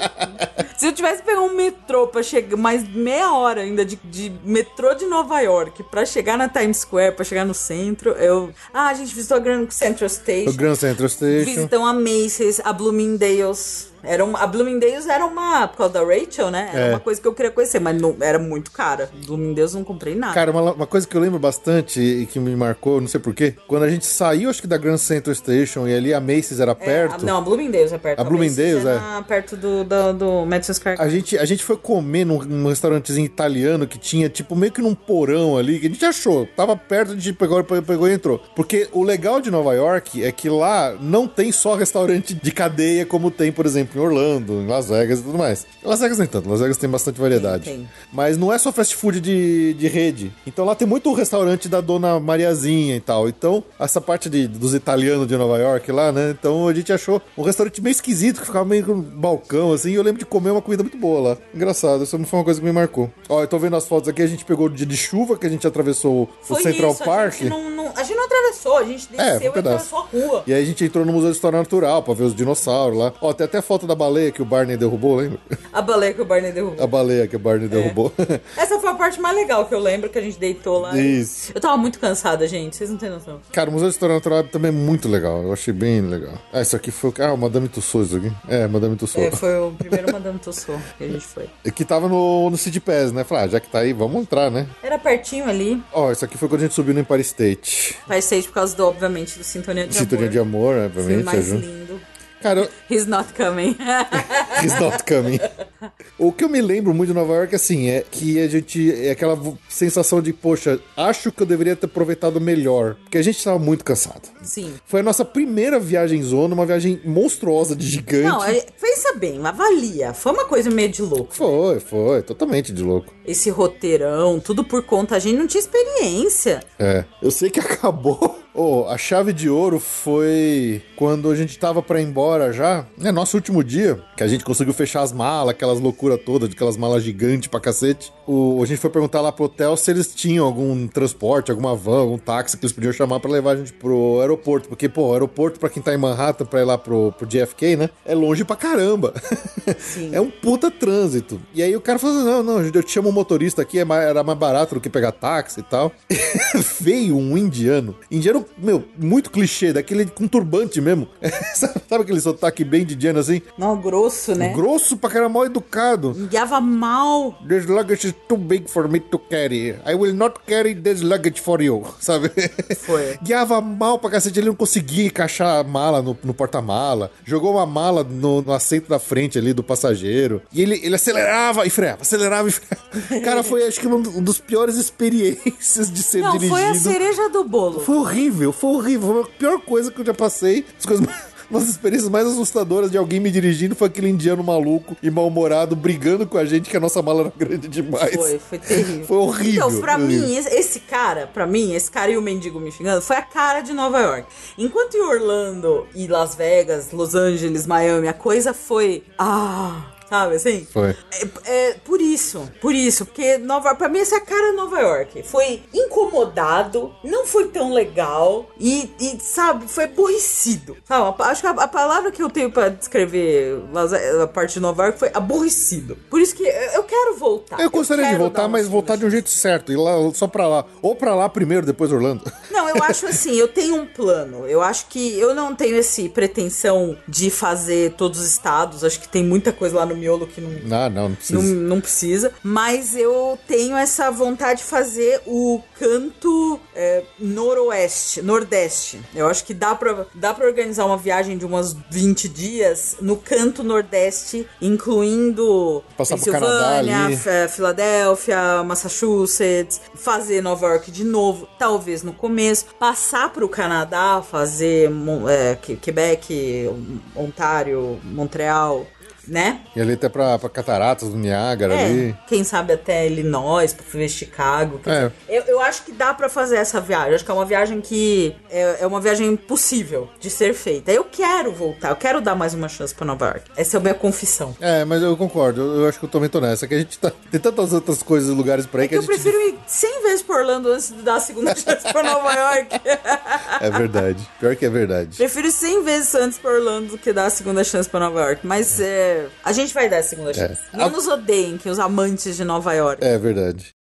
se eu tivesse que pegar um metrô pra chegar... Mais meia hora ainda de, de metrô de Nova York... Pra chegar na Times Square, pra chegar no centro... Eu... Ah, a gente visitou a Grand Central Station...
O Grand Central Station.
Visitam a Macy's, a Bloomingdale's. Era uma, a Bloomingdale's era uma. Por causa da Rachel, né? Era
É.
uma coisa que eu queria conhecer, mas não, era muito cara. Bloomingdale's não comprei nada.
Cara, uma, uma coisa que eu lembro bastante e que me marcou, não sei porquê, quando a gente saiu, acho que da Grand Central Station e ali a Macy's era
É, a-
perto.
não, a Bloomingdale's é perto.
A Bloomingdale's,
Macy's é. na- perto do, do, do Madison Square
A gente, a gente foi comer num, num restaurantezinho italiano que tinha, tipo, meio que num porão ali, que a gente achou. Tava perto, a gente pegou, pe- pegou e entrou. Porque o legal de Nova York é que lá não tem só restaurante de cadeia, como tem, por exemplo, em Orlando, em Las Vegas e tudo mais. Las Vegas nem tanto, Las Vegas tem bastante variedade.
Tem, tem.
Mas não é só fast food de, de rede. Então lá tem muito restaurante da Dona Mariazinha e tal. Então, essa parte de, dos italianos de Nova York lá, né? Então a gente achou um restaurante meio esquisito, que ficava meio com um balcão, assim. E eu lembro de comer uma comida muito boa lá. Engraçado, isso foi uma coisa que me marcou. Ó, eu tô vendo as fotos aqui, a gente pegou o dia de chuva, que a gente atravessou o Central
isso,
Park.
A gente, não, não- a gente não atravessou, a gente
É,
desceu
foi um
e
pedaço.
atravessou a rua.
E aí a gente entrou no Museu de História Natural pra ver os dinossauros lá. Ó, tem até a foto da baleia que o Barney derrubou, lembra? [LAUGHS]
A baleia que o Barney derrubou.
A baleia que o
É.
Barney derrubou. [LAUGHS]
Essa foi a parte mais legal que eu lembro, que a gente deitou lá.
Isso.
Eu tava muito cansada, gente. Vocês não têm noção.
Cara, o Museu de História Natural também é muito legal. Eu achei bem legal. Ah, isso aqui foi. o- Ah, o Madame Tussauds isso aqui. É, Madame
É,
Tussauds.
foi o primeiro Madame Tussauds que a gente foi.
Que tava no, no City Pass, né? Falei, ah, já que tá aí, vamos entrar, né?
Era pertinho ali.
Ó, isso aqui foi quando a gente subiu no Empire State.
Vai ser por causa do, obviamente, do Sintonia de
Cinturinha de amor,
Amor.
né?
Filme
Obviamente.
mais
ajuda.
lindo.
Cara, eu-
He's not coming. [LAUGHS]
He's not coming. O que eu me lembro muito de Nova York, assim, é que a gente. É aquela vo- sensação de, poxa, acho que eu deveria ter aproveitado melhor. Porque a gente tava muito cansado.
Sim.
Foi a nossa primeira viagem zona, uma viagem monstruosa de gigante.
Não, é- pensa bem, avalia. Foi uma coisa meio de louco.
Foi, foi, totalmente de louco.
Esse roteirão, tudo por conta. A gente não tinha experiência.
É. Eu sei que [LAUGHS] acabou. Ô, a chave de ouro foi quando a gente tava pra ir embora já. É nosso último dia. Que a gente conseguiu fechar as malas, aquelas loucuras todas, aquelas malas gigantes pra cacete. O, a gente foi perguntar lá pro hotel se eles tinham algum transporte, alguma van, algum táxi que eles podiam chamar pra levar a gente pro aeroporto. Porque, pô, o aeroporto pra quem tá em Manhattan pra ir lá pro, pro JFK, né? É longe pra caramba.
Sim.
[LAUGHS] É um puta trânsito. E aí o cara falou assim: não, não, eu te chamo um motorista aqui, é mais- era mais barato do que pegar táxi e tal. [LAUGHS] Veio um indiano. Indiano, meu, muito clichê, daquele com turbante mesmo. [LAUGHS] Sabe sabe aquele sotaque bem de indiano assim?
Não, grosso, né?
Grosso pra caramba, mal educado.
Guiava mal.
This luggage is too big for me to carry. I will not carry this luggage for you. [LAUGHS] Sabe?
Foi.
Guiava mal pra cacete, ele não conseguia encaixar a mala no, no porta-mala. Jogou uma mala no, no assento da frente ali do passageiro. E ele, ele acelerava e freava, acelerava e
[LAUGHS]
freava. Cara, foi acho que uma um dos piores experiências de ser
Não,
dirigido.
foi assim. a cereja do bolo.
Foi horrível, foi horrível. Foi a pior coisa que eu já passei. As coisas mais- [LAUGHS] Uma das experiências mais assustadoras de alguém me dirigindo foi aquele indiano maluco e mal-humorado brigando com a gente que a nossa mala era grande demais.
Foi, foi terrível.
Foi horrível.
Então, pra
horrível.
mim, esse- esse cara, pra mim, esse cara e o mendigo me xingando, foi a cara de Nova York. Enquanto em Orlando e Las Vegas, Los Angeles, Miami, a coisa foi. Ah! Sabe assim?
Foi.
É, é, por isso, por isso, porque Nova, pra mim essa é a cara de Nova York. Foi incomodado, não foi tão legal e, e, sabe, foi aborrecido. Sabe, a pa- acho que a, a palavra que eu tenho pra descrever Las- a parte de Nova York foi aborrecido. Por isso que eu, eu quero voltar.
Eu gostaria de
quero dar
voltar,
um
mas
pulo
voltar de um jeito certo. Ir lá só pra lá. Ou pra lá primeiro, depois Orlando. [LAUGHS]
Não, eu acho assim, eu tenho um plano. Eu acho que eu não tenho esse pretensão de fazer todos os estados. Acho que tem muita coisa lá no miolo que não.
Ah, não, não
Não,
precisa.
não precisa, mas eu tenho essa vontade de fazer o canto é, noroeste, nordeste. Eu acho que dá pra, dá pra organizar uma viagem de umas 20 dias no canto nordeste, incluindo
Passar pro Canadá ali.
F- é, Filadélfia, Massachusetts, fazer Nova York de novo, talvez no começo, passar pro Canadá, fazer Mon- é, Que- Quebec, Ontário, Montreal, né?
E ali até pra, pra Cataratas do Niágara
É.
ali.
Quem sabe até Illinois, pra ver Chicago. quer
É.
dizer, Eu, eu acho que dá pra fazer essa viagem. Acho que é uma viagem que é, é uma viagem possível de ser feita. Eu quero voltar, eu quero dar mais uma chance pra Nova York. Essa é a minha confissão.
É, mas eu concordo, eu, eu acho que eu também tô nessa, que a gente tá. Tem tantas outras coisas e lugares por aí que,
É eu
a gente.
prefiro ir 100 vezes pra Orlando antes de dar a segunda [LAUGHS] chance pra Nova York.
É verdade. Pior que é verdade.
Prefiro 100 vezes antes pra Orlando do que dar a segunda chance pra Nova York. Mas é, a gente vai dar a segunda chance.
É.
Não
A-
nos odeiem, que os amantes de Nova York.
É verdade.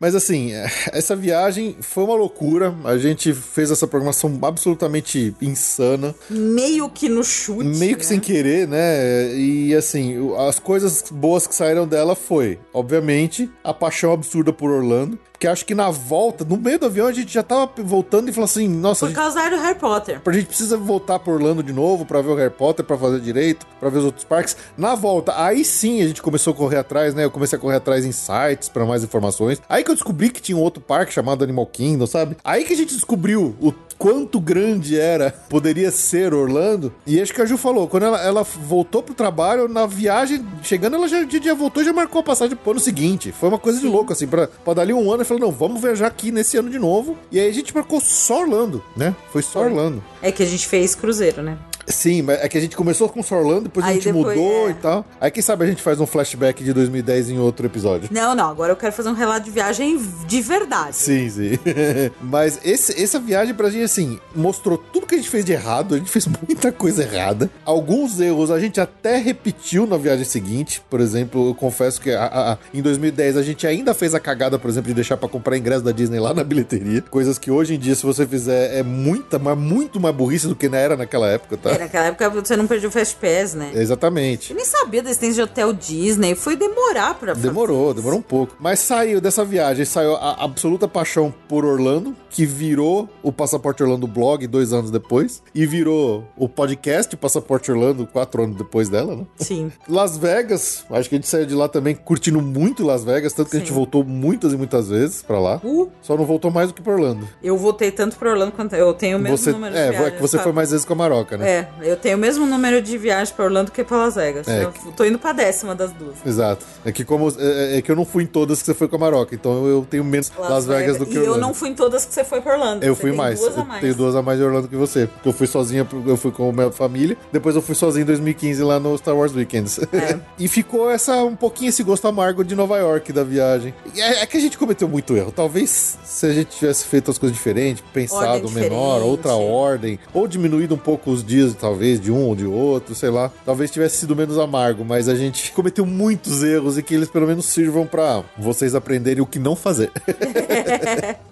Mas assim, [LAUGHS] essa viagem foi uma loucura. A gente fez essa programação absolutamente insana.
Meio que no chute.
Meio que
né?
sem querer, né? E assim, o- as coisas boas que saíram dela foi, obviamente, a paixão absurda por Orlando. Porque acho que na volta, no meio do avião, a gente já tava voltando e falou assim: nossa, a
Por
gente,
causa da área do Harry Potter.
a gente precisa voltar pra Orlando de novo pra ver o Harry Potter, pra fazer direito, pra ver os outros parques. Na volta, aí sim a gente começou a correr atrás, né? Eu comecei a correr atrás em sites pra mais informações. Aí que eu descobri que tinha um outro parque chamado Animal Kingdom, sabe? Aí que a gente descobriu o quanto grande era, [LAUGHS] poderia ser Orlando. E acho que a Ju falou, quando ela, ela voltou pro trabalho, na viagem, chegando, ela já, já voltou e já marcou a passagem pro ano seguinte. Foi uma coisa de louco, assim, pra, pra dali um ano, ela falou, não, vamos viajar aqui nesse ano de novo. E aí a gente marcou só Orlando, né? Foi só Orlando.
É que a gente fez cruzeiro, né?
Sim, mas é que a gente começou com o Orlando, depois a
Aí
gente
depois,
mudou
é.
e tal. Aí quem sabe a gente faz um flashback de 2010 em outro
[LAUGHS]
episódio.
Não, não, agora eu quero fazer um relato de viagem de verdade.
Sim, sim. [LAUGHS] Mas esse- essa viagem pra gente, assim, mostrou tudo que a gente fez de errado. A gente fez muita coisa errada. Alguns erros a gente até repetiu na viagem seguinte. Por exemplo, eu confesso que a- a- a- em 2010 a gente ainda fez a cagada, por exemplo, de deixar pra comprar ingresso da Disney lá na bilheteria. Coisas que hoje em dia, se você fizer, é muita, mas muito mais burrice do que era naquela época, tá?
É, naquela época você não perdeu o Fast Pass, né?
É. Exatamente.
Eu nem sabia da existência de hotel Disney. Foi demorar pra fazer.
Demorou, demorou um pouco. Mas saiu dessa viagem, saiu a absoluta paixão por Orlando, que virou o Passaporte Orlando blog dois anos depois, e virou o podcast Passaporte Orlando quatro anos depois dela, né?
Sim.
Las Vegas, acho que a gente saiu de lá também curtindo muito Las Vegas, tanto que a gente
Sim.
voltou muitas e muitas vezes pra lá.
Uh,
Só não voltou mais do que pra Orlando.
eu voltei tanto pra Orlando quanto. Eu tenho o mesmo
Você,
número de
é,
viagens.
é que você
sabe?
foi mais vezes com a Maroca, né?
É, eu tenho o mesmo número de viagens pra Orlando que pra Las Vegas.
É.
Eu tô indo pra décima das duas.
Exato. É que como é, é que eu não fui em todas que você foi com a Maroca, então eu tenho menos Las, Vegas, do que
E eu
Orlando.
não fui em todas que você foi pra Orlando.
Eu
Você
fui
tem
mais.
Duas a
eu
mais.
tenho duas a mais de Orlando que você. Porque eu fui sozinha, pro- eu fui com a minha família. Depois eu fui sozinho em 2015 lá no Star Wars Weekends.
É.
[LAUGHS] e ficou essa um pouquinho esse gosto amargo de Nova York da viagem. E É, é que a gente cometeu muito erro. Talvez se a gente tivesse feito as coisas diferentes, pensado
diferente.
menor, outra ordem, ou diminuído um pouco os dias, talvez, de um ou de outro, sei lá. Talvez tivesse sido menos amargo, mas a gente [LAUGHS] cometeu muitos erros e que eles pelo menos sirvam pra vocês aprenderem o que não fazer.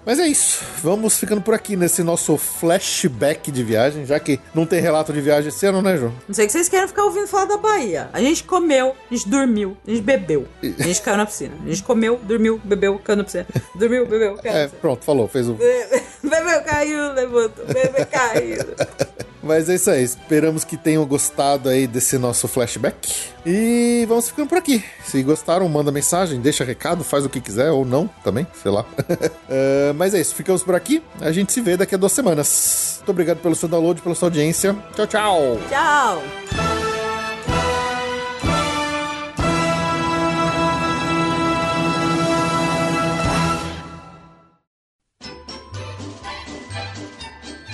Mas é isso. Vamos ficando por aqui nesse nosso flashback de viagem, já que não tem relato de viagem esse ano, né, João?
Não sei que vocês querem ficar ouvindo falar da Bahia. A gente comeu, a gente dormiu, a gente bebeu, a gente caiu na piscina. A gente comeu, dormiu, bebeu, caiu na piscina. Dormiu, bebeu, caiu na
É,
piscina.
pronto, falou, fez o.
[LAUGHS] Bebeu, caiu, levantou. Bebeu, caiu.
Mas é isso aí. Esperamos que tenham gostado aí desse nosso flashback. E vamos ficando por aqui. Se gostaram, manda mensagem, deixa recado, faz o que quiser ou não também, sei lá. [LAUGHS] É, mas é isso, ficamos por aqui. A gente se vê daqui a duas semanas. Muito obrigado pelo seu download, pela sua audiência. Tchau, tchau.
Tchau.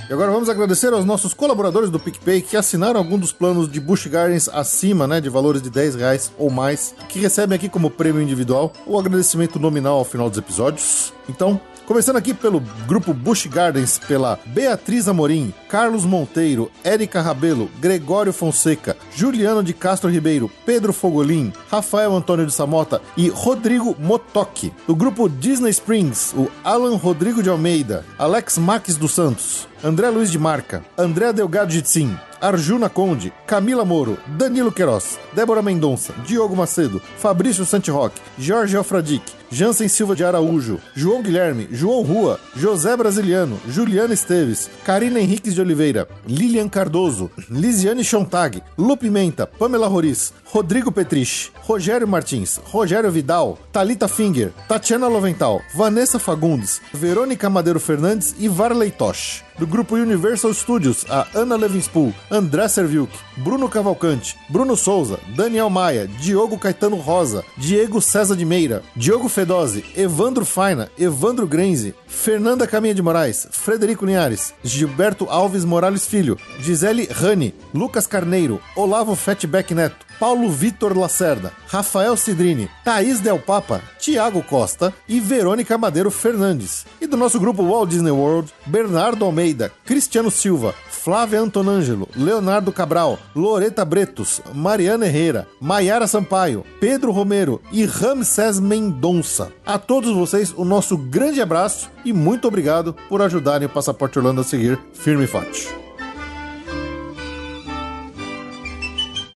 E agora vamos agradecer aos nossos colaboradores do PicPay que assinaram algum dos planos de Busch Gardens acima, né, de valores de 10 reais ou mais, que recebem aqui como prêmio individual ou agradecimento nominal ao final dos episódios. Então, Começando aqui pelo grupo Bush Gardens, pela Beatriz Amorim, Carlos Monteiro, Érica Rabelo, Gregório Fonseca, Juliano de Castro Ribeiro, Pedro Fogolin, Rafael Antônio de Samota e Rodrigo Motoque. Do grupo Disney Springs, o Alan Rodrigo de Almeida, Alex Max dos Santos, André Luiz de Marca, André Delgado de Tsim, Arjuna Conde, Camila Moro, Danilo Queiroz, Débora Mendonça, Diogo Macedo, Fabrício Santiroque, Jorge Alfradique, Jansen Silva de Araújo, João Guilherme, João Rua, José Brasiliano, Juliana Esteves, Karina Henriques de Oliveira, Lilian Cardoso, Lisiane Chontag, Lu Pimenta, Pamela Roriz, Rodrigo Petrich, Rogério Martins, Rogério Vidal, Talita Finger, Tatiana Lovental, Vanessa Fagundes, Verônica Madeiro Fernandes e Varley Tosh. Do grupo Universal Studios, a Ana Levinspool, André Serviuk, Bruno Cavalcante, Bruno Souza, Daniel Maia, Diogo Caetano Rosa, Diego César de Meira, Diogo Fedose, Evandro Faina, Evandro Grenze, Fernanda Caminha de Moraes, Frederico Linhares, Gilberto Alves Morales Filho, Gisele Rani, Lucas Carneiro, Olavo Fatback Neto, Paulo Vitor Lacerda, Rafael Cidrini, Thaís Del Papa, Tiago Costa e Verônica Madeiro Fernandes. E do nosso grupo Walt Disney World, Bernardo Almeida, Cristiano Silva, Flávia Antonângelo, Leonardo Cabral, Loreta Bretos, Mariana Herrera, Maiara Sampaio, Pedro Romero e Ramsés Mendonça. A todos vocês, o nosso grande abraço e muito obrigado por ajudarem o Passaporte Orlando a seguir firme e forte.